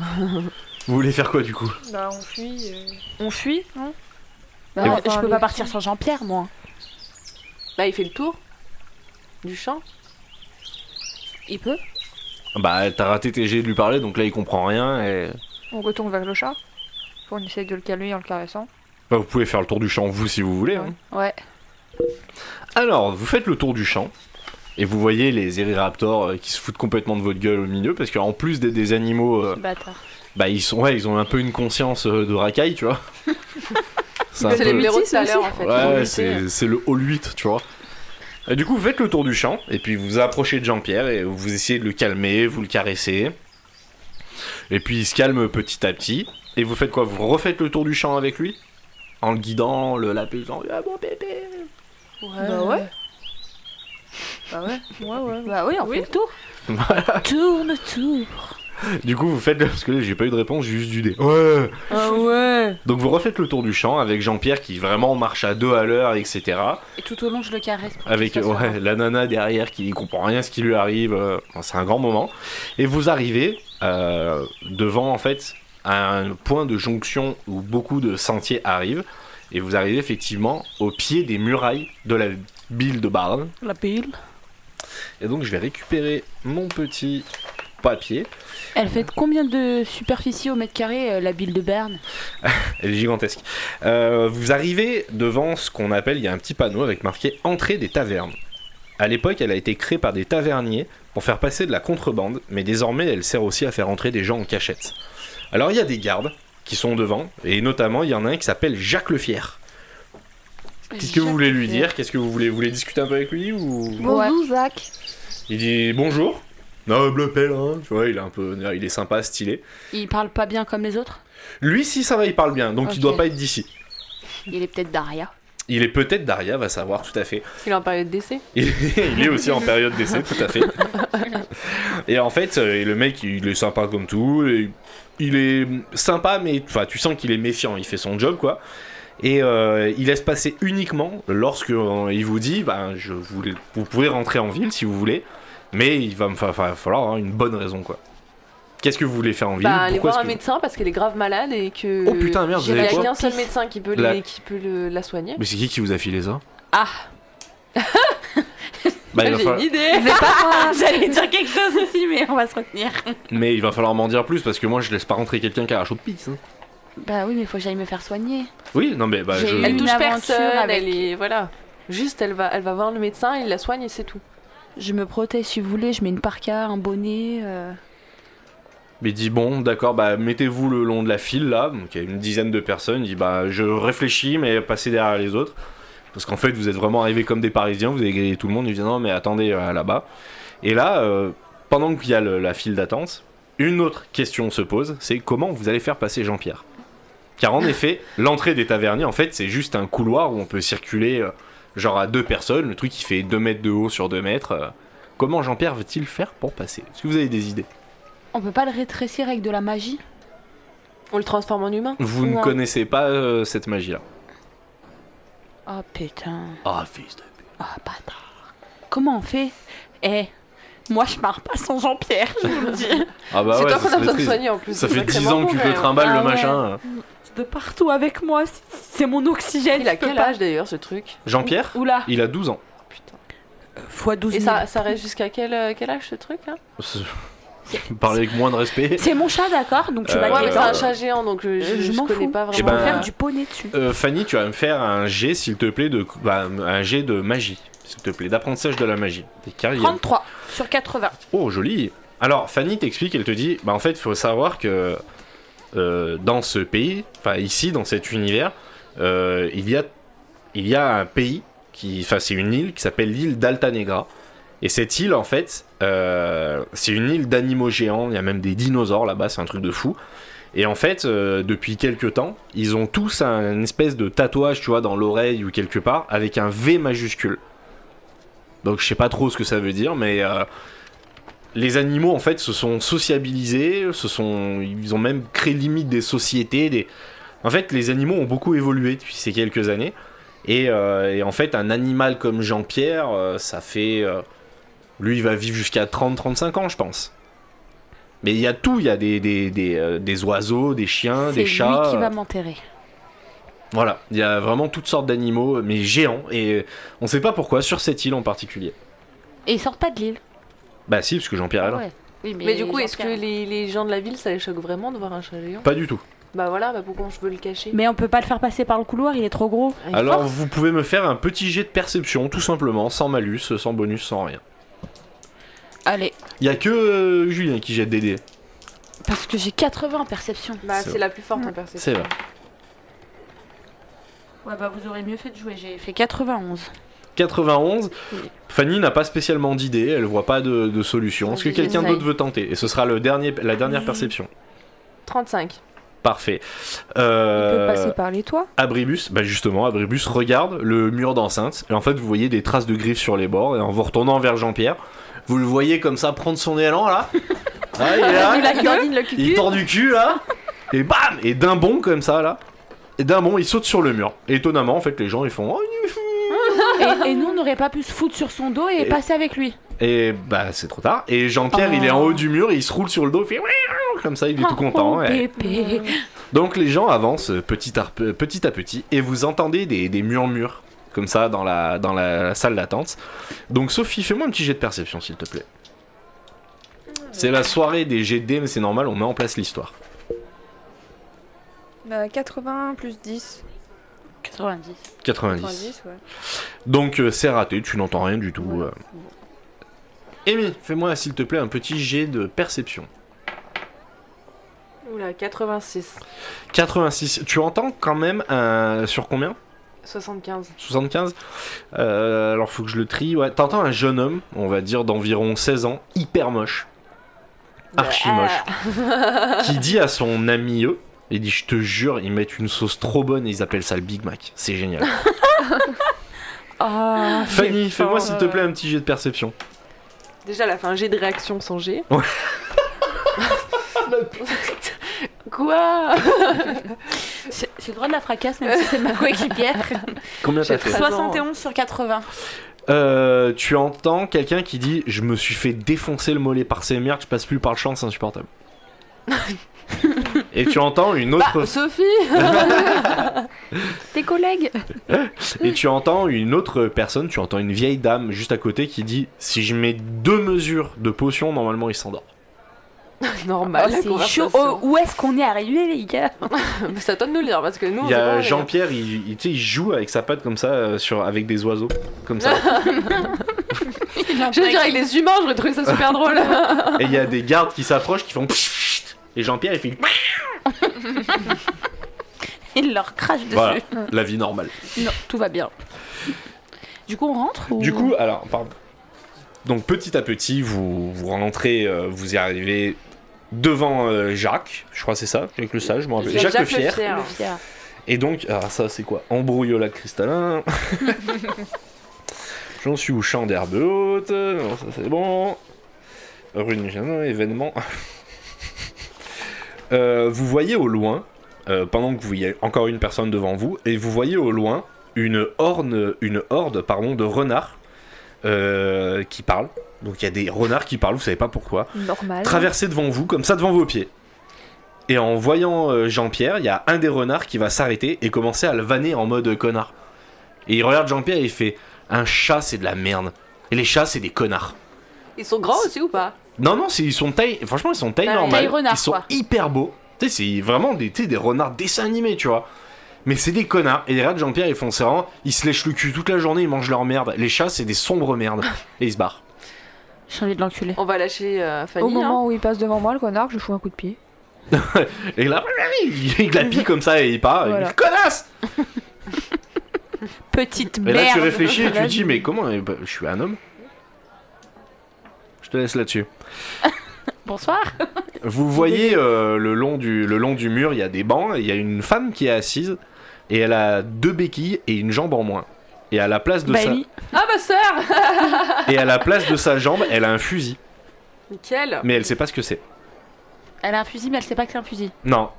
Speaker 2: Vous voulez faire quoi du coup
Speaker 3: Bah, on fuit. euh.
Speaker 5: On fuit
Speaker 3: non
Speaker 5: Bah,
Speaker 2: Et
Speaker 5: non,
Speaker 3: vous-
Speaker 5: Je peux pas partir sans Jean-Pierre, moi.
Speaker 4: Bah, il fait le tour du champ.
Speaker 5: Il peut
Speaker 2: Bah, t'as raté tes jets de lui parler, donc là, il comprend rien et.
Speaker 3: On retourne vers le chat. On essaye de le calmer en le caressant.
Speaker 2: Bah, vous pouvez faire le tour du champ, vous, si vous voulez. hein.
Speaker 5: Ouais.
Speaker 2: Alors, vous faites le tour du champ. Et vous voyez les Eriraptors euh, qui se foutent complètement de votre gueule au milieu, parce qu'en plus des, des animaux euh,
Speaker 5: Bâtard.
Speaker 2: Bah ils sont ouais, ils ont un peu une conscience euh, de racaille, tu vois. c'est un
Speaker 4: C'est les
Speaker 2: peu-
Speaker 4: blaireaux de tout à
Speaker 3: aussi.
Speaker 4: l'heure, en fait.
Speaker 2: Ouais,
Speaker 4: Ils sont
Speaker 2: c'est c'est le hall 8, tu vois. Et du coup, vous faites le tour du champ et puis vous vous approchez de Jean-Pierre et vous essayez de le calmer, vous le caressez. Et puis il se calme petit à petit et vous faites quoi Vous refaites le tour du champ avec lui en le guidant, le l'apaisant. Ah mon bébé.
Speaker 4: Ouais.
Speaker 3: Bah ouais. Bah ouais. Ouais, ouais.
Speaker 5: Bah oui, on
Speaker 3: Oui.
Speaker 5: fait le tour.
Speaker 2: Voilà.
Speaker 5: Tourne, tourne.
Speaker 2: Du coup, vous faites le... parce que là, j'ai pas eu de réponse, j'ai juste du dé. Ouais.
Speaker 5: Ah ouais
Speaker 2: Donc vous refaites le tour du champ avec Jean-Pierre qui vraiment marche à deux à l'heure, etc.
Speaker 5: Et tout au long, je le caresse. pour
Speaker 2: avec
Speaker 5: qu'il soit serein.
Speaker 2: ouais, la nana derrière qui comprend rien à ce qui lui arrive. euh, c'est un grand moment. Et vous arrivez euh, devant en fait un point de jonction où beaucoup de sentiers arrivent. Et vous arrivez effectivement au pied des murailles de la ville de Barne.
Speaker 5: La pile.
Speaker 2: Et donc je vais récupérer mon petit papier.
Speaker 5: Elle fait combien de superficie au mètre carré, euh, la bille de Berne
Speaker 2: Elle est gigantesque. Euh, vous arrivez devant ce qu'on appelle, il y a un petit panneau avec marqué Entrée des tavernes. À l'époque, elle a été créée par des taverniers pour faire passer de la contrebande, mais désormais, elle sert aussi à faire entrer des gens en cachette. Alors, il y a des gardes qui sont devant, et notamment, il y en a un qui s'appelle Jacques Le Fier. Qu'est-ce que vous voulez lui dire Qu'est-ce que vous voulez Vous voulez discuter un peu avec lui ou...
Speaker 3: Bonjour Zach.
Speaker 2: Il dit bonjour. Noble pèlerin. Tu vois, il est un peu, il est sympa, stylé.
Speaker 5: Il parle pas bien comme les autres
Speaker 2: Lui, si ça va, il parle bien, donc il
Speaker 5: Ok.
Speaker 2: doit pas être d'ici.
Speaker 5: Il est peut-être Daria.
Speaker 2: Il est peut-être Daria, va savoir, tout à fait.
Speaker 4: Il est en période d'essai.
Speaker 2: Il il est aussi en période d'essai, tout à fait. Et en fait, euh, le mec, il est sympa comme tout. et il est sympa, mais enfin, tu sens qu'il est méfiant. Il fait son job, quoi. Et euh, il laisse passer uniquement lorsque euh, il vous dit, ben, je voulais, vous pouvez rentrer en ville si vous voulez, mais il va me fa- fa- falloir hein, une bonne raison, quoi. Qu'est-ce que vous voulez faire en ville
Speaker 4: Bah, aller
Speaker 2: Pourquoi
Speaker 4: voir un
Speaker 2: est-ce que
Speaker 4: médecin parce qu'elle est grave malade et que.
Speaker 2: Oh, putain, merde, vous
Speaker 4: Il y
Speaker 2: avez
Speaker 4: a
Speaker 2: quoi
Speaker 4: qu'un seul médecin qui peut,
Speaker 2: La-
Speaker 4: les- qui peut le- la soigner.
Speaker 2: vous- Mais c'est qui qui vous a filé ça
Speaker 4: Ah,
Speaker 2: Bah, il va
Speaker 4: j'ai
Speaker 2: falloir-
Speaker 4: une idée
Speaker 5: J'allais dire quelque chose aussi, mais on va se retenir.
Speaker 2: Mais il va falloir m'en dire plus parce que moi, je laisse pas rentrer quelqu'un qui a la chaude pisse. hein.
Speaker 5: Bah oui, mais faut que j'aille me faire soigner.
Speaker 2: Oui, non, mais bah,
Speaker 5: J'ai
Speaker 2: je...
Speaker 5: eu
Speaker 4: Elle touche
Speaker 5: aventure
Speaker 4: personne,
Speaker 5: avec-
Speaker 4: elle est. Voilà. Juste, elle va, elle va voir le médecin, il la soigne et c'est tout.
Speaker 5: Je me protège si vous voulez, je mets une parka, un bonnet. euh,
Speaker 2: Mais il dit bon, d'accord, bah mettez-vous le long de la file là, donc il y a une dizaine de personnes. Il dit bah je réfléchis, mais passez derrière les autres, parce qu'en fait vous êtes vraiment arrivés comme des Parisiens, vous avez grillé tout le monde. Il dit non mais attendez euh, là-bas. Et là, euh, pendant qu'il y a le- la file d'attente, une autre question se pose, c'est comment vous allez faire passer Jean-Pierre. Car en effet, l'entrée des taverniers, en fait, c'est juste un couloir où on peut circuler euh, genre à deux personnes, le truc qui fait 2 mètres de haut sur 2 mètres. euh. comment Jean-Pierre veut-il faire pour passer Est-ce que vous avez des idées
Speaker 5: On peut pas le rétrécir avec de la magie
Speaker 4: On le transforme en humain.
Speaker 2: Vous ne
Speaker 5: Ouais.
Speaker 2: connaissez pas euh, cette magie-là.
Speaker 5: Oh putain.
Speaker 2: Ah, fils de...
Speaker 5: Ah bâtard. Comment on fait Eh, moi je marre pas sans Jean-Pierre, je vous le dis.
Speaker 2: Ah bah
Speaker 4: c'est
Speaker 2: ouais,
Speaker 4: toi qu'on
Speaker 2: ça
Speaker 4: a
Speaker 2: serait
Speaker 4: besoin de
Speaker 2: triste.
Speaker 4: soigner en plus.
Speaker 2: Ça
Speaker 4: c'est
Speaker 2: fait
Speaker 4: vrai que c'est
Speaker 2: 10 ans
Speaker 4: mon
Speaker 2: que tu
Speaker 4: con,
Speaker 2: te
Speaker 4: quand même.
Speaker 2: trimbales
Speaker 5: Ah
Speaker 2: le
Speaker 5: ouais.
Speaker 2: machin. hein.
Speaker 5: C'est de partout avec moi, c'est- c'est mon oxygène.
Speaker 4: Il a
Speaker 5: je peux
Speaker 4: quel
Speaker 5: pas.
Speaker 4: âge d'ailleurs ce truc
Speaker 2: Jean-Pierre,
Speaker 5: Oula.
Speaker 2: il a 12 ans.
Speaker 4: Putain.
Speaker 5: Fois 12
Speaker 4: Et ça, ça reste jusqu'à quel, euh, quel âge ce truc là
Speaker 2: Parler avec moins de respect.
Speaker 5: C'est mon chat, d'accord Donc tu
Speaker 2: Euh,
Speaker 5: vas
Speaker 4: Ouais, mais c'est
Speaker 5: le
Speaker 4: un chat géant donc euh, je, je,
Speaker 5: je
Speaker 4: je
Speaker 5: m'en
Speaker 4: connais
Speaker 5: fous.
Speaker 4: pas vraiment.
Speaker 2: Je vais
Speaker 4: euh,
Speaker 5: faire du poney dessus.
Speaker 2: Euh, Fanny, tu vas me faire un jet, s'il te plaît, de... bah, un jet de magie, s'il te plaît, d'apprentissage de la magie. Des carrières.
Speaker 5: 33 sur 80.
Speaker 2: Oh, joli. Alors, Fanny t'explique, elle te dit, bah en fait, il faut savoir que euh, dans ce pays, enfin ici, dans cet univers, euh, il, y a, il y a un pays, qui, enfin c'est une île qui s'appelle l'île d'Alta Negra. Et cette île, en fait, euh, c'est une île d'animaux géants, il y a même des dinosaures là-bas, c'est un truc de fou. Et en fait, euh, depuis quelques temps, ils ont tous un, une espèce de tatouage, tu vois, dans l'oreille ou quelque part, avec un V majuscule. Donc je sais pas trop ce que ça veut dire, mais euh, les animaux en fait se sont sociabilisés, se sont, ils ont même créé limite des sociétés. Des... En fait, les animaux ont beaucoup évolué depuis ces quelques années. Et, euh, et en fait, un animal comme Jean-Pierre, euh, ça fait. euh, lui, il va vivre jusqu'à 30-35 ans, je pense. Mais il y a tout, il y a des, des, des, euh, des oiseaux, des chiens,
Speaker 5: C'est
Speaker 2: des
Speaker 5: lui
Speaker 2: chats.
Speaker 5: qui
Speaker 2: euh,
Speaker 5: va m'enterrer.
Speaker 2: voilà, il y a vraiment toutes sortes d'animaux, mais géants. Et on sait pas pourquoi, sur cette île en particulier.
Speaker 5: Et il sort pas de l'île.
Speaker 2: Bah si, parce que Jean-Pierre est là.
Speaker 5: Ouais. Oui,
Speaker 4: Mais du coup, est-ce que
Speaker 5: Jean-Pierre-
Speaker 4: les, les gens de la ville ça les choque vraiment de voir un chat géant
Speaker 2: Pas du tout.
Speaker 4: Bah voilà, bah pourquoi je veux le cacher
Speaker 5: Mais on peut pas le faire passer par le couloir, il est trop gros.
Speaker 4: Ah, il
Speaker 2: Alors
Speaker 4: force.
Speaker 2: vous pouvez me faire un petit jet de perception, tout simplement, sans malus, sans bonus, sans rien.
Speaker 5: Allez,
Speaker 2: Il y a que euh, Julien qui jette des dés.
Speaker 5: parce que j'ai 80 en perception.
Speaker 4: Bah
Speaker 2: C'est
Speaker 4: c'est la plus forte en perception.
Speaker 2: C'est vrai.
Speaker 5: Ouais, bah vous aurez mieux fait de jouer, j'ai fait 91.
Speaker 2: 91.
Speaker 5: Oui.
Speaker 2: Fanny n'a pas spécialement d'idée, elle voit pas de, de solution. Est-ce que
Speaker 4: Oui,
Speaker 2: quelqu'un
Speaker 4: j'essaye.
Speaker 2: d'autre veut tenter Et ce sera le dernier, la dernière perception.
Speaker 4: 35.
Speaker 2: Parfait.
Speaker 3: On peut
Speaker 2: Euh,
Speaker 3: passer par les toits.
Speaker 2: Abribus, bah justement, Abribus regarde le mur d'enceinte et en fait vous voyez des traces de griffes sur les bords et en vous retournant vers Jean-Pierre, vous le voyez comme ça prendre son élan là. Ah, il est là.
Speaker 4: dandine le
Speaker 2: Il tord du cul là et bam et d'un bond comme ça là et d'un bond il saute sur le mur Et étonnamment en fait les gens ils font Oh,
Speaker 5: et, et nous, on n'aurait pas pu se foutre sur son dos et,
Speaker 2: Et-
Speaker 5: passer avec lui.
Speaker 2: et bah c'est trop tard et Jean-Pierre
Speaker 5: Oh.
Speaker 2: il est en haut du mur et il se roule sur le dos il fait Ouiou comme ça il est tout content
Speaker 5: Oh,
Speaker 2: ouais.
Speaker 5: bébé.
Speaker 2: donc les gens avancent petit à petit, à petit et vous entendez des, des murmures comme ça dans la, dans
Speaker 5: Ah,
Speaker 2: la salle d'attente donc Sophie fais-moi un petit jet de perception s'il te plaît C'est la soirée des GD, mais c'est normal, on met en place l'histoire.
Speaker 3: Bah, 80 plus 10.
Speaker 5: 90.
Speaker 2: 90.
Speaker 3: 90, ouais.
Speaker 2: Donc euh, c'est raté, tu n'entends rien du tout. euh. Amy, fais-moi s'il te plaît un petit jet de perception.
Speaker 4: Oula, 86.
Speaker 2: 86, tu entends quand même un... Sur combien
Speaker 4: 75.
Speaker 2: 75 Euh, Alors faut que je le trie. Ouais, t'entends un jeune homme, on va dire d'environ 16 ans, hyper moche, archi
Speaker 4: Bah,
Speaker 2: moche, qui dit à son ami eux, il dit je te jure, ils mettent une sauce trop bonne et ils appellent ça le Big Mac. C'est génial.
Speaker 5: Ah.
Speaker 2: Fanny,
Speaker 4: j'ai
Speaker 2: fais-moi
Speaker 4: faim,
Speaker 2: s'il te
Speaker 4: euh.
Speaker 2: plaît un petit jet de perception.
Speaker 4: Déjà, elle a fait un jet de réaction sans jet. Quoi
Speaker 5: J'ai j'ai le droit de la fracasse, même si c'est ma coéquipière.
Speaker 2: Combien t'as
Speaker 4: J'ai
Speaker 2: fait
Speaker 5: 71 sur 80.
Speaker 2: Euh, tu entends quelqu'un qui dit Je me suis fait défoncer le mollet par ces merdes, je passe plus par le champ, c'est insupportable. Et tu entends une autre
Speaker 4: Bah, Sophie
Speaker 3: Tes collègues
Speaker 2: et tu entends une autre personne, tu entends une vieille dame juste à côté qui dit si je mets deux mesures de potion normalement il s'endort.
Speaker 4: Normal, Ah, la
Speaker 5: c'est chaud. Oh,
Speaker 4: conversation.
Speaker 5: où est-ce qu'on est arrivé, les gars
Speaker 4: Mais C'est à toi de nous lire, parce que nous,
Speaker 2: Il y
Speaker 4: on sait pas,
Speaker 2: a
Speaker 4: les gars.
Speaker 2: Jean-Pierre, il, il- tu sais, il joue avec sa patte comme ça euh, sur avec des oiseaux comme ça.
Speaker 4: Je veux dire, avec les humains, j'aurais trouvé ça super drôle.
Speaker 2: et il y a des gardes qui s'approchent qui font Pssst et Jean-Pierre il fait
Speaker 5: Il leur crache dessus.
Speaker 2: voilà la vie normale.
Speaker 5: Non, tout va bien. Du coup, on rentre ou...
Speaker 2: Du coup, alors, pardon. Donc petit à petit, vous, vous rentrez, euh, vous y arrivez devant euh, Jacques, je crois que c'est ça, Jacques le Sage, je m'en rappelle.
Speaker 4: Jacques-
Speaker 2: Jacques, le
Speaker 4: Jacques le
Speaker 2: Fier.
Speaker 4: Fier.
Speaker 5: Le fier.
Speaker 2: Et donc, ah, ça c'est quoi Embrouillola cristallin. J'en suis au champ d'herbe haute, non, ça c'est bon. Rue de Nijanin, événement. Euh, vous voyez au loin, euh, pendant que vous y avez encore une personne devant vous, et vous voyez au loin une horne, une horde pardon, de renards euh, qui parlent. Donc il y a des renards qui parlent, vous savez pas pourquoi
Speaker 3: Normal.
Speaker 2: traverser devant vous, comme ça devant vos pieds. Et en voyant euh, Jean-Pierre, il y a un des renards qui va s'arrêter et commencer à le vanner en mode connard. Et il regarde Jean-Pierre et il fait Un chat, c'est de la merde. Et les chats, c'est des connards.
Speaker 4: Ils sont grands aussi ou pas
Speaker 2: Non, non, c'est- ils sont taille. Franchement, ils sont taille
Speaker 5: Bah,
Speaker 2: normale.
Speaker 5: taille renard,
Speaker 2: ils sont
Speaker 5: quoi.
Speaker 2: hyper beaux. Tu sais, c'est vraiment des, tu sais, des renards dessins animés, tu vois. Mais c'est des connards. Et ils regardent Jean-Pierre, ils font C'est vraiment, ils se lèchent le cul toute la journée, ils mangent leur merde. Les chats, c'est des sombres merdes. Et ils se barrent.
Speaker 5: J'ai envie de l'enculer.
Speaker 4: On va lâcher euh, Fanny.
Speaker 3: Au moment où il passe devant moi, le connard, je lui fous un coup de pied.
Speaker 2: Et là, il la pille comme ça et il part.
Speaker 3: Voilà.
Speaker 2: Il connasse
Speaker 5: Oh, Petite
Speaker 2: Et
Speaker 5: merde.
Speaker 2: là, tu réfléchis et tu
Speaker 3: Là,
Speaker 2: te dis, mais comment eh ben, Je suis un homme. Je te laisse là-dessus.
Speaker 5: Bonsoir.
Speaker 2: Vous voyez euh, le, long du, le long du mur, il y a des bancs, et il y a une femme qui est assise, et elle a deux béquilles et une jambe en moins. Et à la place de,
Speaker 5: Bah
Speaker 2: sa,
Speaker 5: oui.
Speaker 4: Ah, ma sœur
Speaker 2: et à la place de sa jambe, elle a un fusil,
Speaker 4: Nickel
Speaker 2: mais elle sait pas ce que c'est.
Speaker 5: Elle a un fusil, mais elle sait pas que c'est un fusil.
Speaker 2: Non.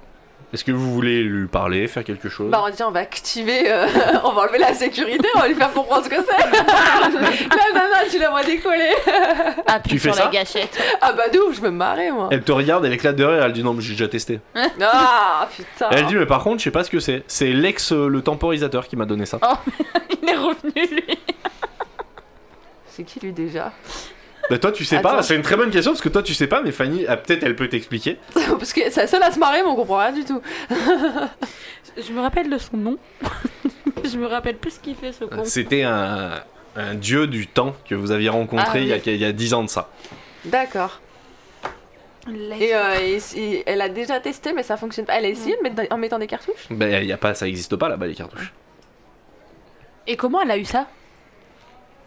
Speaker 2: Est-ce que vous voulez lui parler, faire quelque chose
Speaker 4: Bah on dit on va activer, euh, on va enlever la sécurité, on va lui faire comprendre ce que c'est. là maman tu la vois décoller.
Speaker 5: Appuie
Speaker 2: Tu fais
Speaker 5: sur
Speaker 2: ça
Speaker 5: Ah, la gâchette.
Speaker 4: Ah bah d'où je vais me marrer moi.
Speaker 2: Elle te regarde, elle éclate de rire, elle dit non, mais j'ai déjà testé.
Speaker 4: Ah
Speaker 5: Bah.
Speaker 4: putain.
Speaker 2: Elle dit, mais par contre, je sais pas ce que c'est. C'est l'ex, euh, le temporisateur qui m'a donné
Speaker 5: Oh,
Speaker 2: ça.
Speaker 5: Il est revenu, lui.
Speaker 4: C'est qui lui déjà
Speaker 2: Bah toi tu sais pas,
Speaker 4: Attends.
Speaker 2: c'est une très bonne question parce que toi tu sais pas mais Fanny ah, peut-être elle peut t'expliquer.
Speaker 4: Parce que c'est la seule à se marrer mais on comprend rien du tout.
Speaker 5: Je me rappelle de son nom. je me rappelle plus ce qu'il fait, ce con.
Speaker 2: C'était un, un dieu du temps que vous aviez rencontré
Speaker 5: Ah,
Speaker 2: il, y a, il y a 10 ans de ça.
Speaker 4: D'accord. Et, euh, et- et elle a déjà testé mais ça fonctionne pas. Elle a essayé de mettre- en mettant des cartouches
Speaker 2: Ben il y a pas ça existe pas là-bas les cartouches.
Speaker 5: Et comment elle a eu ça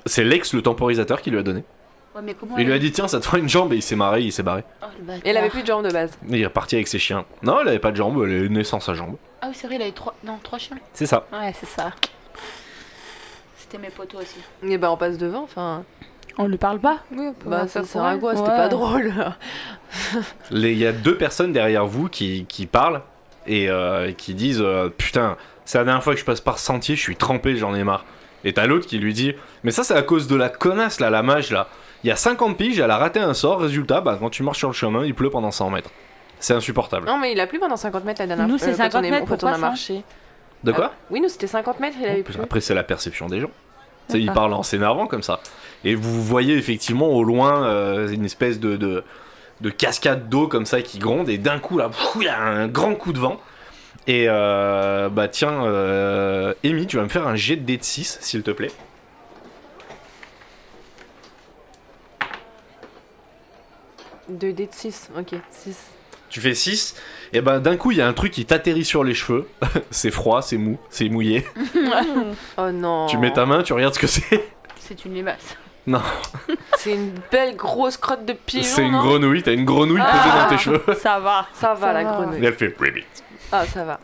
Speaker 2: C'est l'ex le temporisateur qui lui a donné.
Speaker 5: Ouais, mais comment
Speaker 2: Il lui a dit tiens ça te fera une jambe et il s'est marré, il s'est barré.
Speaker 5: Oh, le bâtard.
Speaker 4: et elle avait plus de jambes de base.
Speaker 2: Et il est reparti avec ses chiens. Non elle avait pas de jambe, elle est née sans sa jambe.
Speaker 5: Ah oui, c'est vrai, il avait trois... Non, trois chiens.
Speaker 2: C'est ça.
Speaker 5: Ouais, c'est ça. C'était mes potos aussi.
Speaker 4: Et bah on passe devant enfin.
Speaker 5: On lui parle pas
Speaker 3: Oui, on peut
Speaker 4: Bah
Speaker 3: voir
Speaker 4: ça
Speaker 3: ça
Speaker 4: sert
Speaker 3: pour
Speaker 4: à
Speaker 3: elle.
Speaker 4: quoi C'était
Speaker 5: Ouais.
Speaker 4: pas drôle.
Speaker 2: Les- Il y a deux personnes derrière vous qui, qui parlent et euh, qui disent euh, putain c'est la dernière fois que je passe par ce sentier, je suis trempé, j'en ai marre. Et t'as l'autre qui lui dit mais ça c'est à cause de la connasse là, la mage là. Il y a 50 piges, elle a raté un sort, résultat bah quand tu marches sur le chemin il pleut pendant 100 mètres. C'est insupportable.
Speaker 4: Non mais il a plu pendant 50 mètres la dernière
Speaker 5: Nous,
Speaker 4: fois.
Speaker 5: c'est
Speaker 4: euh, quand
Speaker 5: 50
Speaker 4: on est-
Speaker 5: mètres,
Speaker 4: quand on
Speaker 5: pourquoi
Speaker 4: a
Speaker 5: ça
Speaker 4: marché.
Speaker 2: De quoi
Speaker 4: Ah, Oui nous c'était 50 mètres il avait plu.
Speaker 2: Après, c'est la perception des gens. Tu sais, ils
Speaker 5: D'accord.
Speaker 2: parlent en s'énervant comme ça. Et vous voyez effectivement au loin euh, une espèce de, de, de cascades d'eau comme ça qui grondent, et d'un coup, là, pfff, il y a un grand coup de vent. Et euh, bah tiens, euh, Amy, tu vas me faire un jet de dé de 6, s'il te plaît.
Speaker 4: De d de 6, ok. 6.
Speaker 2: Tu fais 6, et ben d'un coup, il y a un truc qui t'atterrit sur les cheveux. c'est froid, c'est mou, c'est mouillé.
Speaker 4: Oh non.
Speaker 2: Tu mets ta main, tu regardes ce que c'est.
Speaker 5: C'est une limace.
Speaker 4: C'est une belle grosse crotte de pigeon.
Speaker 2: C'est une
Speaker 4: non
Speaker 2: grenouille, t'as une grenouille posée
Speaker 4: Ah.
Speaker 2: dans tes cheveux.
Speaker 5: Ça va.
Speaker 4: Ça va
Speaker 3: Ça
Speaker 4: la
Speaker 3: va.
Speaker 2: Et
Speaker 4: grenouille.
Speaker 2: elle fait Ribbit,
Speaker 4: Ah, ça va.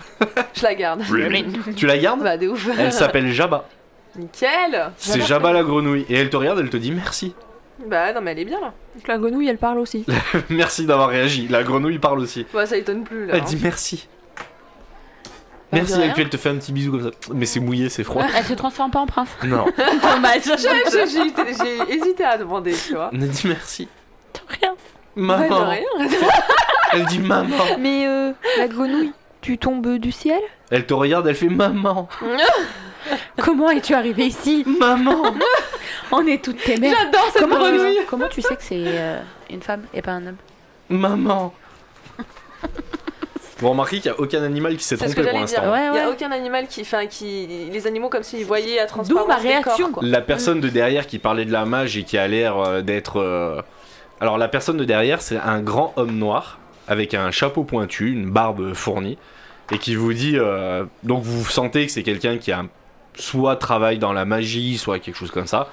Speaker 4: Je la garde.
Speaker 2: ribbit. Tu la gardes
Speaker 4: Bah, de ouf.
Speaker 2: Elle s'appelle Jabba.
Speaker 4: Nickel.
Speaker 2: C'est Jabba la grenouille. Et elle te regarde, elle te dit merci.
Speaker 4: Bah, non, mais elle est bien là.
Speaker 3: Donc la grenouille, elle parle aussi.
Speaker 2: merci d'avoir réagi. La grenouille parle aussi.
Speaker 4: Bah, ça étonne plus là.
Speaker 2: Elle
Speaker 4: hein.
Speaker 2: dit merci.
Speaker 4: Bah,
Speaker 2: Merci,
Speaker 4: de rien.
Speaker 2: et puis elle te fait un petit bisou comme ça. Mais c'est mouillé, c'est froid.
Speaker 5: Elle se transforme pas en prince.
Speaker 2: non.
Speaker 5: Dommage.
Speaker 4: J'ai- J'ai j'ai hésité- j'ai hésité à demander, tu vois.
Speaker 2: Elle dit merci.
Speaker 5: rien.
Speaker 4: Bah, de
Speaker 2: Maman.
Speaker 4: rien.
Speaker 2: elle dit maman.
Speaker 3: Mais euh, la grenouille, tu tombes du ciel
Speaker 2: Elle te regarde, elle fait maman.
Speaker 5: Comment es-tu arrivé ici
Speaker 2: Maman.
Speaker 5: On est toutes tes mères.
Speaker 4: J'adore cette
Speaker 5: Comment
Speaker 4: grenouille.
Speaker 5: tu, comment tu sais que c'est euh, une femme et pas un homme
Speaker 2: maman. Vous remarquez qu'il n'y a aucun animal qui s'est
Speaker 4: C'est ce
Speaker 2: trompé
Speaker 4: que
Speaker 2: pour
Speaker 4: j'allais dire.
Speaker 2: l'instant.
Speaker 5: Ouais,
Speaker 4: Il y a
Speaker 5: Ah ouais.
Speaker 4: aucun animal qui, enfin, qui, les animaux comme s'ils voyaient à
Speaker 5: D'où
Speaker 4: transparence.
Speaker 5: ma
Speaker 4: des corps.
Speaker 5: réaction, quoi.
Speaker 2: La personne de derrière qui parlait de la mage et qui a l'air euh, d'être. euh, Alors, la personne de derrière, c'est un grand homme noir avec un chapeau pointu, une barbe fournie, et qui vous dit. euh, Donc, vous sentez que c'est quelqu'un qui a soit travaille dans la magie, soit quelque chose comme ça.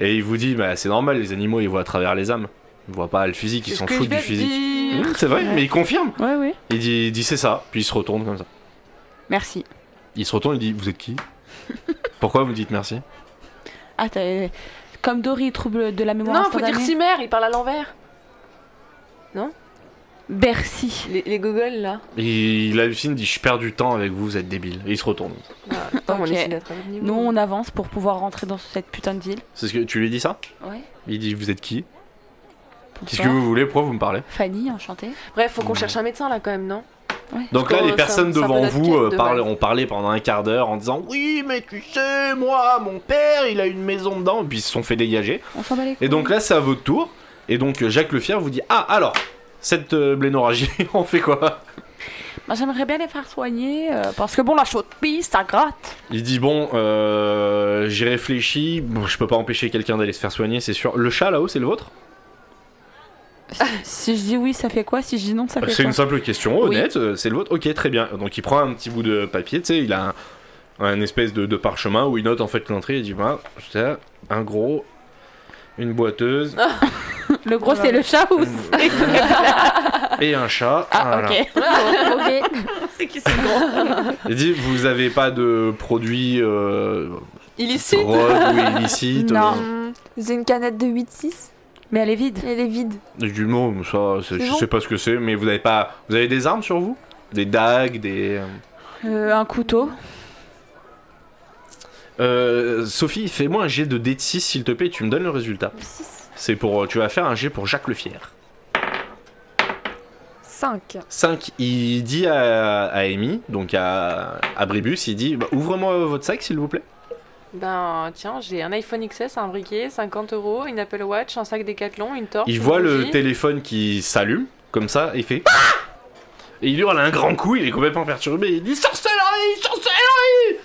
Speaker 2: Et il vous dit bah, c'est normal, les animaux, ils voient à travers les âmes. Ils voient pas le physique, ils
Speaker 4: C'est ce
Speaker 2: s'en
Speaker 4: que je
Speaker 2: foutent du
Speaker 4: vais te
Speaker 2: physique.
Speaker 4: dire.
Speaker 2: Mmh, c'est vrai, mais il confirme.
Speaker 5: Ouais, ouais.
Speaker 2: Il dit, il dit c'est ça, puis il se retourne comme ça.
Speaker 5: Merci.
Speaker 2: Il se retourne, il dit vous êtes qui Pourquoi vous me dites merci
Speaker 5: Ah, t'as- euh, comme Dory trouble de la mémoire
Speaker 4: Non, faut dire
Speaker 5: instantanée.
Speaker 4: cimère, il parle à l'envers.
Speaker 5: Bercy.
Speaker 4: Les, les gogoles là.
Speaker 2: Il il hallucine, dit je perds du temps avec vous, vous êtes débile. Et il se retourne.
Speaker 4: Ah, putain,
Speaker 5: Ok.
Speaker 4: on essaie d'être à votre niveau.
Speaker 5: Nous, on avance pour pouvoir rentrer dans cette putain de ville.
Speaker 2: C'est ce que tu lui dis ça
Speaker 5: Ouais.
Speaker 2: Il dit vous êtes qui Qu'est-ce
Speaker 5: Bonsoir.
Speaker 2: que vous voulez Pourquoi vous me parlez
Speaker 5: Fanny, enchantée.
Speaker 4: Bref, faut qu'on cherche un médecin là quand même, non
Speaker 2: Donc
Speaker 4: Parce
Speaker 2: là,
Speaker 4: que
Speaker 2: les
Speaker 4: ça-
Speaker 2: personnes
Speaker 4: ça
Speaker 2: devant
Speaker 4: peut
Speaker 2: vous
Speaker 4: dater
Speaker 2: euh,
Speaker 4: de
Speaker 2: parlent-
Speaker 4: base.
Speaker 2: ont parlé pendant un quart d'heure en disant oui, mais tu sais, moi, mon père, il a une maison dedans. Et puis ils se sont fait dégager.
Speaker 5: On s'en bat les couilles.
Speaker 2: Et donc là, c'est à votre tour. Et donc euh, Jacques Le Fier vous dit ah alors cette euh, blénorragie, on fait quoi
Speaker 5: Moi, J'aimerais bien les faire soigner euh, parce que bon, la chaude piste, ça gratte.
Speaker 2: Il dit bon, euh, j'ai réfléchi. Bon, je peux pas empêcher quelqu'un d'aller se faire soigner, c'est sûr. Le chat là-haut, c'est le vôtre
Speaker 5: Si je dis oui, ça fait quoi Si je dis non, ça fait
Speaker 2: Bah, C'est
Speaker 5: quoi
Speaker 2: une simple question,
Speaker 5: Oui.
Speaker 2: honnête, euh, c'est le vôtre. Ok, très bien. Donc il prend un petit bout de papier, tu sais, il a un, un espèce de, de parchemin où il note en fait l'entrée, il dit bah, ça, un gros, une boiteuse
Speaker 5: Le gros, c'est le chat ou c'est...
Speaker 2: et un chat.
Speaker 5: Ah,
Speaker 2: Voilà.
Speaker 5: ok.
Speaker 2: Il dit vous avez pas de produits euh,
Speaker 4: Illicite
Speaker 2: drogue ou illicite
Speaker 5: Non.
Speaker 3: Hum, J'ai une canette de 8-6.
Speaker 5: Mais elle est vide.
Speaker 3: Elle est vide.
Speaker 2: euh, Du mot, ça, c'est-
Speaker 3: C'est
Speaker 2: je
Speaker 3: bon.
Speaker 2: sais pas ce que c'est, mais vous avez pas, vous avez des armes sur vous, des dagues, des.
Speaker 5: Euh, un couteau.
Speaker 2: Euh, Sophie, fais-moi un jet de D6 s'il te plaît, tu me donnes le résultat. C'est pour, tu vas faire un jet pour Jacques Le Fier.
Speaker 3: 5.
Speaker 2: 5, il dit à, à Amy, donc à, à Bribus, il dit bah, Ouvre-moi votre sac, s'il vous plaît.
Speaker 4: Ben tiens, j'ai un iPhone XS, un briquet, 50 euros, une Apple Watch, un sac Decathlon, une torche.
Speaker 2: Il
Speaker 4: une
Speaker 2: voit le
Speaker 4: bougie.
Speaker 2: téléphone qui s'allume, comme ça, et il fait Ah Et il hurle un grand coup, il est complètement perturbé, il dit Sorcellerie Sorcellerie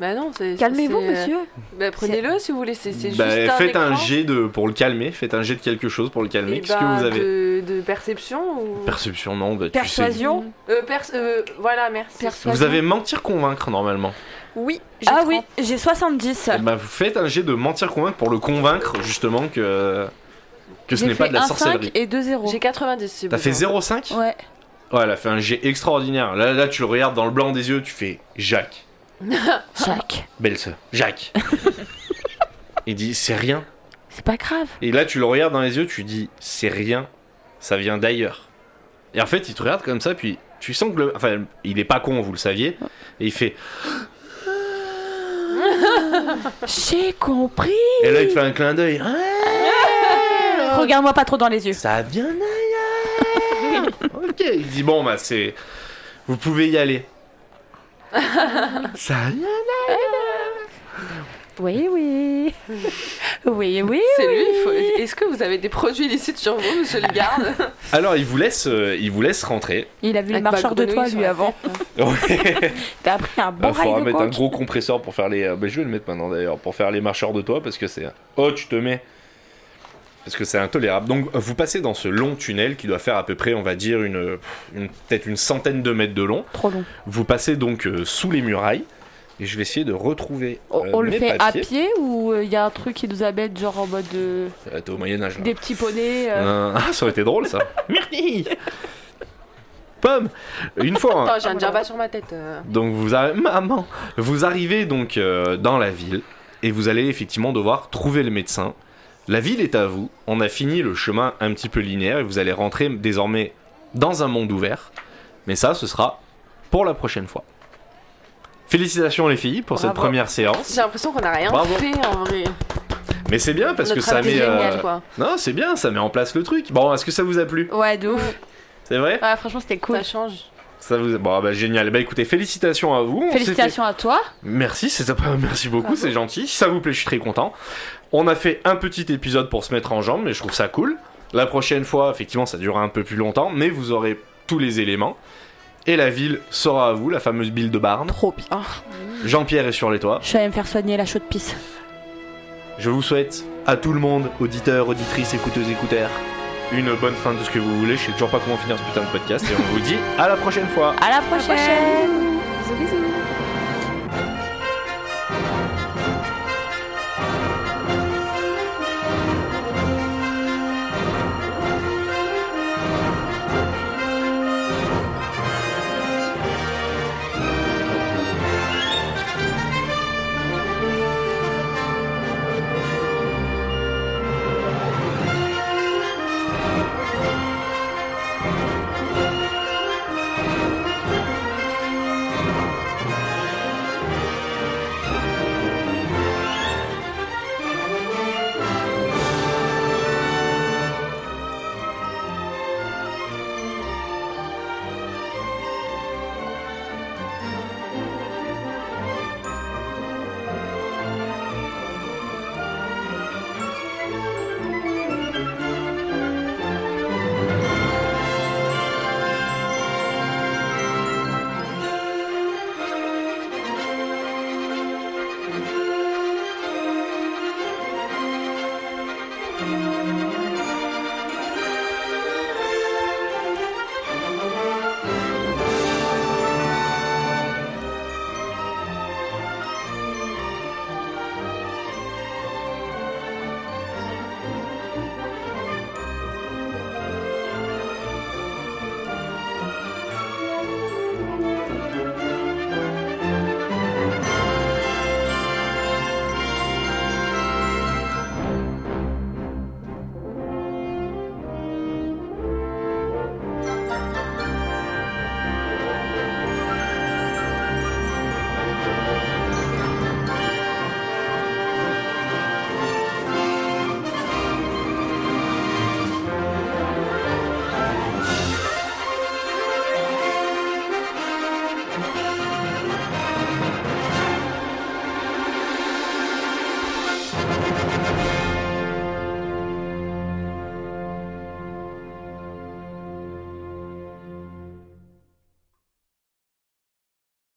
Speaker 4: Bah non, c'est.
Speaker 3: Calmez-vous,
Speaker 4: c'est-
Speaker 3: monsieur.
Speaker 4: Bah prenez-le si vous voulez, c'est c'est juste.
Speaker 2: Bah,
Speaker 4: un
Speaker 2: Faites un
Speaker 4: écran.
Speaker 2: jet de, pour le calmer, faites un jet de quelque chose pour le calmer.
Speaker 4: Eh
Speaker 2: Qu'est-ce
Speaker 4: ben,
Speaker 2: que vous avez
Speaker 4: de, de perception ou.
Speaker 2: Perception, non, bah, tu sais.
Speaker 5: Persuasion.
Speaker 4: Euh, perce- euh, voilà, merci.
Speaker 2: Vous avez mentir-convaincre normalement.
Speaker 3: Oui. j'ai
Speaker 5: Ah
Speaker 3: 30.
Speaker 5: oui, j'ai 70.
Speaker 2: Eh ben, vous faites un jet de mentir-convaincre pour le convaincre justement que, que ce
Speaker 5: J'ai
Speaker 2: n'est pas
Speaker 5: fait
Speaker 2: de la
Speaker 5: un
Speaker 2: sorcellerie.
Speaker 5: 5 et 2 0.
Speaker 4: J'ai 90. si
Speaker 2: T'as fait
Speaker 4: besoin.
Speaker 2: 0,5
Speaker 5: Ouais.
Speaker 2: Ouais, elle a fait un jet extraordinaire. Là, là, tu le regardes dans le blanc des yeux, tu fais Jacques,
Speaker 5: Jacques,
Speaker 2: belle sœur, Jacques. Il dit c'est rien.
Speaker 5: c'est pas grave.
Speaker 2: Et là, tu le regardes dans les yeux, tu dis c'est rien. Ça vient d'ailleurs. Et en fait, il te regarde comme ça, puis tu sens que le, enfin, il est pas con, vous le saviez. Et il fait.
Speaker 5: J'ai compris.
Speaker 2: Et là, il te fait un clin d'œil. Ah
Speaker 5: Euh, Regarde-moi pas trop dans les yeux.
Speaker 2: Ça vient d'ailleurs. ok. Il dit bon bah c'est, vous pouvez y aller. ça vient
Speaker 5: Oui, oui. Oui, oui.
Speaker 4: C'est lui, il faut... Est-ce que vous avez des produits illicites sur vous, monsieur le garde
Speaker 2: Alors, il vous laisse, euh, il vous laisse rentrer.
Speaker 5: Il a vu le
Speaker 4: Avec ma
Speaker 5: marcheur de
Speaker 4: grenouille
Speaker 5: toit,
Speaker 4: sur
Speaker 5: lui,
Speaker 4: la
Speaker 5: avant.
Speaker 2: Ouais.
Speaker 5: T'as pris un
Speaker 2: Il
Speaker 5: bon rail
Speaker 2: faudra
Speaker 5: de
Speaker 2: mettre Bah, un
Speaker 5: coke.
Speaker 2: gros compresseur pour faire les. euh, bah, je vais le mettre maintenant d'ailleurs, pour faire les marcheurs de toit parce que c'est. Oh, tu te mets. Parce que c'est intolérable. Donc, euh, vous passez dans ce long tunnel qui doit faire à peu près, on va dire, une, une- peut-être une centaine de mètres de long.
Speaker 5: Trop long.
Speaker 2: Vous passez donc euh, sous les murailles. Et je vais essayer de retrouver.
Speaker 5: On,
Speaker 2: euh,
Speaker 5: Oh, on le
Speaker 2: mes
Speaker 5: fait à
Speaker 2: papiers.
Speaker 5: pied ou il y a un truc qui nous amène genre en mode de-
Speaker 2: Euh, T'es au Moyen-Âge là.
Speaker 5: des petits poneys euh,
Speaker 2: Euh, Ah, ça aurait été drôle ça. Myrtille Pomme Une fois. hein.
Speaker 4: Attends, j'ai un java sur ma tête. euh.
Speaker 2: Donc vous arrivez, maman, vous arrivez donc euh, dans la ville et vous allez effectivement devoir trouver le médecin. La ville est à vous. On a fini le chemin un petit peu linéaire et vous allez rentrer désormais dans un monde ouvert. Mais ça, ce sera pour la prochaine fois. Félicitations les filles pour cette
Speaker 4: Bravo.
Speaker 2: première séance.
Speaker 4: J'ai l'impression qu'on a rien
Speaker 2: Bravo.
Speaker 4: fait en vrai.
Speaker 2: Mais c'est bien parce
Speaker 4: Notre
Speaker 2: que ça
Speaker 4: idée
Speaker 2: met, euh,
Speaker 4: géniale, quoi.
Speaker 2: non, c'est bien, ça met en place le truc. Bon, est-ce que ça vous a plu
Speaker 5: Ouais, de ouf.
Speaker 2: C'est vrai
Speaker 5: Ouais, franchement, c'était cool.
Speaker 4: Ça change.
Speaker 2: Ça vous a- bon bah génial. Bah écoutez, félicitations à vous. On s'est fait-
Speaker 5: Félicitations à toi.
Speaker 2: Merci, c'est sympa, merci beaucoup, c'est gentil. Si ça vous plaît, je suis très content. On a fait un petit épisode pour se mettre en jambe, mais je trouve ça cool. La prochaine fois, effectivement, ça durera un peu plus longtemps, mais vous aurez tous les éléments. Et la ville sera à vous, la fameuse ville de Barne.
Speaker 5: Trop bien.
Speaker 2: Jean-Pierre est sur les toits.
Speaker 5: Je suis allée me faire soigner la chaude pisse.
Speaker 2: Je vous souhaite à tout le monde, auditeurs, auditrices, écouteuses, écouteurs, une bonne fin de ce que vous voulez. Je sais toujours pas comment finir ce putain de podcast, et on vous dit à la prochaine fois.
Speaker 5: À la prochaine.
Speaker 3: Bisous, bisous.